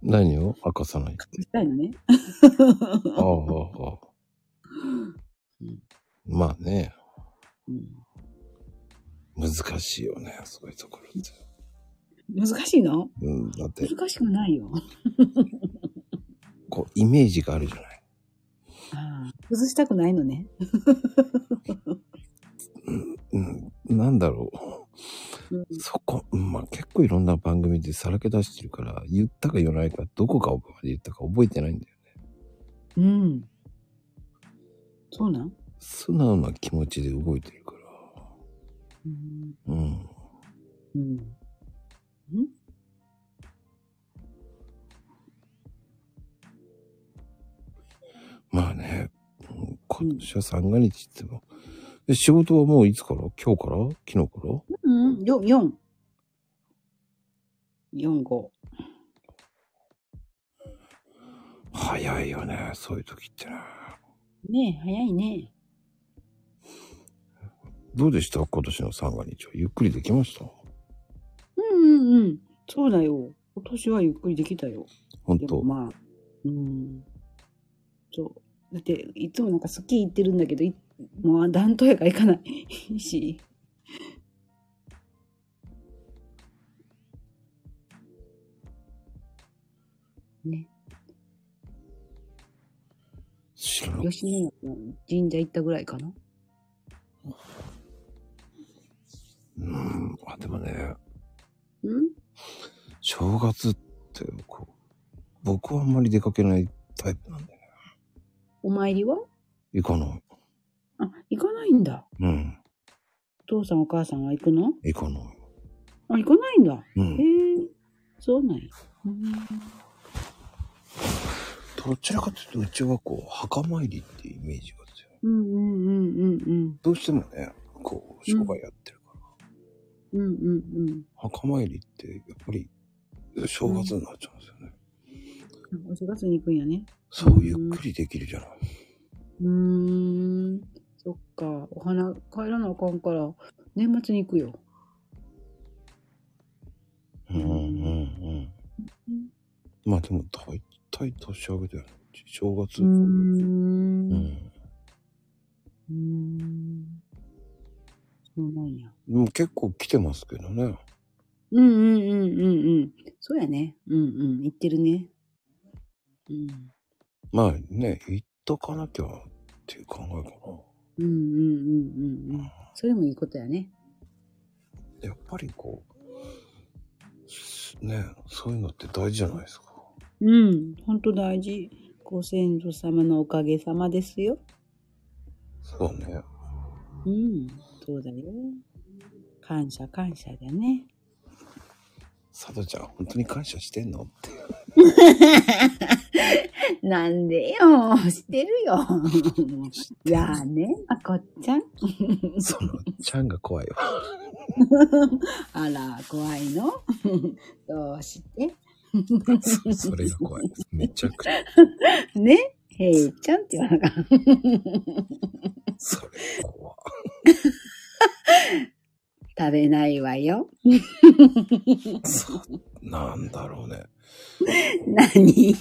Speaker 1: 何を明かさ ないって。
Speaker 3: したいのね。
Speaker 1: ああ、ああ、ああ
Speaker 3: うん。
Speaker 1: まあね、
Speaker 3: うん
Speaker 1: 難しいよね、そういうところって。
Speaker 3: 難しいの
Speaker 1: うん、だって、
Speaker 3: 難しくないよ。
Speaker 1: こう、イメージがあるじゃない。
Speaker 3: ああ崩したくないのね。
Speaker 1: うん、なんだろ
Speaker 3: うん
Speaker 1: う。そこ、うんまあ結構いろんな番組でさらけ出してるから、言ったか言わないか、どこかまで言ったか覚えてないんだよ。
Speaker 3: うん。そうなん
Speaker 1: 素直な気持ちで動いてるか
Speaker 3: うん。
Speaker 1: ら。うん。
Speaker 3: うん。ん
Speaker 1: まあね、うん今年は三が日って言っても、え仕事はもういつから今日から昨日から
Speaker 3: うん、よ、四。四五。
Speaker 1: 早いよね、そういう時ってね。
Speaker 3: ねえ、早いね。
Speaker 1: どうでした今年の三が日は。ゆっくりできました
Speaker 3: うんうんうん。そうだよ。今年はゆっくりできたよ。
Speaker 1: 本
Speaker 3: でも
Speaker 1: 当
Speaker 3: まあ、うん。そう。だって、いつもなんかスキー行ってるんだけど、いもう暖冬やから行かないし。ね、
Speaker 1: 知らな
Speaker 3: 吉野家の神社行ったぐらいかな。
Speaker 1: うん。あ、でもね、
Speaker 3: うん
Speaker 1: 正月って、こう、僕はあんまり出かけないタイプなんだよね。
Speaker 3: お参りは
Speaker 1: 行かない。
Speaker 3: あ、行かないんだ。
Speaker 1: うん。
Speaker 3: お父さんお母さんは行くの
Speaker 1: 行かない。
Speaker 3: あ、行かないんだ。
Speaker 1: う
Speaker 3: へ
Speaker 1: ん。
Speaker 3: え、そうなんや。うん
Speaker 1: どちらかというと、うちはこう、墓参りってイメージが強い。
Speaker 3: うんうんうんうん
Speaker 1: どうしてもね、こう、商売やってるから、
Speaker 3: うん。うんうん
Speaker 1: 墓参りって、やっぱり、正月になっちゃうんですよね。
Speaker 3: うん。お正月に行くんやね。
Speaker 1: そう、ゆっくりできるじゃない。
Speaker 3: うーん。そっか。お花帰らなあかんから、年末に行くよ。
Speaker 1: うんうんうん
Speaker 3: うん。
Speaker 1: まあでも、大体年明けだよね。正月。
Speaker 3: うー。
Speaker 1: うんん
Speaker 3: うーん。そうなんや。
Speaker 1: でも結構来てますけどね。
Speaker 3: うんうんうんうんうん。そうやね。うんうん。行ってるね。うん。
Speaker 1: まあね、行っとかなきゃっていう考えか
Speaker 3: うんうんうんうんうん。それもいいことやね。
Speaker 1: な。やっぱりこう、ね、そういうのって大事じゃないですか。
Speaker 3: うん。ほんと大事。ご先祖様のおかげさまですよ。
Speaker 1: そうね。
Speaker 3: うん。そうだよ。感謝感謝だね。
Speaker 1: 佐藤ちゃん、本当に感謝してんのって。
Speaker 3: なんでよ。してるよ。 やあね、まこっちゃん。
Speaker 1: その、ちゃんが怖いわ。
Speaker 3: あら、怖い のどうして
Speaker 1: そそれが怖いです。めちゃくちゃ。
Speaker 3: ねへいちゃんって言わなかった。
Speaker 1: それ怖い。
Speaker 3: 食べないわよ。
Speaker 1: なんだろうね。
Speaker 3: 何よ。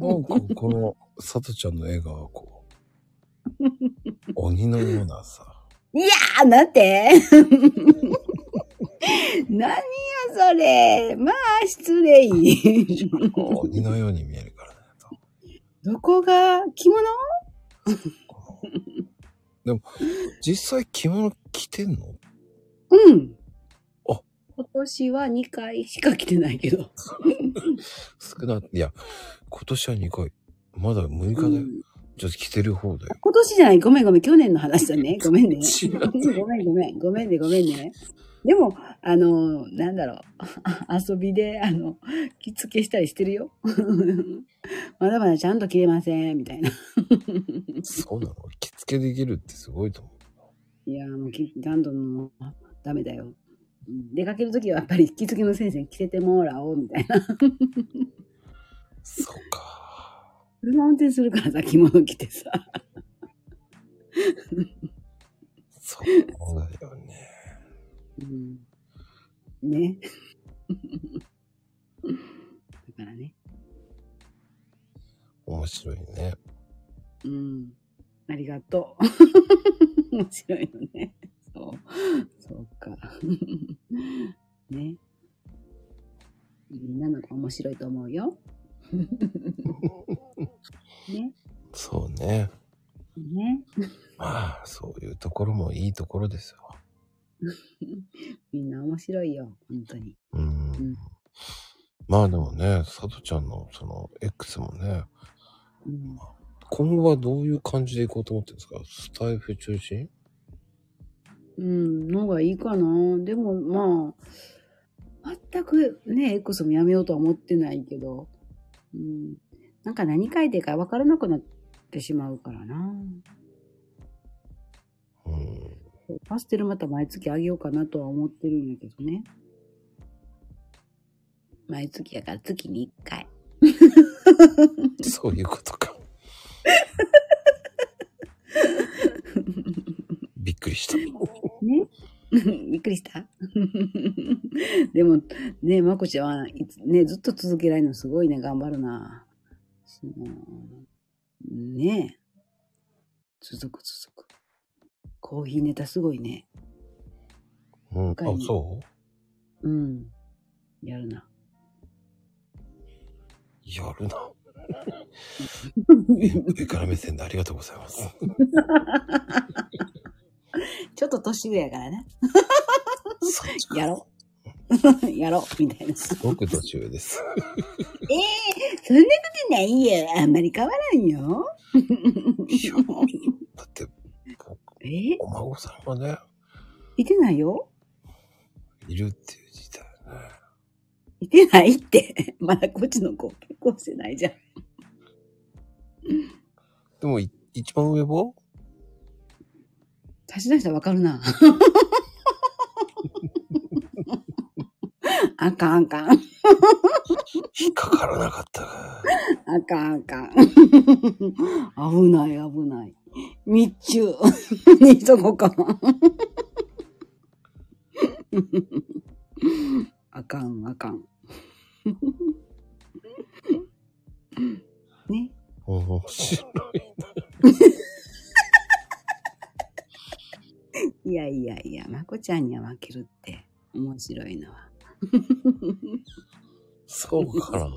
Speaker 1: なんかこの、佐藤ちゃんの映画はこう、鬼のようなさ。
Speaker 3: あ、なん て何よ、それ。まあ、失礼。
Speaker 1: 鬼のように見えるからね。
Speaker 3: どこが着物
Speaker 1: 実際着物着てんの
Speaker 3: うん。
Speaker 1: あ
Speaker 3: 今年は2回しか着てないけど。
Speaker 1: 少ない。いや、今年は2回。まだ6日だよ。
Speaker 3: うん
Speaker 1: ちょっと着てる方だよ。
Speaker 3: 今年じゃない、ごめんごめん、去年の話 だね。ごめんね。
Speaker 1: 違う
Speaker 3: ごめんごめん、ごめんね、ごめんね。でも、あの、なんだろう、 あ遊びで、あの、着付けしたりしてるよ。 まだまだちゃんと着れません、みたいな。
Speaker 1: そうなの着付けできるってすごいと思う。
Speaker 3: いやーもうき、ちゃんともう、ダメだよ。うん出かけるときはやっぱり着付けの先生に着せてもらおう、みたいな。
Speaker 1: そっか。
Speaker 3: 車運転するからさ、着物着てさ。
Speaker 1: そうだよね。
Speaker 3: うんね。 だからね。
Speaker 1: 面白いね。
Speaker 3: うん。ありがとう。 面白いのね。そう。そうか。 ね。みんなのが面白いと思うよ。 ね。
Speaker 1: そうね。
Speaker 3: ね。
Speaker 1: まあ、そういうところもいいところですよ。
Speaker 3: みんな面白いよ。本当に。
Speaker 1: うん。
Speaker 3: ん
Speaker 1: まあでもね、さとちゃんのその X もね、
Speaker 3: うん、
Speaker 1: 今後はどういう感じでいこうと思ってるんですかスタイフ中心
Speaker 3: うん、のがいいかな。でも、まあ、全くね、X もやめようとは思ってないけど、うん、なんか何書いてるか分からなくなってしまうからな。
Speaker 1: うん。
Speaker 3: パステルまた毎月あげようかなとは思ってるんやけどね。毎月やから月に1回。
Speaker 1: そういうこと か。びっくりした。
Speaker 3: ね びっくりした でも、ね、まこちゃんはいつ、ね、ずっと続けられるのすごいね、頑張るな。そのねえ続く続く。コーヒーネタすごいね。
Speaker 1: うん、あ、
Speaker 3: 他に
Speaker 1: そう
Speaker 3: うん。やるな。
Speaker 1: やるな。上から目線でありがとうございます。
Speaker 3: ちょっと年上やからね。
Speaker 1: そっちか
Speaker 3: やろう。 やろう。みたいな。
Speaker 1: すごく年上です。
Speaker 3: そんなことないよ。あんまり変わらん よ。
Speaker 1: いやだって、僕
Speaker 3: え
Speaker 1: お孫さんがね、
Speaker 3: いてないよ
Speaker 1: いるっていう時代ね。
Speaker 3: いてないって。まだこっちの子結婚してないじゃん。
Speaker 1: でも、い一番上は
Speaker 3: 足し出したらわかるな。あかんあかん。
Speaker 1: 引っかからなかったか。
Speaker 3: あかんあかん。 危ない危ない。日中 にしとこうかな。 あかんあかん。 ね。
Speaker 1: 面白い。
Speaker 3: いやいやいや、まこちゃんには負けるって面白いのは。
Speaker 1: そうかな。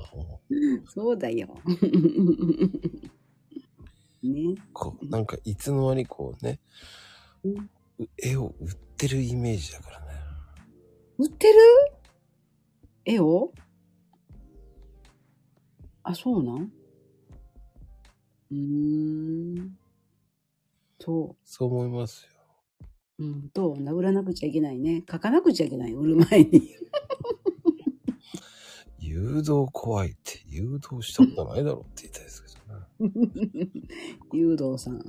Speaker 3: そうだ よ。ね。
Speaker 1: こう、なんか、いつの間にこうね、う絵を売ってるイメージだからね。
Speaker 3: 売ってる絵をあ、そうなんうーん。そ
Speaker 1: そう思いますよ。
Speaker 3: う。うん、と、売らなくちゃいけないね。書かなくちゃいけない。売る前に。
Speaker 1: 誘導怖いって、誘導したことないだろうって言いたいですけどね。
Speaker 3: 誘導さん。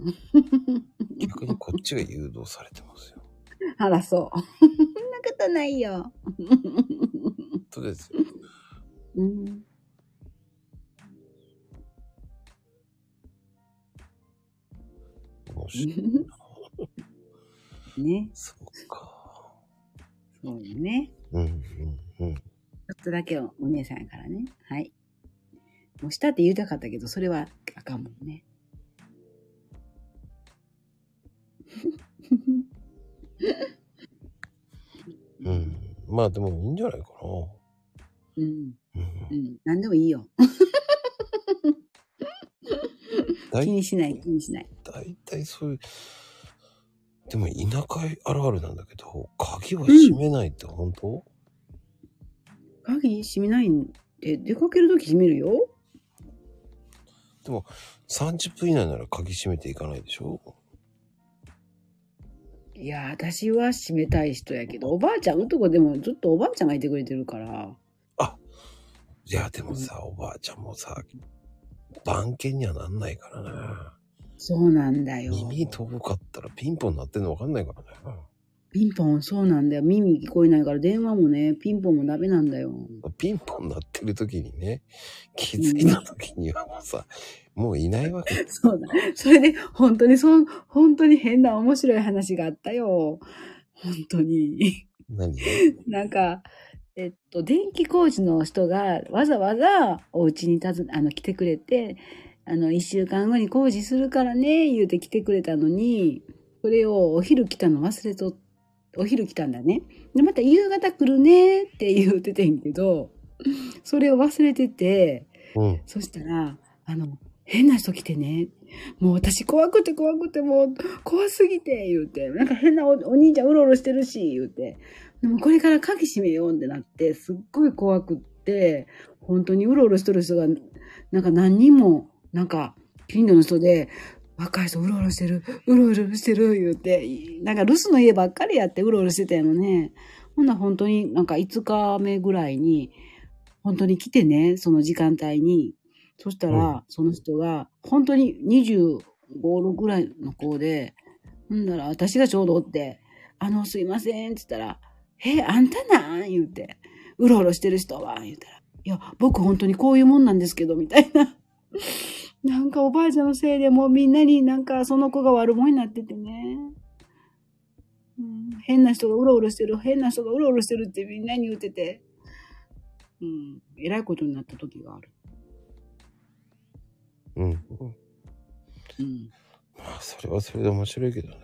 Speaker 1: 逆にこっちが誘導されてますよ。
Speaker 3: あら、そう。そんなことないよ。
Speaker 1: 本当ですよ。
Speaker 3: うん。
Speaker 1: 面白い。
Speaker 3: ね。
Speaker 1: そうか。
Speaker 3: そうよね。
Speaker 1: うんうんうん。
Speaker 3: ちょっとだけお姉さんやからね。はい。もうしたって言いたかったけど、それはあかんもんね。
Speaker 1: うん。まあでもいいんじゃないか
Speaker 3: う
Speaker 1: な。
Speaker 3: ん。う
Speaker 1: うん
Speaker 3: ん。何でもいいよ。
Speaker 1: だ
Speaker 3: 気
Speaker 1: い
Speaker 3: にしない、気にしない。
Speaker 1: だいたいそういう、でも田舎あるあるなんだけど、鍵は
Speaker 3: ん
Speaker 1: 閉めないって本当、
Speaker 3: 鍵閉めないんで、出かけるとき閉めるよ。
Speaker 1: ?30 分以内なら鍵閉めていかないでしょ
Speaker 3: いや、私は閉めたい人やけど、おばあちゃんのとこでもずっとおばあちゃんがいてくれてるから。
Speaker 1: いや、でもさ、おばあちゃんもさ、番犬にはなんないからね。
Speaker 3: そうなんだよ。
Speaker 1: 耳遠かったらピンポン鳴ってんのわかんないからね。
Speaker 3: ピンポン、そうなんだよ。耳聞こえないから、電話もね、ピンポンもダメなんだよ。
Speaker 1: ピンポン鳴ってる時にね、気づいた時にはもうさ、もういないわけ
Speaker 3: そうだ。それで、本当に、そう、本当に変な面白い話があったよ。本当に。
Speaker 1: 何
Speaker 3: なんか、えっと、電気工事の人がわざわざお家にたずあの来てくれて、あの、一週間後に工事するからね、言うて来てくれたのに、それをお昼来たの忘れとっ、お昼来たんだね。で、また夕方来るねって言うててんけど、それを忘れてて、
Speaker 1: うん。
Speaker 3: そしたら、あの、変な人来てね、もう私怖くて怖くてもう怖すぎて言うて、なんか変なおお兄ちゃんうろうろしてるし言うて、でもこれから鍵閉めようってなって、すっごい怖くって、本当にうろうろしてる人が、なんか何人も、なんか近所の人で、若い人うろうろしてる、うろうろしてる言うて、なんか留守の家ばっかりやってうろうろしてたやのね。ほんなら本当になんか5日目ぐらいに、本当に来てね、その時間帯に。そした
Speaker 1: う
Speaker 3: ら、その人が、本当に25、6ぐらいの子で、ほんだら私がちょうどおって、あの、すいません、つったら、え、あんたなん言うて、うろうろしてる人は、言うたら、いや、僕本当にこういうもんなんですけど、みたいな。 なんかおばあちゃんのせいでもうみんなになんかその子が悪者になっててね。うん、変な人がうろうろしてる、変な人がうろうろしてるってみんなに言ってて。うん、えらいことになった時がある。
Speaker 1: うん。
Speaker 3: うん。
Speaker 1: まあ、それはそれで面白いけどね。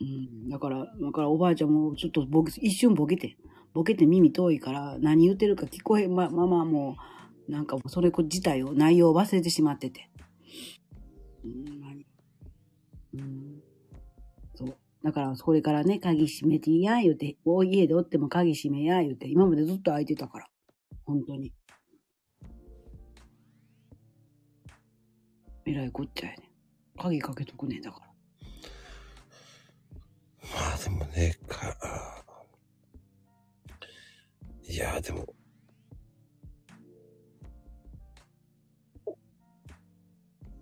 Speaker 3: うん、だから、だからおばあちゃんもちょっとボケ、一瞬ボケて、ボケて耳遠いから何言ってるか聞こえんま、ままもう、なんかもうそれ自体を、内容を忘れてしまってて。うん、まあうん、そう。だから、これからね、鍵閉めていいや、言うて、お家でおっても鍵閉めや、言うて、今までずっと開いてたから。本当に。えらいこっちゃやね。鍵かけとくね、だから。
Speaker 1: まあ、でもね、か、あーいや、でも、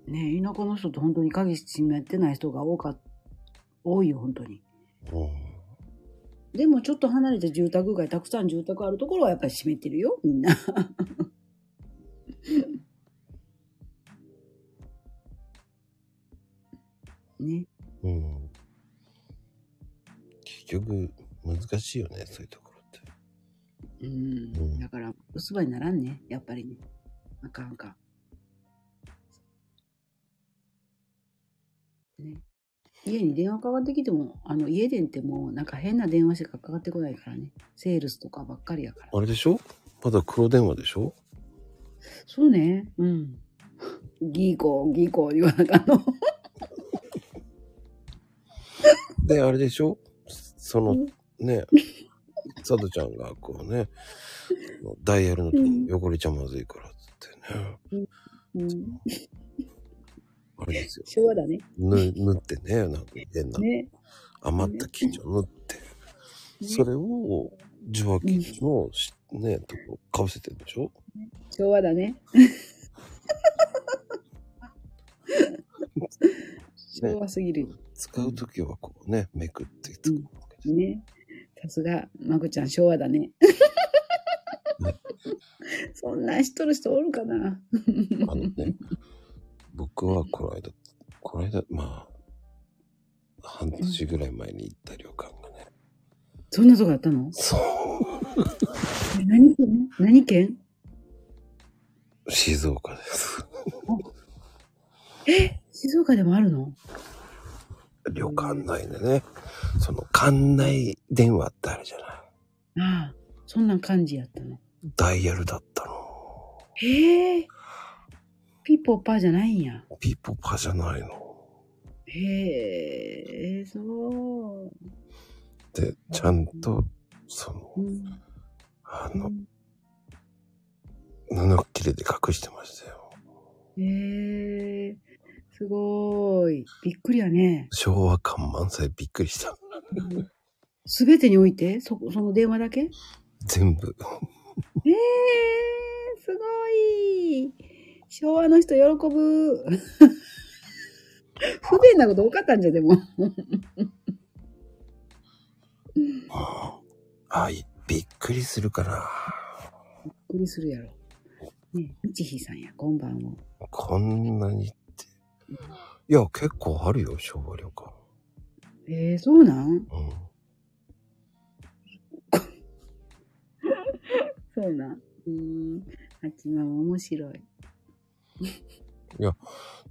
Speaker 3: ね田舎の人って本当に鍵閉めてない人が多かっ多いよ、本当に。
Speaker 1: う
Speaker 3: でもちょっと離れて住宅街、たくさん住宅あるところはやっぱり閉めてるよ、みんな。ね。
Speaker 1: ん。うん。結局、難しいよね、そういうところって。
Speaker 3: うん。だから、おそばにならんね、やっぱりね。あかんあかん。ね。家に電話かかってきても、あの、家電ってもうなんか変な電話しかかかってこないからね。セールスとかばっかりやから。
Speaker 1: あれでしょまだ黒電話でしょ
Speaker 3: そうね。 うん。ギーコー、ギーコー言わなあかんの。
Speaker 1: で、あれでしょその
Speaker 3: うん、
Speaker 1: ね、サドちゃんがこうね、ダイヤルの
Speaker 3: うん
Speaker 1: 汚れちゃまずいからっつってね、
Speaker 3: うん、
Speaker 1: あれですよ。
Speaker 3: 昭和だね。
Speaker 1: ぬ縫ってね、なんか変な
Speaker 3: ね。
Speaker 1: 余った金魚縫って、
Speaker 3: ね
Speaker 1: それを受話器のし、ね、とこかぶせてるでしょ
Speaker 3: 昭和だ ね。昭和すぎるよ。
Speaker 1: 使うときはこうね、めくって使うわけです。
Speaker 3: ね。さすが、まこちゃん、昭和だね。そんなんしとる人おるかな。
Speaker 1: あのね、僕はこの間、この間、まあ、半年ぐらい前に行った旅館がね、
Speaker 3: そんなとこやったの
Speaker 1: そ
Speaker 3: え何県何県
Speaker 1: う、静岡です。
Speaker 3: 静岡でもあるの
Speaker 1: 旅館内でね、その館内電話ってあるじゃない。
Speaker 3: ああ、そんな感じやったの。
Speaker 1: ダイヤルだったの。
Speaker 3: へえ。ピッポッパーじゃないんや。
Speaker 1: ピポパじゃないの。
Speaker 3: へえ、そう。
Speaker 1: で、ちゃんと、その、
Speaker 3: うん
Speaker 1: あの、布切れで隠してましたよ。
Speaker 3: へえ、すごーい。びっくりやね。
Speaker 1: 昭和感満載びっくりした。
Speaker 3: すべてにおいてそ、その電話だけへえ、
Speaker 1: 全部。
Speaker 3: すごい。昭和の人喜ぶ。 不便なこと多かったんじゃ、でも。
Speaker 1: あ、いびっくりするから。
Speaker 3: びっくりするやろ。ねえ、みちひさんや、こんばんは。
Speaker 1: こんなにって。いや、結構あるよ、昭和旅館。
Speaker 3: ええ、そうなん
Speaker 1: うん。
Speaker 3: そうなん。うーん。あっちまも面白い。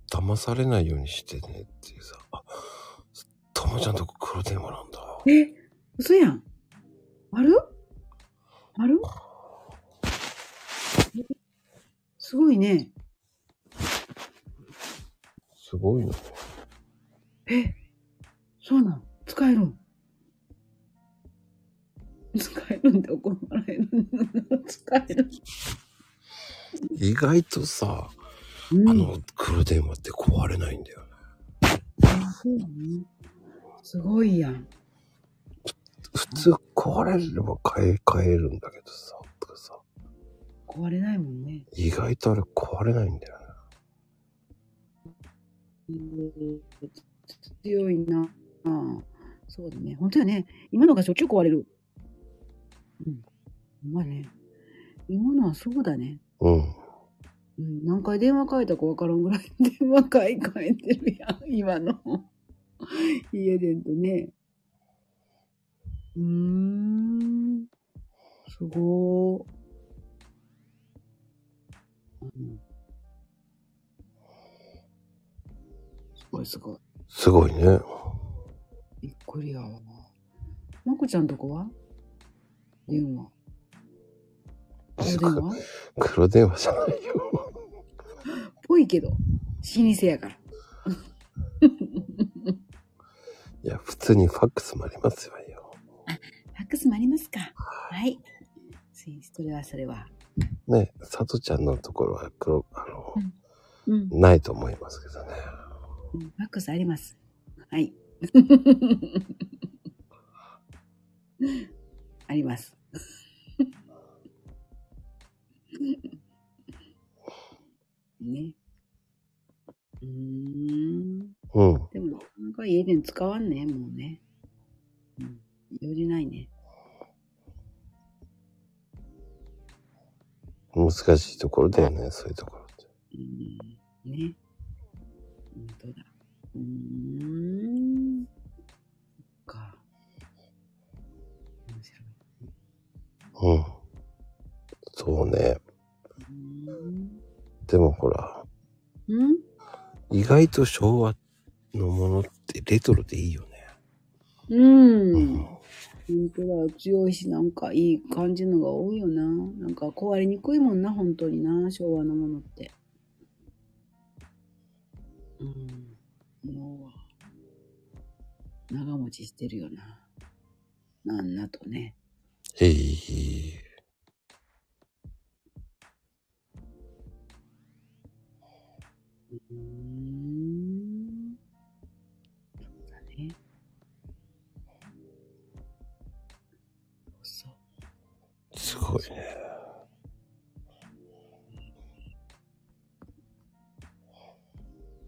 Speaker 1: 騙されないようにしてねっていうさ。あ、ともちゃんとこ黒電話なんだ。
Speaker 3: え、嘘やん。あるあるすごいね。
Speaker 1: すごいな。
Speaker 3: え、そうなん。使えるん。 使えるんで怒られる。 使える。
Speaker 1: 意外とさ、
Speaker 3: うん
Speaker 1: あ、の黒電話って壊れないんだよね。
Speaker 3: あそうなのすごいやん。
Speaker 1: 普通壊れれば買い替えるんだけどさ、とかさ。
Speaker 3: 壊れないもんね。
Speaker 1: 意外とあれ壊れないんだよね。
Speaker 3: うん強いな。ああそうだね。本当やね。今のがしょっちゅう壊れる。うん。まあね。今のはそうだね。
Speaker 1: うん。
Speaker 3: うん、何回電話変えたか分からんぐらい 電話変え変えてるやん、今の。家電ってね。うーん。すごー。うんすごいすごい。
Speaker 1: すごいね。
Speaker 3: びっくりやわ。まこちゃんとこは電話。お電話
Speaker 1: 黒電話じゃないよ。
Speaker 3: ぽいけど、老舗やから。
Speaker 1: いや、普通にファックスもありますよ。
Speaker 3: ファックスもありますか。はい。ついそれはそれは。
Speaker 1: ね、さとちゃんのところは黒、あの、
Speaker 3: うん。フ
Speaker 1: ないと思いますけどね。
Speaker 3: ァックスあります。はい。 あります。 ね。
Speaker 1: う
Speaker 3: うーん。
Speaker 1: ん。
Speaker 3: でも、なんか家電使わんね、もうね。うん。用事ないね。
Speaker 1: 難しいところだよね、そういうところって。
Speaker 3: うん。ね。本当だ。うーん。そっか。面白い。
Speaker 1: うん。そうね。
Speaker 3: う
Speaker 1: でもほら、
Speaker 3: ーん。ん
Speaker 1: 意外と昭和のものってレトロでいいよね。
Speaker 3: う。
Speaker 1: うん
Speaker 3: 本当だ、強いし、なんかいい感じのが多いよな。なんか壊れにくいもんな、本当にな、昭和のものって。うん。もう、長持ちしてるよな。なんなとね。
Speaker 1: へい。
Speaker 3: うーん。そうだね。そう。
Speaker 1: すごいね。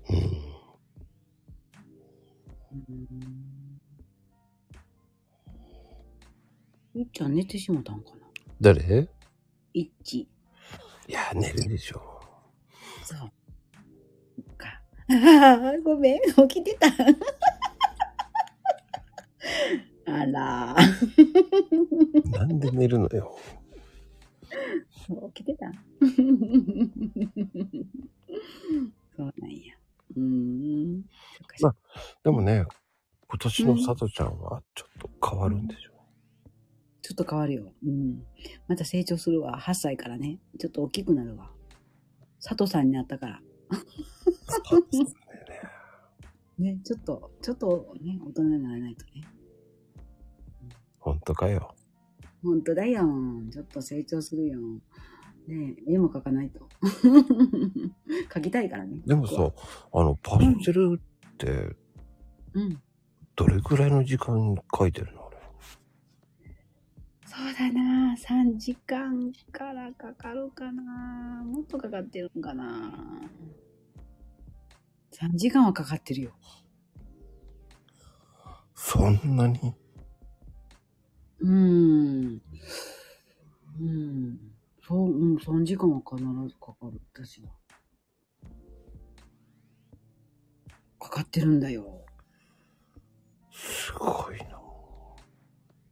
Speaker 1: うん。
Speaker 3: いっちゃん寝てしもたんかな。
Speaker 1: 誰
Speaker 3: いっち。
Speaker 1: いや、寝るでしょ。
Speaker 3: そう。そっか。ああ、ごめん。起きてた。あら。
Speaker 1: なんで寝るのよ。
Speaker 3: 起きてた。そうなんや。うーん。そっかそっか
Speaker 1: でもね、今年のさとちゃんはちょっと変わるんで しょ。
Speaker 3: ちょっと変わるよ。うん。また成長するわ。8歳からね。ちょっと大きくなるわ。佐藤さんになったから。ね、ちょっと、ちょっとね、大人にならないとね。
Speaker 1: ほんとかよ。
Speaker 3: ほんとだよん。ちょっと成長するよん。ねえ、絵も描かないと。 描きたいからね。
Speaker 1: でも
Speaker 3: 僕は
Speaker 1: さ、あの、パステルって
Speaker 3: うん。
Speaker 1: どれくらいの時間書いてるのあれ。
Speaker 3: そうだな3時間からかかるかなもっとかかってるんかな3時間はかかってるよ。
Speaker 1: そんなに
Speaker 3: うーん。うん。そう、うん、3時間は必ずかかる、私は。かかってるんだよ。
Speaker 1: すごいな。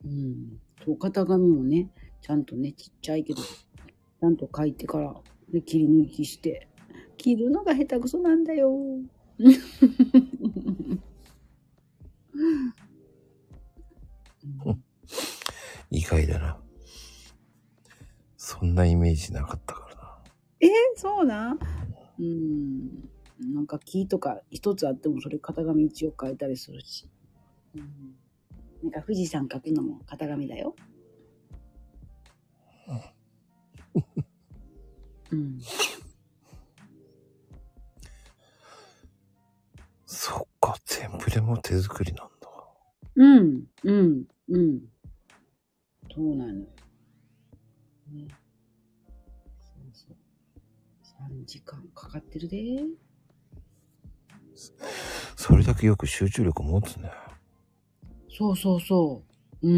Speaker 3: うん。そう、型紙もね、ちゃんとね、ちっちゃいけど、ちゃんと書いてから、で、切り抜きして、切るのが下手くそなんだよ。
Speaker 1: 意外だな。そんなイメージなかったからな。
Speaker 3: そうなんうん。なんか木とか一つあってもそれ型紙一応変えたりするし。うん。なんか富士山描くのも型紙だよ。うん。
Speaker 1: そっか、全部でも手作りなんだ。
Speaker 3: うん、うん、うん。そうなのよ。ね。そうそう。3時間かかってるで。
Speaker 1: それだけよく集中力持つね。
Speaker 3: そうそうそう。うんう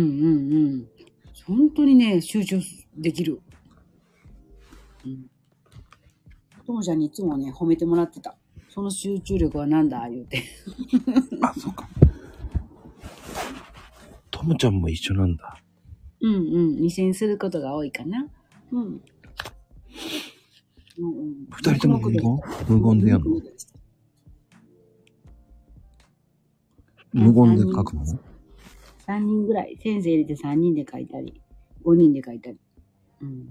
Speaker 3: んうん。本当にね、集中できる。うん。ともちゃんにいつもね、褒めてもらってた。その集中力はなんだ言うて。
Speaker 1: あ、そっか。ともちゃんも一緒なんだ。
Speaker 3: うんうん。二戦することが多いかな。うん。うんうん、
Speaker 1: 二人とも無言無言でやるの無言で書くの
Speaker 3: 3人ぐらい。先生入れて3人で書いたり、5人で書いたり。うん。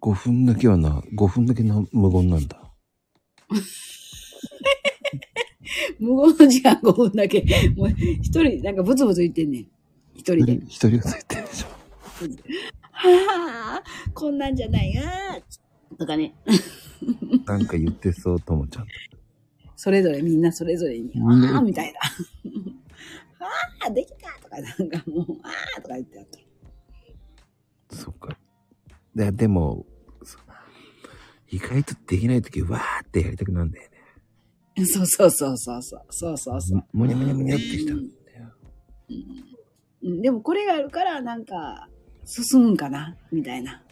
Speaker 1: 5分だけはな、5分だけな無言なんだ。
Speaker 3: 無言の時間5分だけ。もう1人、なんかブツブツ言ってんねん。1人で。
Speaker 1: 一人がついてるでしょ。
Speaker 3: はあ、 こんなんじゃないよ。とかね。
Speaker 1: なんか言ってそう、ともちゃん。
Speaker 3: それぞれみんなそれぞれに、
Speaker 1: うん
Speaker 3: ああ、みたいな。 ああ、できたとか、なんかもう、ああ、とか言ってやった。
Speaker 1: そっか。いや、でも、そ意外とできないとき、わーってやりたくなんだよね。
Speaker 3: そうそうそうそうそう。そうそうそう。
Speaker 1: むにゃむにゃむにゃってしたんだよ。
Speaker 3: うんでもこれがあるから、なんか、進むんかなみたいな。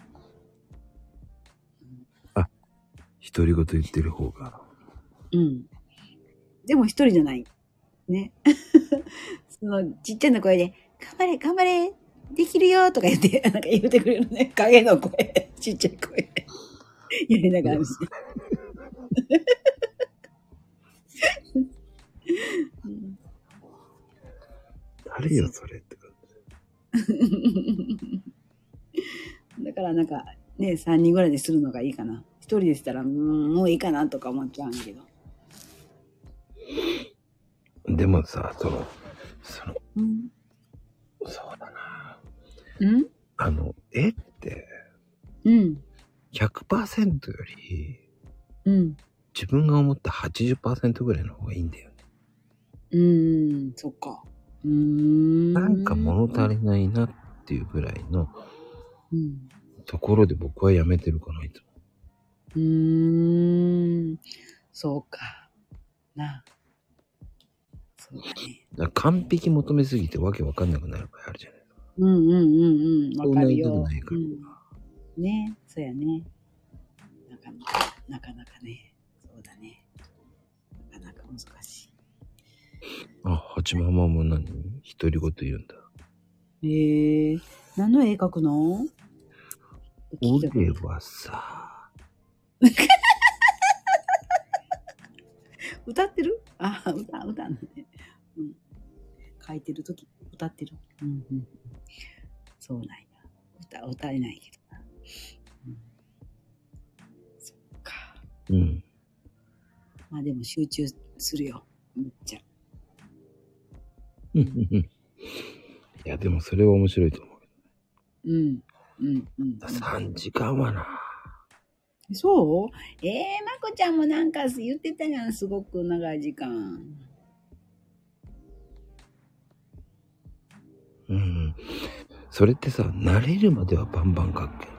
Speaker 1: 独り言言ってる方が。
Speaker 3: うん。でも一人じゃない。ね。 その、ちっちゃな声で、頑張れ、頑張れ、できるよとか言って、なん か言ってくれる ね。影の声。ちっちゃい声。やりながら見て。うん
Speaker 1: 誰よ、それって感じ。
Speaker 3: だからなんか、ね、3人ぐらいでするのがいいかな。一人でしたら、うーん、もういいかなとか思っちゃうんやけど。
Speaker 1: でもさ、その、その、
Speaker 3: うん。
Speaker 1: そうだな。
Speaker 3: うん
Speaker 1: あの、絵って
Speaker 3: うん。
Speaker 1: 100%より
Speaker 3: うん。
Speaker 1: 自分が思った80%ぐらいの方がいいんだよね。
Speaker 3: うーん、そっか。うーん。
Speaker 1: なんか物足りないなっていうぐらいの
Speaker 3: うん。
Speaker 1: ところで僕はやめてるかないと。
Speaker 3: うーん。そうか。なあ。そうだね。
Speaker 1: だから完璧求めすぎてわけわかんなくなる場合あるじゃない。
Speaker 3: うんうんうんうん。わかる
Speaker 1: そんな
Speaker 3: よ
Speaker 1: に。
Speaker 3: う
Speaker 1: でもない
Speaker 3: ん、ねそうやね。なかなか、なかなかね。そうだね。なかなか難し
Speaker 1: あ、八ママも何独り言言うんだ。
Speaker 3: い。へえー。何の絵描くの
Speaker 1: 俺はさ、
Speaker 3: 歌ってるあ、歌、歌なんで。うん。書いてるとき、歌ってる。うんうん。そうなんや。歌、歌えないけどな。うん、そっか。
Speaker 1: うん。
Speaker 3: まあでも集中するよ。めっちゃ。
Speaker 1: うんうんうんいや、でもそれは面白いと思う。
Speaker 3: うん。うんうん、
Speaker 1: 3時間はな。
Speaker 3: うん。そうええー、まこちゃんもなんか言ってたじゃん、すごく長い時間。
Speaker 1: うん。それってさ、慣れるまではバンバン書くけど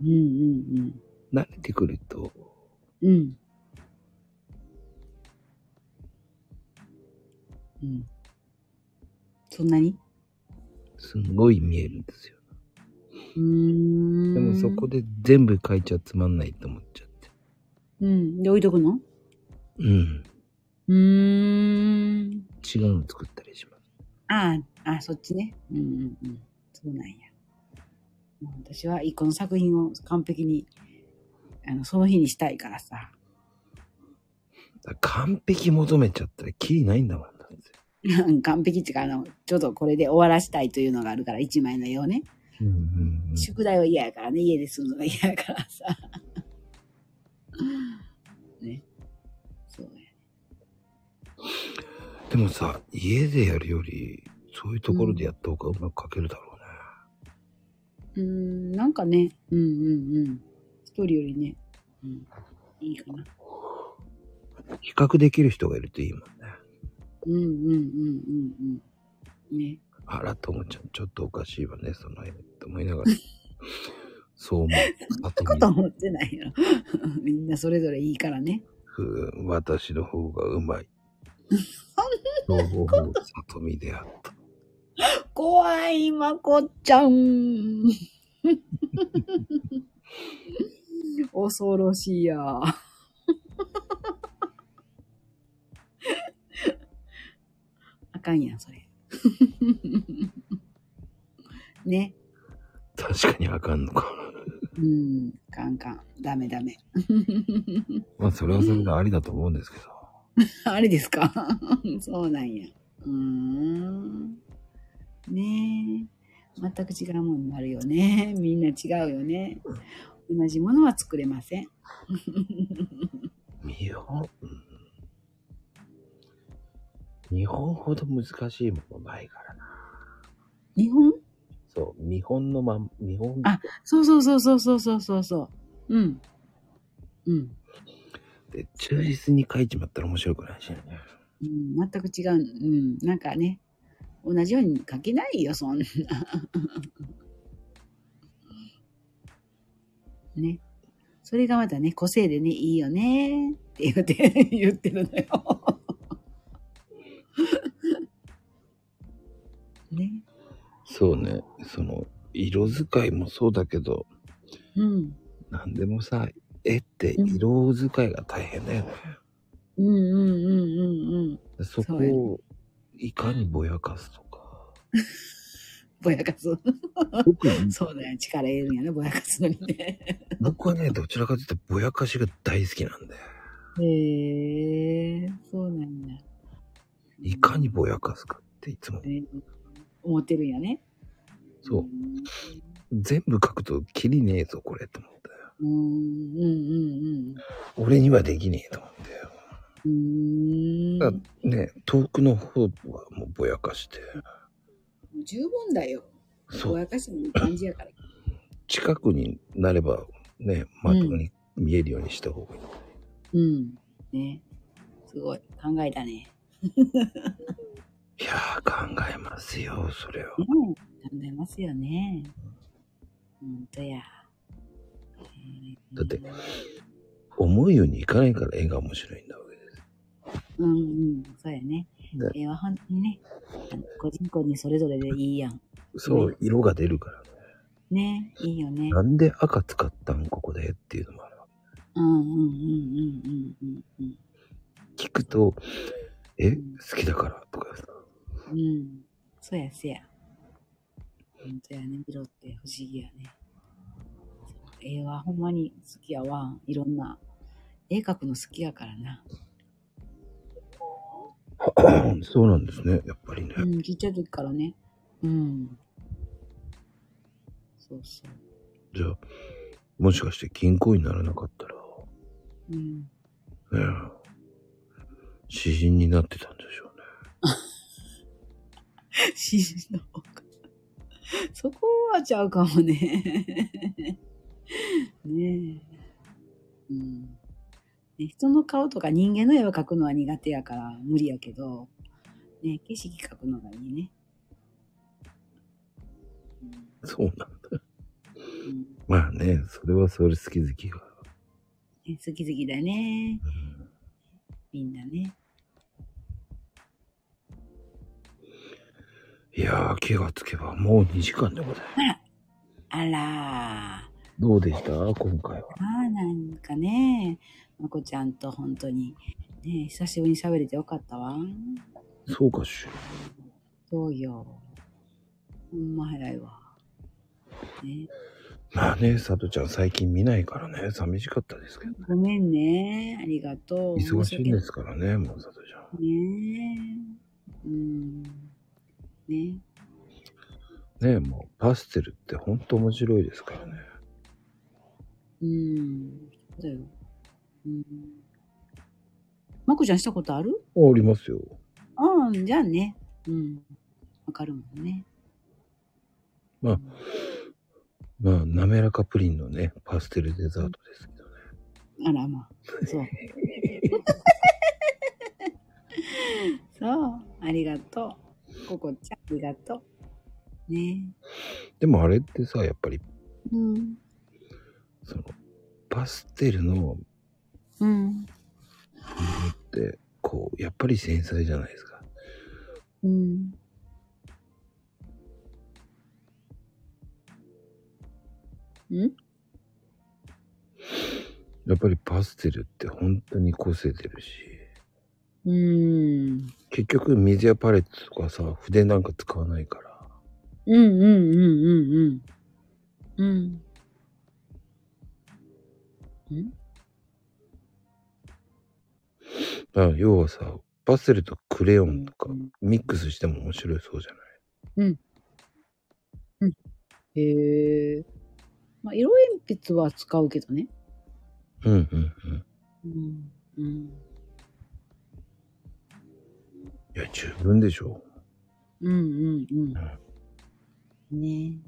Speaker 3: うんうん
Speaker 1: な。慣れてくると、
Speaker 3: うん。うん。うん。そんなに
Speaker 1: すんごい見えるんですよ。
Speaker 3: うーん
Speaker 1: でもそこで全部書いちゃつまんないと思っちゃって。
Speaker 3: うん。で、置いとくの
Speaker 1: うん。
Speaker 3: うーん。
Speaker 1: 違うの作ったりします。
Speaker 3: ああ、ああ、そっちね。うんうんうん。そうなんや。もう私は一個の作品を完璧に、あの、その日にしたいからさ。
Speaker 1: だから完璧求めちゃったらキリないんだもんなんですよ。
Speaker 3: 完璧っていうか、あの、ちょっとこれで終わらしたいというのがあるから、一枚の絵をね。
Speaker 1: うんうんうん
Speaker 3: 宿題は嫌やからね、家でするのが嫌やからさ。 ね。そうや。
Speaker 1: でもさ、家でやるより、そういうところでやった方がうまく書けるだろうね。
Speaker 3: うーん、なんかね、うんうんうん。一人よりね、うん、いいかな。
Speaker 1: 比較できる人がいるといいもんね。
Speaker 3: うんうんうんうんうん。ね。
Speaker 1: あら、ともちゃん、ちょっとおかしいわね、その絵って思いながら。 そう思う。あと
Speaker 3: こと思ってないよ。 みんなそれぞれいいからね。
Speaker 1: うん私の方がうまい。そんなこと。里見であった。
Speaker 3: 怖い、まこっちゃん。 恐ろしいや。 あかんやん、それ。 ね。
Speaker 1: 確かにあかんのか。
Speaker 3: うん。カンカン。ダメダメ。
Speaker 1: まあ、それはそれでありだと思うんですけど。
Speaker 3: あれですかそうなんや。うーん。ねえ。全く違うものになるよね。 みんな違うよね。同じものは作れません。
Speaker 1: 見よう。うん日本ほど難しいものないからな。
Speaker 3: 日本
Speaker 1: そう、見本のまん、見本。
Speaker 3: あそうそうそうそうそうそうそうそう。うん。うん。
Speaker 1: で忠実に書いちまったら面白くないしね。
Speaker 3: うん、全く違う。うん。なんかね、同じように書けないよ、そんな。 ね。それがまたね、個性でね、いいよね。って言うて、 言ってるのよ。 ね。
Speaker 1: そうね。その、色使いもそうだけど、
Speaker 3: うん。
Speaker 1: なんでもさ、絵って色使いが大変だよね。
Speaker 3: うんうんうんうんうん。
Speaker 1: そこ
Speaker 3: そうよ
Speaker 1: をいかにぼやかすとか。
Speaker 3: ぼやかす。
Speaker 1: 僕は
Speaker 3: そうだよ。力入れるんやね、ぼやかすのにね。
Speaker 1: 僕はね、どちらかというとぼやかしが大好きなんで。
Speaker 3: へえー、そうなんだ。
Speaker 1: いかにぼやかすかっていつも。
Speaker 3: ね思ってるんやね。
Speaker 1: そう。全部書くとキリねえぞ、これと思って。
Speaker 3: うーん。うんうん
Speaker 1: 俺にはできねえと思って。
Speaker 3: うん。うー
Speaker 1: だ
Speaker 3: ん。も
Speaker 1: ね、遠くの方はもうぼやかして。
Speaker 3: う十分だよ。
Speaker 1: そ
Speaker 3: ぼ
Speaker 1: う。
Speaker 3: やかしてもいい感じやから。
Speaker 1: 近くになればね、まともに見えるようにした方がいい。
Speaker 3: うん。ね。すごい。考えたね。
Speaker 1: いやー、考えますよ、それは。
Speaker 3: うん。考えますよね。ほんとや。
Speaker 1: だって思うようにいかないから絵が面白いんだわけです。
Speaker 3: うんうん。そうやね
Speaker 1: だ。
Speaker 3: 絵は本当にね、あの個人個人それぞれでいいやん。
Speaker 1: そう、色が出るからね。
Speaker 3: ね。いいよね。
Speaker 1: なんで赤使ったんここでっていうのもあるわ
Speaker 3: うんうんうんうんうんうんうん。
Speaker 1: 聞くと、え、好きだからと かさ。
Speaker 3: うん。そうや、そうや。本当やね。色って不思議やね。絵はほんまに好きやわ。いろんな。絵描くの好きやからな。
Speaker 1: そうなんですね、やっぱりね。
Speaker 3: うん、ちっちゃい時からね。うん。そうそ
Speaker 1: じゃあ、もしかして銀行にならなかった
Speaker 3: う。うん。
Speaker 1: ら、ねえ、詩人になってたんでしょうね。
Speaker 3: 詩人の方が。そこはちゃうかもね。ねえ。うん。ね、人の顔とか人間の絵を描くのは苦手やから無理やけど、ね、景色描くのがいいね。
Speaker 1: そうなんだ。
Speaker 3: うんうん
Speaker 1: まあね、それはそれ好き好きが。
Speaker 3: ね、好き好きだね。
Speaker 1: うん
Speaker 3: みんなね。
Speaker 1: いやー、気がつけばもう2時間でございます。
Speaker 3: あらー。
Speaker 1: どうでした今回は。
Speaker 3: まあなんかね、まこちゃんと本当に、ね、久しぶりに喋れてよかったわ。
Speaker 1: そうかし
Speaker 3: そうよ。ほんま早いわ。ね、
Speaker 1: まあね、さとちゃん最近見ないからね、寂しかったですけど。
Speaker 3: ごめんね。ありがとう。。
Speaker 1: 忙しいんですすからね、もうさとちゃん。
Speaker 3: ねえ。うん。ね
Speaker 1: ねもうパステルってほんと面白いですからね。
Speaker 3: うん。そうだよ。うん。まこちゃんしたことある
Speaker 1: ありますよ。
Speaker 3: うん、じゃあね。うん。わかるもんね。
Speaker 1: まあ、まあ、滑らかプリンのね、パステルデザートですけどね。
Speaker 3: あら、まあ。 そう。そう。ありがとう。ここちゃん、ありがとう。ね
Speaker 1: でもあれってさ、やっぱり、
Speaker 3: うん。
Speaker 1: その、パステルのもの
Speaker 3: うん。
Speaker 1: って、こう、やっぱり繊細じゃないですか。
Speaker 3: うん。うん
Speaker 1: やっぱりパステルって本当に個性出るし、
Speaker 3: うん。
Speaker 1: 結局水やパレットとかさ、筆なんか使わないから。
Speaker 3: うんうんうんうんうん。うん。うん
Speaker 1: あ要はさパステルとクレヨンとか
Speaker 3: うん
Speaker 1: ミックスしても面白いそうじゃない
Speaker 3: へえ。まあ、色鉛筆は使うけどね。
Speaker 1: うんうんうん
Speaker 3: うん。うん。
Speaker 1: いや十分でしょ
Speaker 3: うんうんうん。ね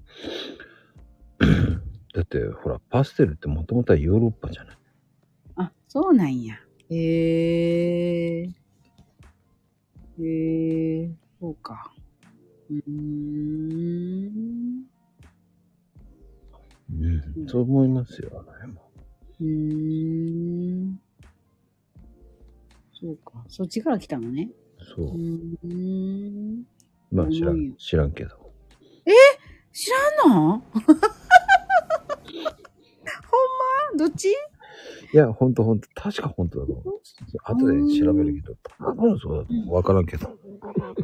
Speaker 1: だってほらパステルってもともとはヨーロッパじゃない
Speaker 3: あ、そうなんや。へえ。へえ、そうか。うーん。
Speaker 1: うん、
Speaker 3: うん
Speaker 1: そう思いますよあの辺も
Speaker 3: うーん。そうか。そっちから来たのね。
Speaker 1: そうう。
Speaker 3: ーん。
Speaker 1: まあ知ら
Speaker 3: 重いよ
Speaker 1: ん、知らんけど。
Speaker 3: 知らんの ほんまどっち
Speaker 1: いや、ほんとほんと、確かほんとだと思う。後で調べるけど、多分そうだと思う。わからんけど。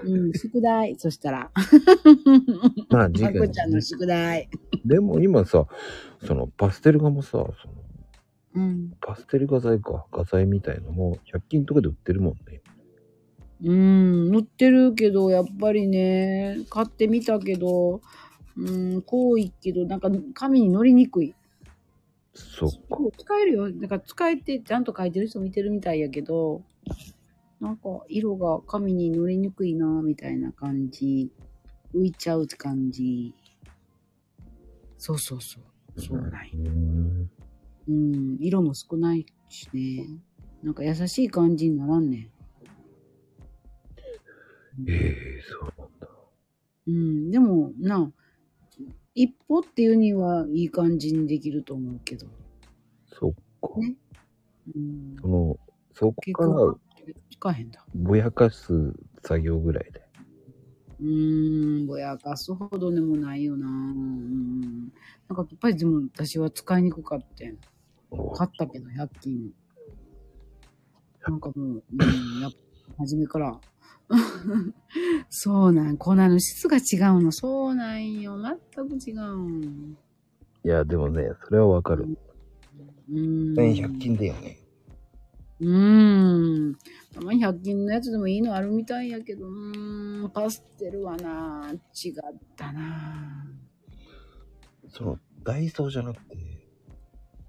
Speaker 3: うん、宿題。そしたら。
Speaker 1: まあ、次
Speaker 3: ま
Speaker 1: 回
Speaker 3: こちゃんの宿題。
Speaker 1: でも今さ、そのパステル画もさ、その
Speaker 3: うん。
Speaker 1: パステル画材か、画材みたいのも100均とかで売ってるもんね。
Speaker 3: うん、乗ってるけど、やっぱりね、買ってみたけど、うん、こういけど、なんか紙に乗りにくい。
Speaker 1: そっか。
Speaker 3: 使えるよ。なんか使えて、ちゃんと書いてる人見てるみたいやけど、なんか色が紙に乗りにくいな、みたいな感じ。浮いちゃう感じ。そうそうそう。そうなんよ。
Speaker 1: うん
Speaker 3: うん、色も少ないしね。なんか優しい感じにならんねん。
Speaker 1: ええそうなんだ。
Speaker 3: うん、でも、な、一歩っていうにはいい感じにできると思うけど。
Speaker 1: そっか。
Speaker 3: ねうん、
Speaker 1: その、そこ
Speaker 3: 結
Speaker 1: から
Speaker 3: 構、かへんだ。
Speaker 1: ぼやかす作業ぐらいで。
Speaker 3: うーん、ぼやかすほどでもないよな。うん。なんかやっぱりでも私は使いにくかって。
Speaker 1: お
Speaker 3: 買ったけど、100均。なんかもう、うん、やっぱ初めから。そうなん、粉の質が違うの。そうなんよ。全く違うん。
Speaker 1: いや、でもね、それはわかる。
Speaker 3: うん。
Speaker 1: だよね。
Speaker 3: うん。たまに100均のやつでもいいのあるみたいやけど、うん、パステルはな、違ったな。
Speaker 1: その、ダイソーじゃなくて、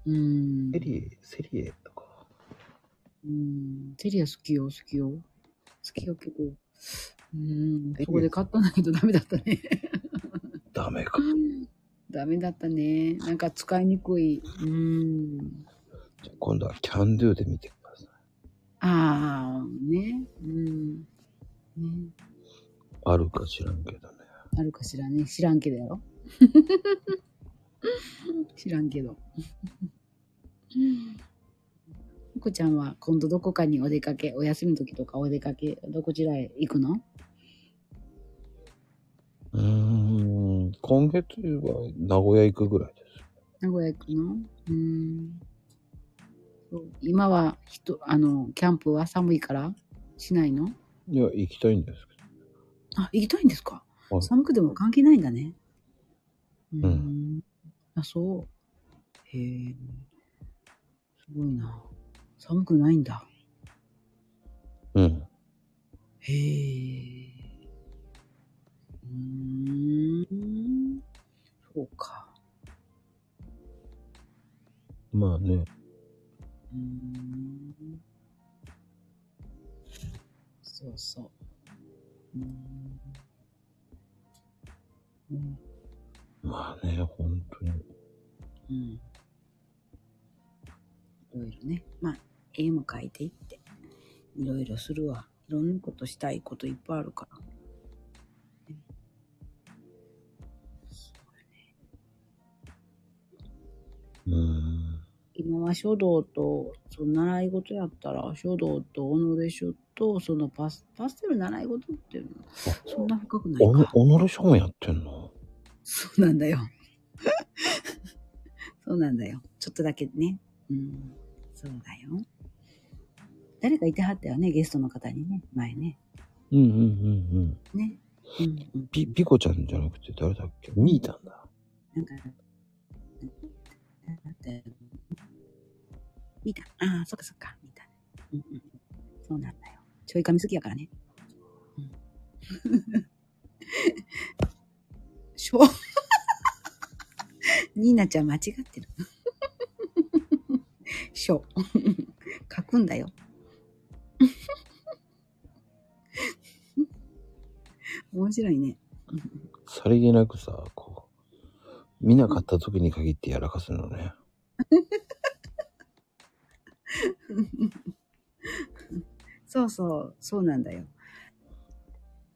Speaker 3: うん。
Speaker 1: セリエ、セリエとか。
Speaker 3: うん、テリア好きよ、好きよ。好きよけど。うん
Speaker 1: テリア、
Speaker 3: そこで買ったんだけどダメだったね。
Speaker 1: ダメか。
Speaker 3: ダメだったね。なんか使いにくい。うん。
Speaker 1: じゃあ今度はキャンドゥで見てください。
Speaker 3: ああ、ね。うん。ね。
Speaker 1: あるか知らんけどね。
Speaker 3: あるかしらね。知らんけどやろ。 知らんけど。 ふこちゃんは今度どこかにお出かけ、お休みの時とかお出かけ、どこちらへ行くの
Speaker 1: うーん、今月は名古屋行くぐらいです。
Speaker 3: 名古屋行くのうーん。そう今は人、あの、キャンプは寒いからしないの
Speaker 1: いや、行きたいんですけ
Speaker 3: あ、行きたいんですか
Speaker 1: はい
Speaker 3: 寒くても関係ないんだね。うー。
Speaker 1: うん
Speaker 3: あ、そう。へえ。すごいな。寒くないんだ。
Speaker 1: ど。うん。
Speaker 3: へえ。うーん。そうか。
Speaker 1: まあね、
Speaker 3: うーんそうそう。うーんうん
Speaker 1: まあね、本当に。
Speaker 3: うん。いろいろね。まあ、絵も描いていって。いろいろするわ。いろんなことしたいこといっぱいあるから。ね
Speaker 1: うーん。
Speaker 3: 今は書道と、その習い事やったら、書道と己書と、そのパス、パステル習い事っていうのは、そんな深くない
Speaker 1: おの
Speaker 3: か。、
Speaker 1: おのれショーもやってんの
Speaker 3: そうなんだよ。そうなんだよ。ちょっとだけね。うん。そうだよ。誰かいてはったよね、ゲストの方にね、前ね。
Speaker 1: うんうんうんうん。
Speaker 3: ね。うん、うん。
Speaker 1: ピ、ピコちゃんじゃなくて誰だっけミータンだ。
Speaker 3: なんか、見た。ああ、そっかそっか、見た。うんうん。そうなんだよ。ちょい噛み好きやからね。うん。しょ、ニーナちゃん間違ってる。しょ。書くんだよ。面白いね。
Speaker 1: さりげなくさ、こう、見なかった時に限ってやらかすのね。
Speaker 3: そうそう、そうなんだよ。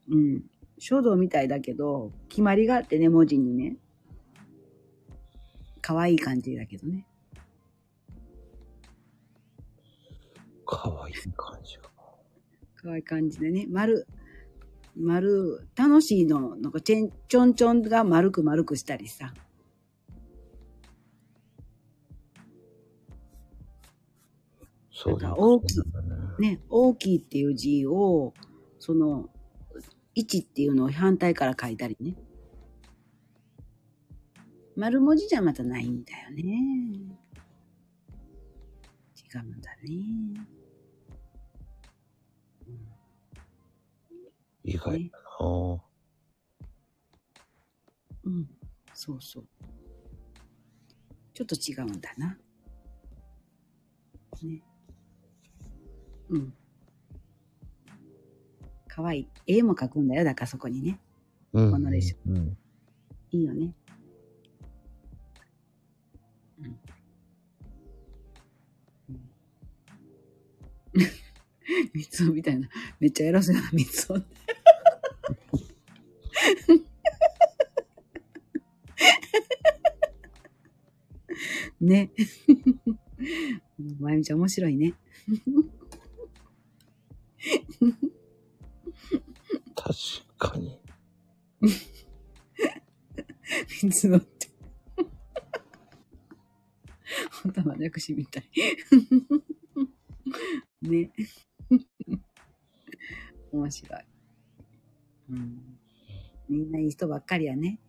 Speaker 3: うん。書道みたいだけど、決まりがあってね、文字にね。可愛い感じだけどね。
Speaker 1: 可愛い感じが。
Speaker 3: 可愛い感じでね。丸、丸、楽しいの、なんかちん、ちょんちょんが丸く丸くしたりさ。
Speaker 1: そういう
Speaker 3: なんか大きいね、大きいっていう字を、その、1っていうのを反対から書いたりね。丸文字じゃまたないんだよね。違うんだね。
Speaker 1: 意外
Speaker 3: ね
Speaker 1: だな。
Speaker 3: うん。そうそう。ちょっと違うんだな。ね。うん。かわいい。絵も描くんだよ。だからそこにね。
Speaker 1: うん。
Speaker 3: このレシピ
Speaker 1: うん。
Speaker 3: いいよね。みつおみたいな。めっちゃ偉そうやな、みつお。ね。うんまゆみちゃん面白いね。
Speaker 1: 確かに。
Speaker 3: みつおって。 ほんとまなくしみたい。ね。面白い。うん。みんないい人ばっかりやね。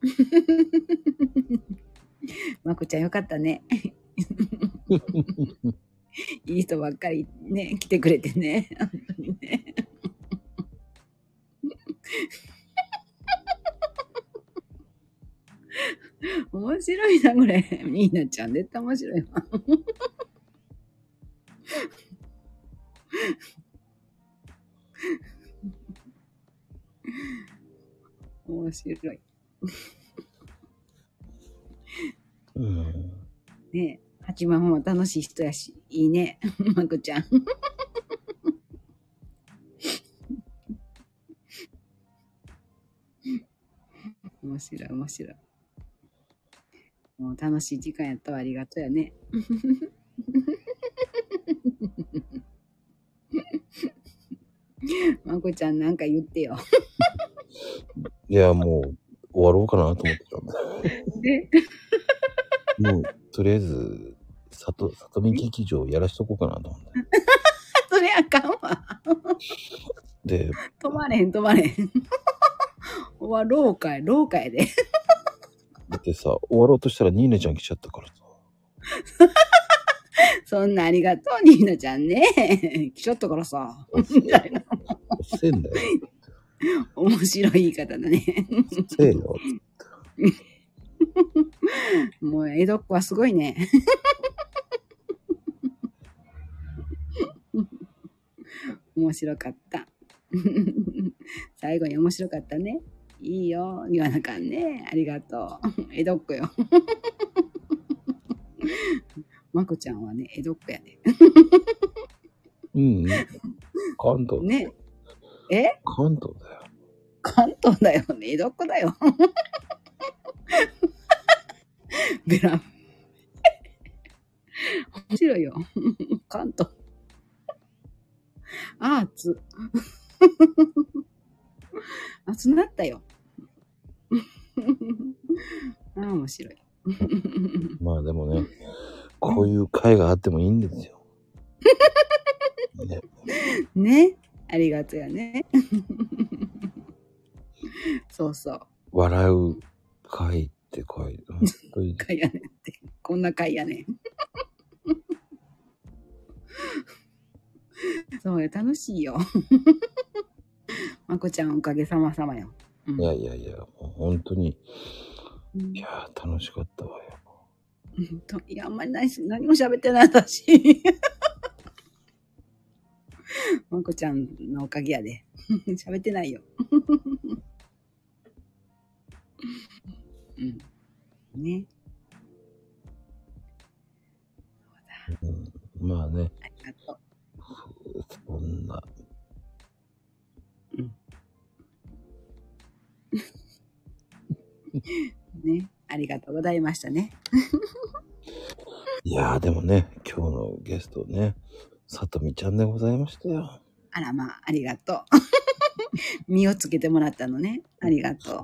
Speaker 3: まこちゃんよかったね。いい人ばっかりね、来てくれてね。本当にね。面白いな、これ。 みーなちゃん、絶対面白いわ。 面白い。
Speaker 1: うん。
Speaker 3: ねえ、八幡も楽しい人やし、いいね、 まこちゃん。面白い、面白い。もう楽しい時間やったわ、ありがとうやね。 まこちゃん、なんか言ってよ。
Speaker 1: いや、もう終わろうかなと思ってたんだ
Speaker 3: で、
Speaker 1: けど。もう、とりあえず、さと、さとみ劇場やらしとこうかなと思って。
Speaker 3: それあかんわ。
Speaker 1: で、
Speaker 3: 止まれへん、止まれへん。 終わろうかい、ろうかいで。
Speaker 1: だってさ、終わろうとしたらニーナちゃん来ちゃったからさ。
Speaker 3: そんなありがとう、ニーナちゃんね。 来ちゃったからさ。
Speaker 1: 遅
Speaker 3: みたいな。
Speaker 1: せえんだよ。
Speaker 3: 面白い言い方だね。
Speaker 1: 遅えよ。
Speaker 3: もう江戸っ子はすごいね。 面白かった。 最後に面白かったね。いいよ。言わなあかんね。ありがとう。 江戸っ子よ。まこちゃんはね、江戸っ子やね。
Speaker 1: うん。関東、
Speaker 3: ね。え
Speaker 1: 関東だよ。
Speaker 3: 関東だよね。江戸っ子だよ。 ベラン。面白いよ。関東。あーつ。熱なったよ。ああ、面白い。
Speaker 1: まあでもね、こういう会があってもいいんですよ。ね
Speaker 3: ね。ありがとうやね。そうそう。
Speaker 1: 笑う会って会。本当に
Speaker 3: 会やねんって。こんな会やねん。そうよ、楽しいよ。まこちゃんおかげさまさまよ。うん
Speaker 1: いやいやいや、もう本当に、
Speaker 3: うん
Speaker 1: いやー、楽しかったわよ。
Speaker 3: うんといや、あんまりないし、何も喋ってない私。 まこちゃんのおかげやで。 喋ってないよ。 うん。ね。
Speaker 1: うん、まあね、
Speaker 3: ありがとう。
Speaker 1: そんな。
Speaker 3: ね、ありがとうございましたね。
Speaker 1: いやー、でもね、今日のゲストね、さとみちゃんでございましたよ。
Speaker 3: あらまあ、ありがとう。 身をつけてもらったのね。ありがと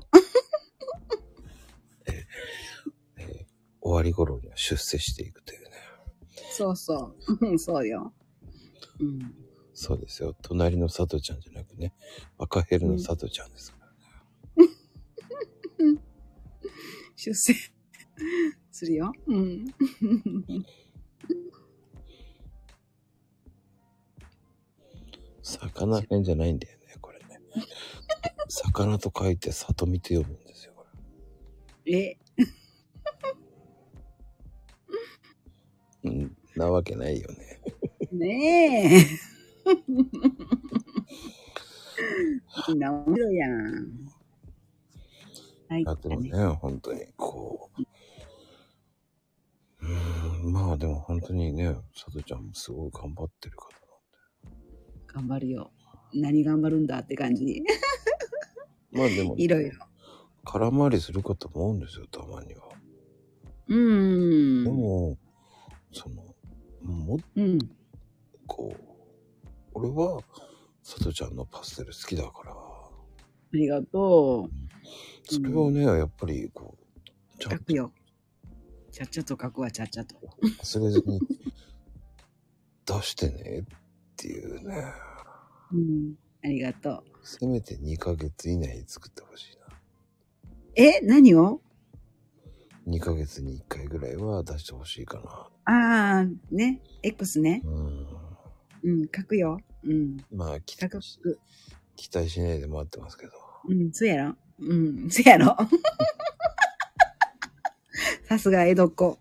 Speaker 1: 終わり頃には出世していくというね。
Speaker 3: う。そうそう。うんそうよ。うん。
Speaker 1: そうですよ。隣の佐藤ちゃんじゃなくね、赤ヘルの佐藤ちゃんです。
Speaker 3: 出世するよ。うん。
Speaker 1: 魚編じゃないんだよね、これね。魚と書いて里見と読むんですよ、こ
Speaker 3: え、
Speaker 1: れ。うん、なわけないよね。
Speaker 3: ね え。みんな面白いやん。はい。
Speaker 1: あともね、本当に、こう。うーん、まあでも本当にね、佐藤ちゃんもすごい頑張ってる方
Speaker 3: 頑張るよ。何頑張るんだって感じ。
Speaker 1: なまあでも、
Speaker 3: いろいろ。
Speaker 1: 空回りするかと思うんですよ、たまには。
Speaker 3: う
Speaker 1: で
Speaker 3: ん。
Speaker 1: も、その、もっ
Speaker 3: うん。
Speaker 1: こう、俺は、佐藤ちゃんのパステル好きだから、
Speaker 3: ありがと
Speaker 1: それをね、やっぱり、こう、ち
Speaker 3: う。
Speaker 1: ゃん
Speaker 3: 書
Speaker 1: と
Speaker 3: くよ。ちゃっちゃと書くわ、ちゃっちゃと。
Speaker 1: 忘れずに、出してね、っていうね。
Speaker 3: うん。ありがとう。
Speaker 1: せめて2ヶ月以内に作ってほしいな。
Speaker 3: え、何を
Speaker 1: 2ヶ月に1回ぐらいは出してほしいか
Speaker 3: ああ、ね。X ね。
Speaker 1: な。うん。
Speaker 3: うん。書くよ。うん。
Speaker 1: まあ、期
Speaker 3: 書く
Speaker 1: 待し、期待しないで待ってますけど。
Speaker 3: うん、そうやろ。うん、そうやろ。 さすが江戸っ子。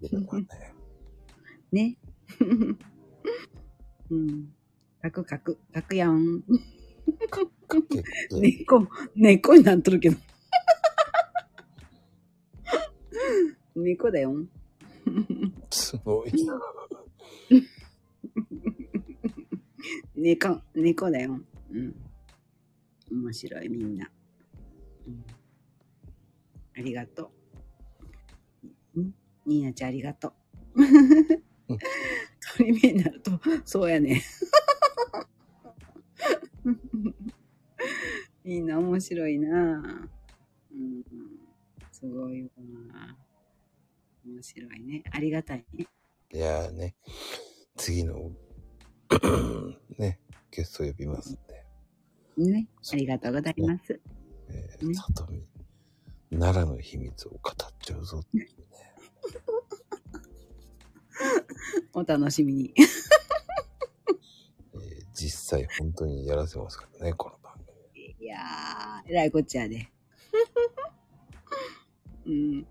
Speaker 1: でもね
Speaker 3: ね。 うん。かくかく、かくやん。
Speaker 1: 結構ね
Speaker 3: 猫、猫になっとるけど。 猫だよ。
Speaker 1: すごい。
Speaker 3: 猫、猫だよ。うん。面白い、みんな。うん、ありがとう。んニーナちゃん、ありがとう
Speaker 1: うん。
Speaker 3: 鳥目になると、そうやね。 みんな面白いなぁ。うん、すごいわ。面白いね。ありがたいね。
Speaker 1: いやーね、次の、 ね、ゲスト呼びますんで、
Speaker 3: ね。ありがとうございます。
Speaker 1: え
Speaker 3: ね
Speaker 1: ー、里見、奈良の秘密を語っちゃうぞっていうね。
Speaker 3: お楽しみに。
Speaker 1: えー実際本当にやらせますからね、この番組。
Speaker 3: いやー、えらいこっちゃで。 うん、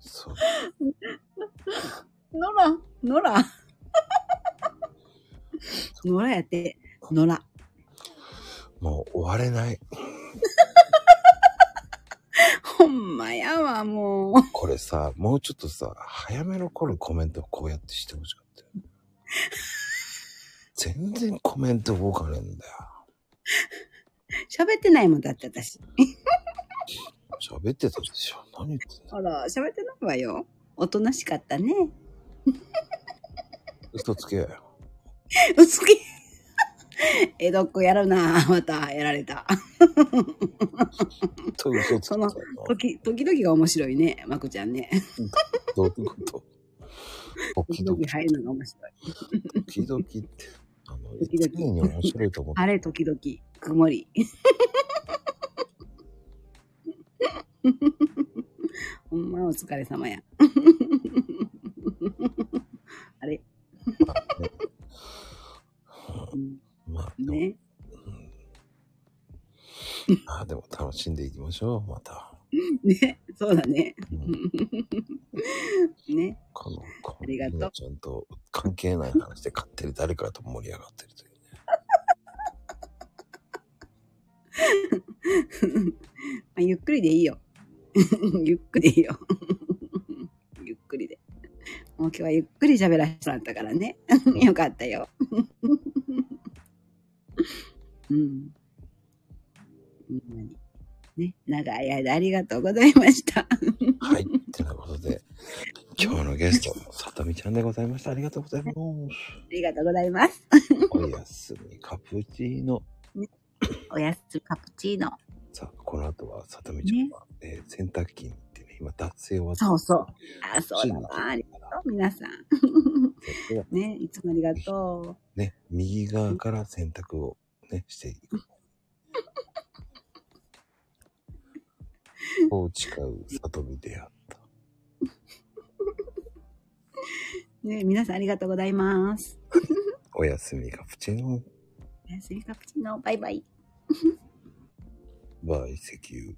Speaker 1: そう。
Speaker 3: ノラ、ノ ラ。ノラやって、ノラ。
Speaker 1: もう終われない。
Speaker 3: ほんまやわ、もう。
Speaker 1: これさ、もうちょっとさ、早めの頃コメントをこうやってしてほしかったよ。全然コメント動かねえんだよ。
Speaker 3: 喋ってないもんだって、私。
Speaker 1: 喋ってたでしょ。何言ってんだ
Speaker 3: あら、喋ってないわよ。おとなしかったね。
Speaker 1: 嘘つけよ。
Speaker 3: うつき。 江戸っ子やるな、また、やられた。
Speaker 1: ほんと嘘つけ
Speaker 3: そ
Speaker 1: たよ
Speaker 3: の。時、時々が面白いね、まこちゃんね。
Speaker 1: どういうこと時
Speaker 3: 時
Speaker 1: 々
Speaker 3: 々、入るのが面白い。
Speaker 1: 時々って、あの、
Speaker 3: 時々
Speaker 1: 常に面白いと思って、
Speaker 3: 晴れ、時々、曇り。 ほんまお疲れ様や。あれ、うん
Speaker 1: まあ、でも、う
Speaker 3: ね。
Speaker 1: んまあでも楽しんでいきましょう、また。
Speaker 3: ね、そうだね。
Speaker 1: うん、
Speaker 3: ね、
Speaker 1: この、こ
Speaker 3: ありがとう
Speaker 1: のちゃんと関係ない話で勝手に誰かと盛り上がってると いう。
Speaker 3: まあゆっくりでいいよ。 ゆっくりでいいよ。 ゆっくりで。もう今日はゆっくり喋らせてもらったからね。よかったよ。 うん。ほんまに。ね、長い間ありがとうございました。
Speaker 1: はい。ってなことで、今日のゲスト、さとみちゃんでございました。ありがとうございます。
Speaker 3: ありがとうございます。
Speaker 1: おやすみ、カプチーノ。
Speaker 3: おやすみカプチーノ。
Speaker 1: さあ、この後は、さとみちゃんが、えー洗濯機に行ってね、今、脱製終わって。
Speaker 3: そうそう。あ、そうだわ。ありがとう、皆さん。
Speaker 1: では
Speaker 3: ね、いつもありがと
Speaker 1: ね、右側から洗濯をね、していく。を誓うさとみであった。
Speaker 3: う。ね、皆さんありがとうございます。
Speaker 1: おやすみカプチーノ、
Speaker 3: おやすみカプチーノ。バイバイ。
Speaker 1: バイ石油。